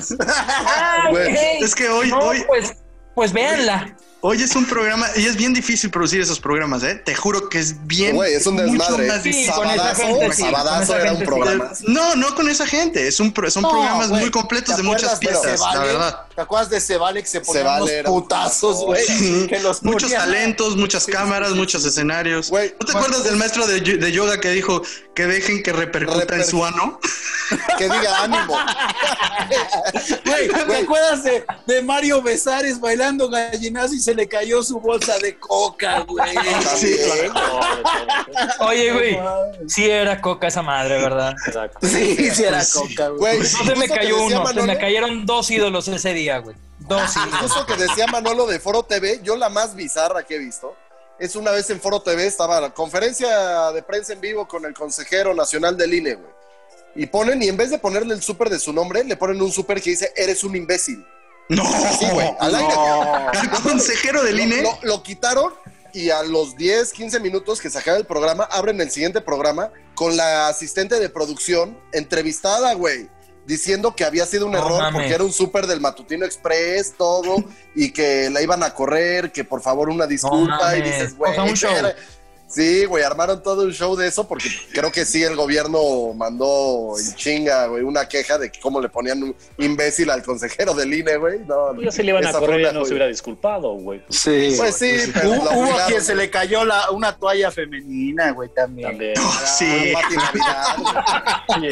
[SPEAKER 3] Güey,
[SPEAKER 2] Es que hoy,
[SPEAKER 4] No,
[SPEAKER 2] hoy,
[SPEAKER 4] pues, pues véanla.
[SPEAKER 2] Hoy es un programa y es bien difícil producir esos programas, ¿eh? Te juro que es bien.
[SPEAKER 3] Güey, es un
[SPEAKER 2] mucho
[SPEAKER 3] desmadre.
[SPEAKER 2] más difícil.
[SPEAKER 3] Sabadazo, Sabadazo era un programa.
[SPEAKER 2] No, no con esa gente. Es un, pro- son
[SPEAKER 5] No,
[SPEAKER 2] programas
[SPEAKER 5] güey,
[SPEAKER 2] muy completos
[SPEAKER 5] ¿te
[SPEAKER 2] de muchas
[SPEAKER 5] acuerdas de
[SPEAKER 2] piezas,
[SPEAKER 5] Cebale?
[SPEAKER 2] la verdad.
[SPEAKER 5] ¿Te acuerdas de Cebale que se ponían
[SPEAKER 3] Cebale
[SPEAKER 5] unos
[SPEAKER 3] era un
[SPEAKER 5] putazos, güey?
[SPEAKER 2] Sí.
[SPEAKER 5] Que los
[SPEAKER 2] muchos
[SPEAKER 5] ponían-
[SPEAKER 2] talentos, muchas cámaras, muchos escenarios. ¿No te acuerdas del maestro de, yo- de yoga que dijo que dejen que repercuta en su ano?
[SPEAKER 5] Que diga ánimo. Güey, ¿te acuerdas de, de Mario Besares bailando gallinazo y se le cayó su bolsa de coca, güey?
[SPEAKER 4] Sí. Oye, güey, sí era coca esa madre, ¿verdad?
[SPEAKER 6] Pues
[SPEAKER 5] Sí, sí era coca, güey.
[SPEAKER 4] No se me
[SPEAKER 3] justo
[SPEAKER 4] cayó
[SPEAKER 3] que decía
[SPEAKER 4] uno, se
[SPEAKER 3] Manolo-
[SPEAKER 4] me cayeron dos ídolos ese día, güey. Dos ídolos.
[SPEAKER 3] Eso que decía Manolo de Foro TV, yo la más bizarra que he visto es una vez en Foro TV estaba la conferencia de prensa en vivo con el consejero nacional del INE, güey. Y ponen, y en vez de ponerle el súper de su nombre, le ponen un súper que dice, eres un imbécil.
[SPEAKER 2] No,
[SPEAKER 3] Sí, güey, al aire.
[SPEAKER 2] Al consejero del
[SPEAKER 3] Lo-
[SPEAKER 2] INE.
[SPEAKER 3] Lo, lo quitaron y a los 10, 15 minutos que se acaba el programa, abren el siguiente programa con la asistente de producción entrevistada, güey. Diciendo que había sido un
[SPEAKER 4] No
[SPEAKER 3] error
[SPEAKER 4] mames.
[SPEAKER 3] porque era un súper del Matutino Express, todo, y que la iban a correr, que por favor una disculpa, y
[SPEAKER 4] mames.
[SPEAKER 3] dices,
[SPEAKER 4] O
[SPEAKER 3] güey.
[SPEAKER 4] sea, un show.
[SPEAKER 3] era- Sí, güey, armaron todo un show de eso porque creo que sí el gobierno mandó en chinga, güey, una queja de que cómo le ponían un imbécil al consejero del INE, güey. No,
[SPEAKER 6] Pues Ya se le iban a
[SPEAKER 3] esa fue
[SPEAKER 6] correr y
[SPEAKER 3] una
[SPEAKER 6] no se
[SPEAKER 3] joya.
[SPEAKER 6] hubiera disculpado, güey.
[SPEAKER 5] Sí.
[SPEAKER 3] Pues sí, pero
[SPEAKER 5] Hubo,
[SPEAKER 3] la
[SPEAKER 5] hubo a
[SPEAKER 3] obligaron,
[SPEAKER 5] quien se
[SPEAKER 3] güey.
[SPEAKER 5] le cayó la, una toalla femenina, güey, también.
[SPEAKER 6] También.
[SPEAKER 5] Ah,
[SPEAKER 2] Sí.
[SPEAKER 3] Mati Navidad, güey.
[SPEAKER 6] Oye,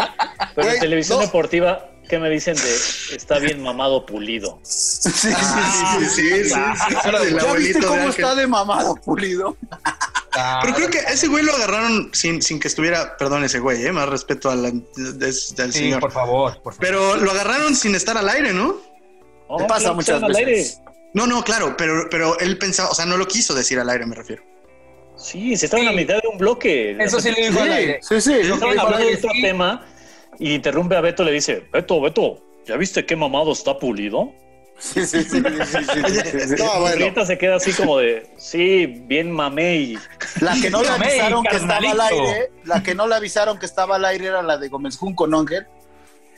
[SPEAKER 6] pero
[SPEAKER 3] Güey,
[SPEAKER 6] en televisión
[SPEAKER 3] no.
[SPEAKER 6] deportiva, ¿qué me dicen de está bien mamado pulido?
[SPEAKER 5] Sí,
[SPEAKER 2] Sí, sí, sí, sí, sí, del
[SPEAKER 5] ¿Ya
[SPEAKER 2] abuelito
[SPEAKER 5] viste
[SPEAKER 2] de
[SPEAKER 5] cómo
[SPEAKER 2] Ángel.
[SPEAKER 5] está Ah, de mamado, pulido?
[SPEAKER 2] Pero creo que ese güey lo agarraron sin, sin que estuviera, perdón ese güey, ¿eh? más respeto al, al
[SPEAKER 4] Sí,
[SPEAKER 2] señor.
[SPEAKER 4] por favor, por favor.
[SPEAKER 2] Pero lo agarraron sin estar al aire, ¿no?
[SPEAKER 6] Oh,
[SPEAKER 5] Te pasa
[SPEAKER 6] claro que
[SPEAKER 5] muchas
[SPEAKER 6] salen al
[SPEAKER 5] veces.
[SPEAKER 6] aire.
[SPEAKER 2] No, no, claro, pero, pero él pensaba, o sea, no lo quiso decir al aire, me refiero.
[SPEAKER 6] Sí, se estaban a mitad de un bloque.
[SPEAKER 4] Eso sí lo dijo al aire.
[SPEAKER 5] Sí, sí.
[SPEAKER 4] lo dijo
[SPEAKER 6] Estaban
[SPEAKER 4] al
[SPEAKER 6] hablando de
[SPEAKER 4] aire,
[SPEAKER 6] otro
[SPEAKER 4] sí.
[SPEAKER 6] tema y interrumpe a Beto, le dice, Beto, Beto, ¿ya viste qué mamado está pulido?
[SPEAKER 5] Sí, sí, sí, sí, sí, sí, sí.
[SPEAKER 3] No,
[SPEAKER 6] Y
[SPEAKER 3] bueno.
[SPEAKER 6] Prieta se queda así como de, sí, bien mamé y
[SPEAKER 5] La que no le
[SPEAKER 4] Dígame,
[SPEAKER 5] avisaron que estaba al
[SPEAKER 4] carnalito.
[SPEAKER 5] aire, la que no le avisaron que estaba al aire era la de Gómez Junco, ¿no, Ángel?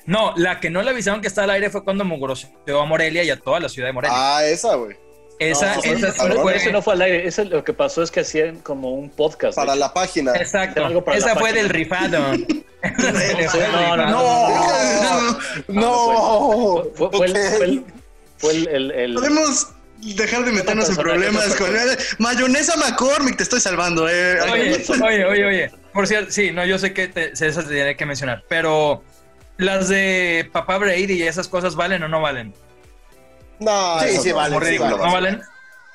[SPEAKER 4] No, la que no le avisaron que estaba al aire fue cuando mugroseó a Morelia y a toda la ciudad de Morelia.
[SPEAKER 3] Ah, esa, güey.
[SPEAKER 4] esa,
[SPEAKER 6] No,
[SPEAKER 3] fue-
[SPEAKER 4] esa
[SPEAKER 3] fue-
[SPEAKER 4] fue-
[SPEAKER 6] Pero ese no fue al aire, ese lo que pasó es que hacían como un podcast.
[SPEAKER 3] Para
[SPEAKER 6] de
[SPEAKER 3] la página.
[SPEAKER 6] Era algo
[SPEAKER 4] Exacto.
[SPEAKER 6] para la
[SPEAKER 4] Esa fue
[SPEAKER 6] página.
[SPEAKER 4] del rifado.
[SPEAKER 6] no, no,
[SPEAKER 5] No,
[SPEAKER 6] hecho. Fue, fue el- fue el- fue el- el- el-
[SPEAKER 2] Podemos dejar de meternos en
[SPEAKER 6] persona que
[SPEAKER 2] problemas
[SPEAKER 6] no
[SPEAKER 2] con mayonesa McCormick, te estoy salvando, eh.
[SPEAKER 4] Oye, oye, oye, oye. Por cierto, sí, no, yo sé que te, se- esas te tiene que mencionar, pero las de Papá Brady y esas cosas valen o no valen.
[SPEAKER 3] No,
[SPEAKER 5] Sí,
[SPEAKER 3] eso
[SPEAKER 5] sí,
[SPEAKER 3] no.
[SPEAKER 5] vale,
[SPEAKER 3] Eso
[SPEAKER 5] sí,
[SPEAKER 3] no
[SPEAKER 5] vale.
[SPEAKER 4] ¿No valen?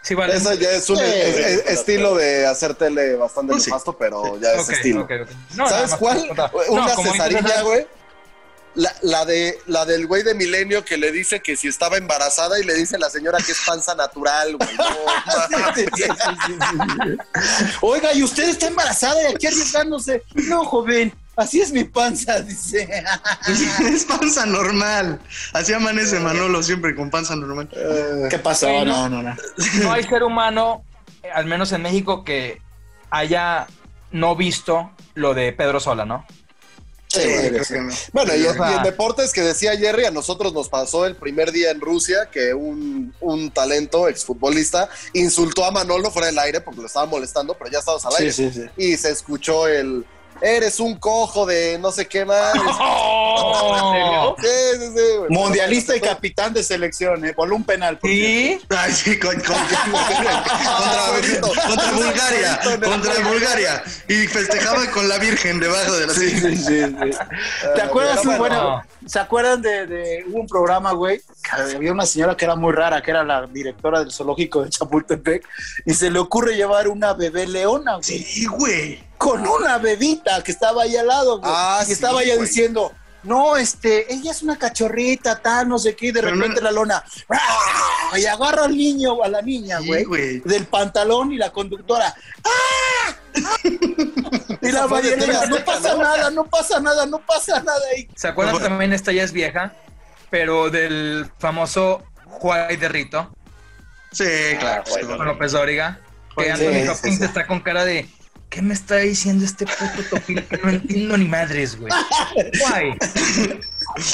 [SPEAKER 4] Sí valen.
[SPEAKER 3] Eso ya es un
[SPEAKER 5] Sí.
[SPEAKER 3] es- es- estilo de hacer tele bastante
[SPEAKER 2] Pues sí.
[SPEAKER 3] nefasto, pero ya es
[SPEAKER 4] Ok,
[SPEAKER 3] estilo.
[SPEAKER 4] ok, ok. No, nada
[SPEAKER 3] ¿Sabes
[SPEAKER 4] más
[SPEAKER 3] cuál?
[SPEAKER 4] por contar.
[SPEAKER 3] Una
[SPEAKER 4] No, como dices,
[SPEAKER 3] cesarilla,
[SPEAKER 4] ajá.
[SPEAKER 3] güey. La, la de, la del güey de Milenio que le dice que si estaba embarazada y le dice a la señora que es panza natural, güey. No, mames.
[SPEAKER 5] Oiga, y usted está embarazada y aquí arriesgándose. No, joven, así es mi panza, dice.
[SPEAKER 2] es panza normal. Así amanece Manolo siempre con panza normal.
[SPEAKER 3] Eh,
[SPEAKER 5] ¿Qué pasó?
[SPEAKER 4] Oye,
[SPEAKER 5] No,
[SPEAKER 4] no.
[SPEAKER 5] no, no.
[SPEAKER 4] no hay ser humano, eh, al menos en México, que haya no visto lo de Pedro Sola, ¿no?
[SPEAKER 3] sí,
[SPEAKER 2] creo
[SPEAKER 3] güey.
[SPEAKER 2] que no.
[SPEAKER 3] Bueno, y,
[SPEAKER 4] O sea-
[SPEAKER 3] y en deportes que decía Jerry, a nosotros nos pasó el primer día en Rusia que un, un talento exfutbolista insultó a Manolo fuera del aire porque lo estaba molestando, pero ya estabas al aire.
[SPEAKER 5] sí, sí.
[SPEAKER 3] Y se escuchó el eres un cojo de no sé qué más.
[SPEAKER 4] ¡Oh!
[SPEAKER 3] sí, sí, sí, güey.
[SPEAKER 5] Mundialista y capitán de selección, ¿eh? Voló un penal. por cierto.
[SPEAKER 4] ¿Sí?
[SPEAKER 2] Ay, sí, con- con- contra, contra Bulgaria, contra Bulgaria. Y festejaba con la Virgen debajo de la silla.
[SPEAKER 5] ¿Te acuerdas?
[SPEAKER 3] Pero
[SPEAKER 5] Ah, bueno, ¿se acuerdan de, de- hubo un programa, güey? que había una señora que era muy rara, que era la directora del zoológico de Chapultepec, y se le ocurre llevar una bebé leona, güey.
[SPEAKER 2] Sí, güey.
[SPEAKER 5] con una bebita que estaba ahí al lado, güey.
[SPEAKER 3] Ah,
[SPEAKER 5] y
[SPEAKER 3] sí,
[SPEAKER 5] estaba ya
[SPEAKER 3] güey.
[SPEAKER 5] diciendo, no, este, ella es una cachorrita, tal, no sé qué, y de
[SPEAKER 2] Pero no-
[SPEAKER 5] repente la lona, ¡ah! y agarra al niño, a la niña,
[SPEAKER 2] Sí,
[SPEAKER 5] Ah, güey,
[SPEAKER 2] güey.
[SPEAKER 5] del pantalón y la conductora, ¡ah! y la
[SPEAKER 3] Esa fue de
[SPEAKER 5] Marielena,
[SPEAKER 3] TV
[SPEAKER 5] no pasa nada, no pasa nada, no pasa nada. Y,
[SPEAKER 4] ¿Se acuerdan
[SPEAKER 2] Bueno.
[SPEAKER 4] también? Esta ya es vieja, pero del famoso Juárez de Rito,
[SPEAKER 2] Sí, claro.
[SPEAKER 6] Ah, bueno.
[SPEAKER 4] con López Dóriga, pues, que
[SPEAKER 2] Sí,
[SPEAKER 4] Anthony
[SPEAKER 5] sí,
[SPEAKER 4] Hopkins
[SPEAKER 5] sí.
[SPEAKER 4] está con cara de. ¿Qué me está diciendo este puto topil que no entiendo ni madres, güey? Guay.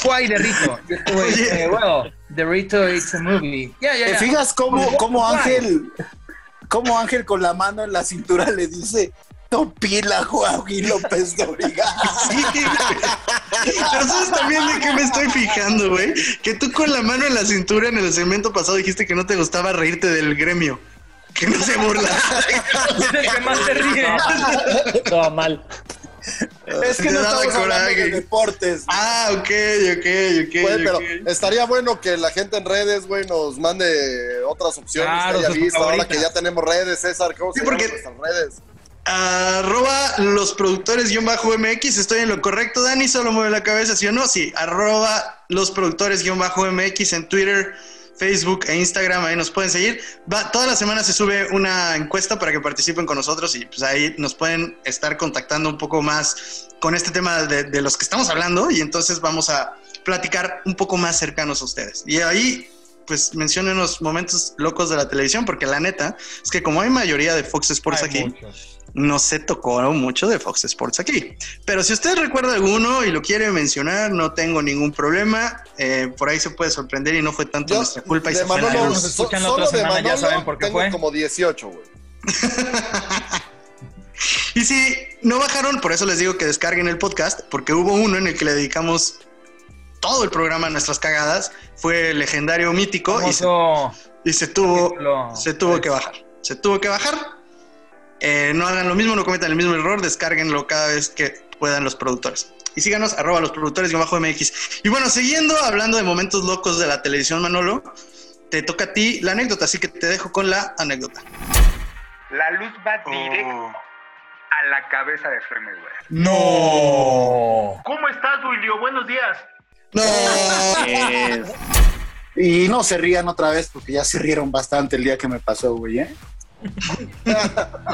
[SPEAKER 4] Guay de Rito. Y este güey,
[SPEAKER 2] Oye.
[SPEAKER 4] eh, bueno, Dorito It's a Movie. Ya, ya,
[SPEAKER 5] ¿Te
[SPEAKER 4] ya.
[SPEAKER 5] fijas cómo, cómo Ángel, cómo Ángel con la mano en la cintura le dice Topila Joaquín López de Origa?
[SPEAKER 2] Pero sabes también de qué me estoy fijando, güey. Que tú con la mano en la cintura en el segmento pasado dijiste que no te gustaba reírte del gremio. Que no se burla.
[SPEAKER 4] Es el que más se ríe.
[SPEAKER 6] Todo mal.
[SPEAKER 5] Es que
[SPEAKER 2] Te
[SPEAKER 5] no
[SPEAKER 2] daba
[SPEAKER 5] estamos hablando de
[SPEAKER 2] coraje.
[SPEAKER 5] deportes.
[SPEAKER 2] Ah, ok, ok, ok.
[SPEAKER 3] Güey, pero
[SPEAKER 2] ok.
[SPEAKER 3] estaría bueno que la gente en redes, güey, nos mande otras opciones
[SPEAKER 4] Claro,
[SPEAKER 3] que haya
[SPEAKER 4] sus
[SPEAKER 3] visto. Ahora
[SPEAKER 4] favoritas.
[SPEAKER 3] que ya tenemos redes, César, ¿cómo
[SPEAKER 2] Sí,
[SPEAKER 3] se
[SPEAKER 2] porque-
[SPEAKER 3] llaman nuestras redes?
[SPEAKER 2] Arroba los productores guión bajo MX. Estoy en lo correcto, Dani. Solo mueve la cabeza, ¿sí o no? Sí. Arroba los productores guión bajo MX en Twitter, Facebook e Instagram. Ahí nos pueden seguir. Va, toda la semana se sube una encuesta para que participen con nosotros y pues ahí nos pueden estar contactando un poco más con este tema de, de los que estamos hablando y entonces vamos a platicar un poco más cercanos a ustedes. Y ahí pues mencionen los momentos locos de la televisión porque la neta es que como hay mayoría de Fox Sports
[SPEAKER 4] Hay
[SPEAKER 2] aquí
[SPEAKER 4] muchos.
[SPEAKER 2] no se tocó mucho de Fox Sports aquí. Pero si usted recuerda alguno y lo quiere mencionar, no tengo ningún problema. Eh, por ahí se puede sorprender y no fue tanto
[SPEAKER 3] Yo,
[SPEAKER 2] nuestra culpa y
[SPEAKER 3] de
[SPEAKER 2] se fue la
[SPEAKER 3] Manolo,
[SPEAKER 2] luz.
[SPEAKER 4] nos escuchan la
[SPEAKER 3] solo
[SPEAKER 4] otra
[SPEAKER 3] de
[SPEAKER 4] semana, ya
[SPEAKER 3] Manolo
[SPEAKER 4] saben por qué
[SPEAKER 3] tengo
[SPEAKER 4] fue.
[SPEAKER 3] como 18, güey.
[SPEAKER 2] Y si no bajaron, por eso les digo que descarguen el podcast, porque hubo uno en el que le dedicamos todo el programa a nuestras cagadas. Fue legendario, mítico y se,
[SPEAKER 4] Famoso
[SPEAKER 2] y se tuvo,
[SPEAKER 4] capítulo.
[SPEAKER 2] se tuvo que bajar. Se tuvo que bajar. Eh, no hagan lo mismo, no cometan el mismo error, descárguenlo cada vez que puedan los productores. Y síganos, arroba los productores guión bajo MX. Y bueno, siguiendo hablando de momentos locos de la televisión, Manolo, te toca a ti la anécdota, así que te dejo con la anécdota.
[SPEAKER 9] La luz va
[SPEAKER 2] Oh.
[SPEAKER 9] directo a la cabeza de Freeman, güey.
[SPEAKER 4] No.
[SPEAKER 9] ¿Cómo estás, Duilio? Buenos días.
[SPEAKER 2] No.
[SPEAKER 6] Es-
[SPEAKER 5] Y no se rían otra vez porque ya se rieron bastante el día que me pasó, güey. ¿eh?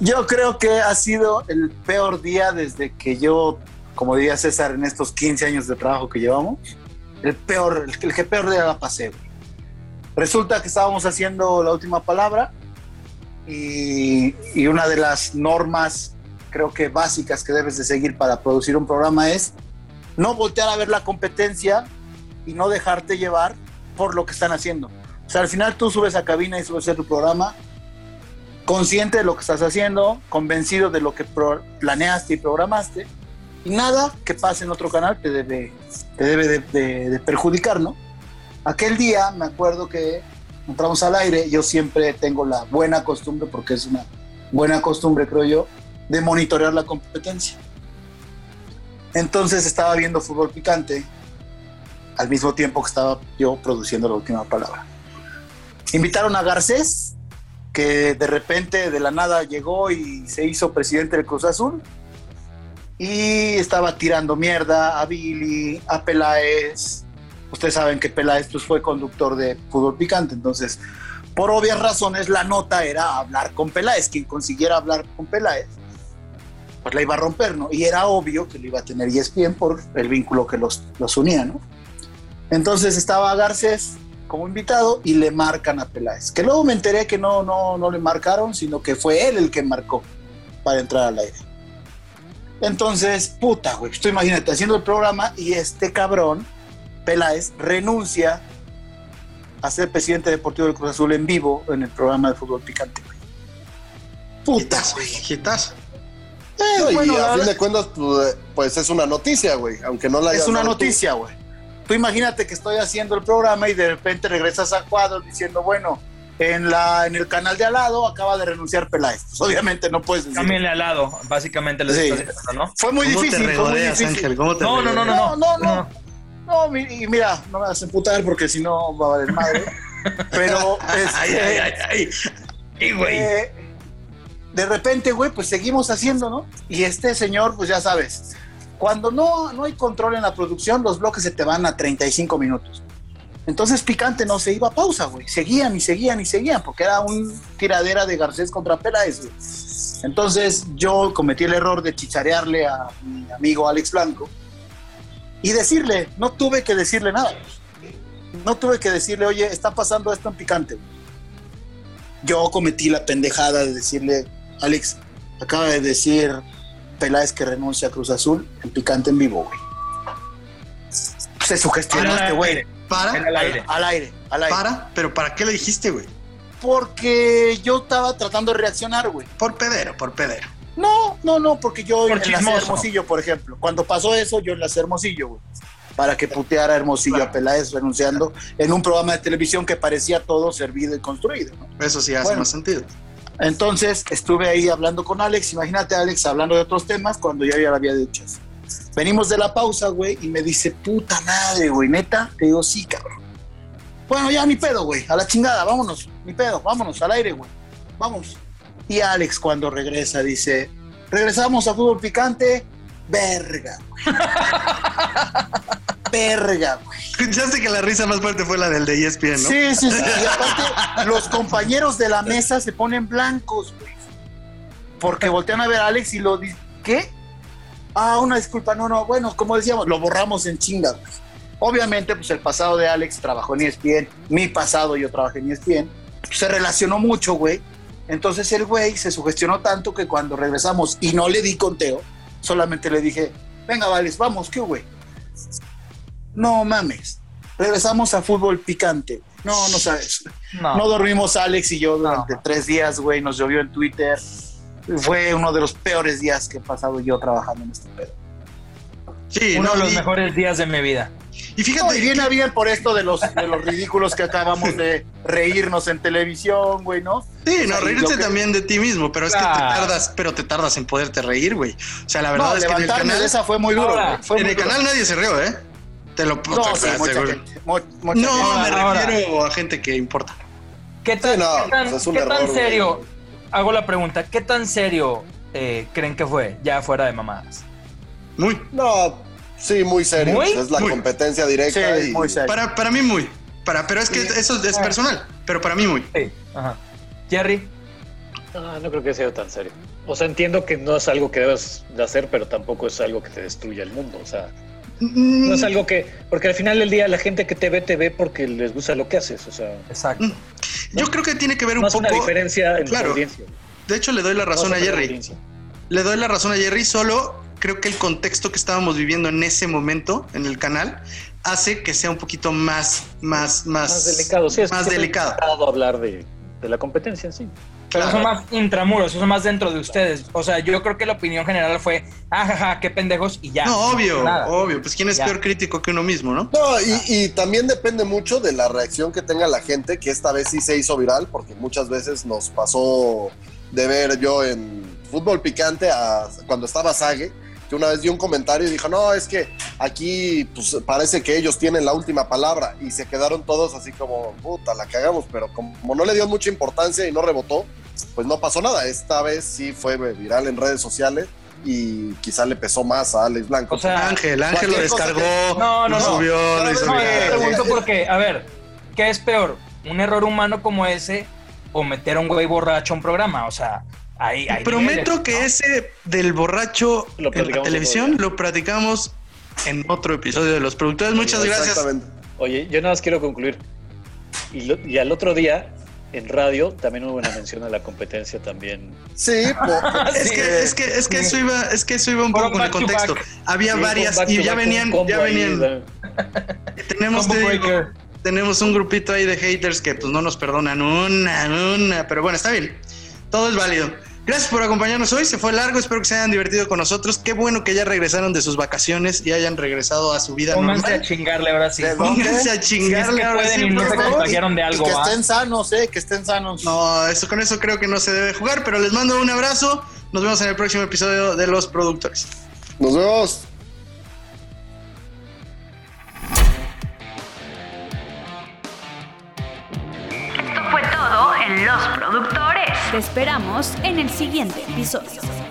[SPEAKER 5] yo creo que ha sido el peor día desde que yo, como diría César, en estos 15 años de trabajo que llevamos, el peor, el, que peor día la pasé. güey. Resulta que estábamos haciendo la última palabra y, y una de las normas, creo que básicas que debes de seguir para producir un programa es no voltear a ver la competencia y no dejarte llevar por lo que están haciendo. O sea, al final tú subes a cabina y subes a tu programa consciente de lo que estás haciendo, convencido de lo que pro- planeaste y programaste, y nada que pase en otro canal te debe, te debe de, de- de perjudicar, ¿no? Aquel día me acuerdo que entramos al aire, yo siempre tengo la buena costumbre, porque es una buena costumbre, creo yo, de monitorear la competencia. Entonces estaba viendo fútbol picante al mismo tiempo que estaba yo produciendo la última palabra. Invitaron a Garcés, que de repente de la nada llegó y se hizo presidente del Cruz Azul. Y estaba tirando mierda a Billy, a Peláez. Ustedes saben que Peláez pues, fue conductor de fútbol picante, entonces por obvias razones la nota era hablar con Peláez. Quien consiguiera hablar con Peláez, pues la iba a romper, ¿no? Y era obvio que lo iba a tener E ESPN por el vínculo que los, los unía, ¿no? Entonces estaba Garcés como invitado y le marcan a Peláez. Que luego me enteré que no, no, no le marcaron, sino que fue él el que marcó para entrar al aire. Entonces, puta, güey, pues tú imagínate haciendo el programa y este cabrón, Peláez, renuncia a ser presidente deportivo del Cruz Azul en vivo en el programa de fútbol picante, güey. Puta,
[SPEAKER 2] Hitazo,
[SPEAKER 5] güey.
[SPEAKER 2] hitazo.
[SPEAKER 3] Eh, güey,
[SPEAKER 5] bueno,
[SPEAKER 3] y
[SPEAKER 5] la
[SPEAKER 3] a fin
[SPEAKER 5] verdad-
[SPEAKER 3] de cuentas, pues, pues, es una noticia, güey. Aunque no la hayas
[SPEAKER 5] es una
[SPEAKER 3] dado tú.
[SPEAKER 5] noticia, güey. Tú imagínate que estoy haciendo el programa y de repente regresas a cuadro diciendo, bueno, en, la, en el canal de al lado acaba de renunciar Peláez. Pues obviamente no puedes decir.
[SPEAKER 4] Cámbienle al lado, básicamente les
[SPEAKER 5] Sí.
[SPEAKER 4] estás diciendo, ¿no?
[SPEAKER 5] Fue muy
[SPEAKER 2] ¿Cómo
[SPEAKER 5] difícil,
[SPEAKER 2] te
[SPEAKER 5] fue muy
[SPEAKER 2] regodeas,
[SPEAKER 5] difícil.
[SPEAKER 2] Ángel? ¿Cómo te
[SPEAKER 4] No, no, no,
[SPEAKER 2] regodeas?
[SPEAKER 4] no, no.
[SPEAKER 5] No, no, no. No, mi- y mira, no me vas a emputar porque si no va a valer madre. Pero este,
[SPEAKER 2] Ay, ay, ay, ay.
[SPEAKER 4] Y güey.
[SPEAKER 5] eh, de repente, güey, pues seguimos haciendo, ¿no? Y este señor, pues ya sabes, cuando no, no hay control en la producción, los bloques se te van a 35 minutos. Entonces Picante no se iba a pausa, güey. Seguían y seguían y seguían, porque era un tiradera de Garcés contra Peláez, güey. Entonces yo cometí el error de chicharearle a mi amigo Alex Blanco y decirle, no tuve que decirle nada. No tuve que decirle, oye, está pasando esto en Picante, güey yo cometí la pendejada de decirle, Alex, acaba de decir Peláez que renuncia a Cruz Azul en picante en vivo, güey. Se sugestionó
[SPEAKER 4] Ah,
[SPEAKER 5] este güey.
[SPEAKER 4] espere.
[SPEAKER 2] Para.
[SPEAKER 5] Al aire. Al aire,
[SPEAKER 2] Para, pero ¿para qué le dijiste, güey?
[SPEAKER 5] Porque yo estaba tratando de reaccionar, güey.
[SPEAKER 2] Por pedero, por pedero.
[SPEAKER 5] No, no, no, porque yo
[SPEAKER 2] Por
[SPEAKER 5] en la
[SPEAKER 2] chismoso.
[SPEAKER 5] Hermosillo, por ejemplo. Cuando pasó eso, yo en la Hermosillo, güey. Para que puteara Hermosillo a Peláez renunciando en un programa de televisión que parecía todo servido y construido. ¿no?
[SPEAKER 2] Eso sí hace
[SPEAKER 5] Bueno.
[SPEAKER 2] más sentido.
[SPEAKER 5] Entonces estuve ahí hablando con Alex. Imagínate, Alex, hablando de otros temas cuando yo ya lo había dicho. eso. Venimos de la pausa, güey, y me dice, puta madre, güey, neta. Te digo, sí, cabrón. Bueno, ya ni pedo, güey, a la chingada, vámonos, ni pedo, vámonos, al aire, güey, vamos. Y Alex, cuando regresa, dice, regresamos a fútbol picante, verga, güey. verga, güey.
[SPEAKER 2] Escuchaste que la risa más fuerte fue la del de E ESPN, ¿no?
[SPEAKER 5] Sí, sí, sí. Y aparte, los compañeros de la mesa se ponen blancos, güey. Porque voltean a ver a Alex y lo dicen, ¿qué? Ah, una disculpa, no, no. Bueno, como decíamos, lo borramos en chinga, güey. Obviamente, pues el pasado de Alex trabajó en E ESPN, mi pasado yo trabajé en E ESPN. pues, Se relacionó mucho, güey. Entonces el güey se sugestionó tanto que cuando regresamos y no le di conteo, solamente le dije, venga, Vales, vamos, ¿qué, güey? No mames. Regresamos a fútbol picante. No, no sabes. No, dormimos Alex y yo durante tres días, güey. Nos llovió en Twitter. Fue uno de los peores días que he pasado yo trabajando en este pedo.
[SPEAKER 2] Sí,
[SPEAKER 4] Uno
[SPEAKER 5] no,
[SPEAKER 4] de los
[SPEAKER 5] y-
[SPEAKER 4] mejores días de mi vida.
[SPEAKER 2] Y
[SPEAKER 5] fíjate, bien a bien por esto de los, de los ridículos que acabamos de reírnos en televisión, güey, ¿no?
[SPEAKER 2] Sí, no,
[SPEAKER 5] O sea, y
[SPEAKER 2] reírte
[SPEAKER 5] yo que-
[SPEAKER 2] también de ti mismo, pero es que te
[SPEAKER 5] Claro.
[SPEAKER 2] tardas, pero te tardas en poderte reír, güey. O sea, la verdad
[SPEAKER 5] No,
[SPEAKER 2] es que en el
[SPEAKER 5] levantarme
[SPEAKER 2] canal
[SPEAKER 5] de esa fue muy duro,
[SPEAKER 2] Ahora,
[SPEAKER 5] güey, fue
[SPEAKER 2] en
[SPEAKER 5] muy
[SPEAKER 2] el
[SPEAKER 5] duro.
[SPEAKER 2] canal nadie se rió, ¿eh? Te lo
[SPEAKER 5] No, sí,
[SPEAKER 2] te
[SPEAKER 5] mucha
[SPEAKER 2] aseguro.
[SPEAKER 5] gente, mu- mucha
[SPEAKER 2] No,
[SPEAKER 5] gente.
[SPEAKER 2] me
[SPEAKER 4] Ahora.
[SPEAKER 2] refiero a gente que importa.
[SPEAKER 4] ¿Qué tan, qué tan-
[SPEAKER 2] pues es un
[SPEAKER 4] qué tan
[SPEAKER 2] error, güey.
[SPEAKER 4] serio? Hago la pregunta, ¿qué tan serio eh, creen que fue? Ya fuera de mamadas.
[SPEAKER 2] Muy.
[SPEAKER 3] No, sí, muy serio.
[SPEAKER 4] ¿Muy?
[SPEAKER 3] Es la
[SPEAKER 4] Muy.
[SPEAKER 3] competencia directa. y-
[SPEAKER 2] Para, para mí muy. Para, pero es que eso es personal, pero para mí muy.
[SPEAKER 4] Ajá. Jerry.
[SPEAKER 6] Ah, no creo que sea tan serio. O sea, entiendo que no es algo que debas de hacer, pero tampoco es algo que te destruya el mundo. O sea, no es algo que. Porque al final del día, la gente que te ve, te ve porque les gusta lo que haces. O sea,
[SPEAKER 4] exacto.
[SPEAKER 2] Yo creo que tiene que ver un
[SPEAKER 6] Más
[SPEAKER 2] poco.
[SPEAKER 6] una diferencia en tu
[SPEAKER 2] Claro.
[SPEAKER 6] audiencia.
[SPEAKER 2] De hecho, le doy la razón
[SPEAKER 6] Vas
[SPEAKER 2] a
[SPEAKER 6] a perder
[SPEAKER 2] Jerry.
[SPEAKER 6] audiencia.
[SPEAKER 2] Le doy la razón a Jerry, solo creo que el contexto que estábamos viviendo en ese momento en el canal hace que sea un poquito más, más, más,
[SPEAKER 6] Más delicado, sí, es
[SPEAKER 2] más
[SPEAKER 6] siempre
[SPEAKER 2] delicado.
[SPEAKER 6] complicado hablar de, de la competencia en sí.
[SPEAKER 2] Mm,
[SPEAKER 4] Pero eso más intramuros, eso más dentro de ustedes. O sea, yo creo que la opinión general fue, ajaja, qué pendejos, y ya.
[SPEAKER 2] No, obvio,
[SPEAKER 4] Nada.
[SPEAKER 2] obvio. Pues quién es
[SPEAKER 4] Ya.
[SPEAKER 2] peor crítico que uno mismo, ¿no?
[SPEAKER 3] No, y, y también depende mucho de la reacción que tenga la gente, que esta vez sí se hizo viral, porque muchas veces nos pasó de ver yo en fútbol picante a- cuando estaba Sague, que una vez dio un comentario y dijo, no, es que aquí pues, parece que ellos tienen la última palabra, y se quedaron todos así como, puta, la cagamos, pero como como no le dio mucha importancia y no rebotó, pues no pasó nada. Esta vez sí fue viral en redes sociales. Y quizá le pesó más a Alex Blanco.
[SPEAKER 4] O sea,
[SPEAKER 2] Ángel, Ángel lo
[SPEAKER 3] cualquier cosa
[SPEAKER 2] descargó,
[SPEAKER 3] que-
[SPEAKER 4] No, no,
[SPEAKER 2] lo
[SPEAKER 4] no.
[SPEAKER 2] subió, lo hizo
[SPEAKER 4] No, yo
[SPEAKER 2] viral.
[SPEAKER 4] te pregunto porque, a ver, ¿qué es peor? ¿Un error humano como ese o meter a un güey borracho a un programa? O sea, ahí... ahí
[SPEAKER 2] Prometo que ese del borracho en la
[SPEAKER 6] platicamos
[SPEAKER 2] televisión lo platicamos en otro episodio de Los Productores. Muchas gracias.
[SPEAKER 6] Oye, yo nada más quiero concluir. Y, lo- y al otro día, en radio, también hubo una mención a la competencia también.
[SPEAKER 3] Sí,
[SPEAKER 2] es, que, es que es que eso iba es que eso iba un poco con el
[SPEAKER 6] back to
[SPEAKER 2] contexto.
[SPEAKER 6] back.
[SPEAKER 2] Había
[SPEAKER 6] Sí,
[SPEAKER 2] varias
[SPEAKER 6] back
[SPEAKER 2] y
[SPEAKER 6] to
[SPEAKER 2] ya
[SPEAKER 6] back, un
[SPEAKER 2] venían
[SPEAKER 6] combo
[SPEAKER 2] ya
[SPEAKER 6] ahí,
[SPEAKER 2] venían.
[SPEAKER 6] ¿verdad?
[SPEAKER 2] Tenemos
[SPEAKER 4] eh. Combo
[SPEAKER 2] te digo,
[SPEAKER 4] breaker.
[SPEAKER 2] tenemos un grupito ahí de haters que pues no nos perdonan una una, pero bueno, está bien. Todo es válido. Gracias por acompañarnos hoy, se fue largo, espero que se hayan divertido con nosotros. Qué bueno que ya regresaron de sus vacaciones y hayan regresado a su vida
[SPEAKER 4] Pónganse a
[SPEAKER 2] normal.
[SPEAKER 4] chingarle ahora sí.
[SPEAKER 2] ¿De dónde? Pónganse a
[SPEAKER 4] Si es
[SPEAKER 2] chingarle
[SPEAKER 4] que
[SPEAKER 2] ahora
[SPEAKER 4] pueden
[SPEAKER 2] sí,
[SPEAKER 4] y no
[SPEAKER 2] por
[SPEAKER 4] se
[SPEAKER 2] favor.
[SPEAKER 4] contagiaron de
[SPEAKER 2] Y
[SPEAKER 4] algo,
[SPEAKER 2] que
[SPEAKER 4] ¿va?
[SPEAKER 2] estén
[SPEAKER 5] sanos, eh, que estén sanos.
[SPEAKER 2] No, eso con eso creo que no se debe jugar, pero les mando un abrazo. Nos vemos en el próximo episodio de Los Productores.
[SPEAKER 3] Nos vemos.
[SPEAKER 10] Esto fue todo en Los Productores. Te esperamos en el siguiente episodio.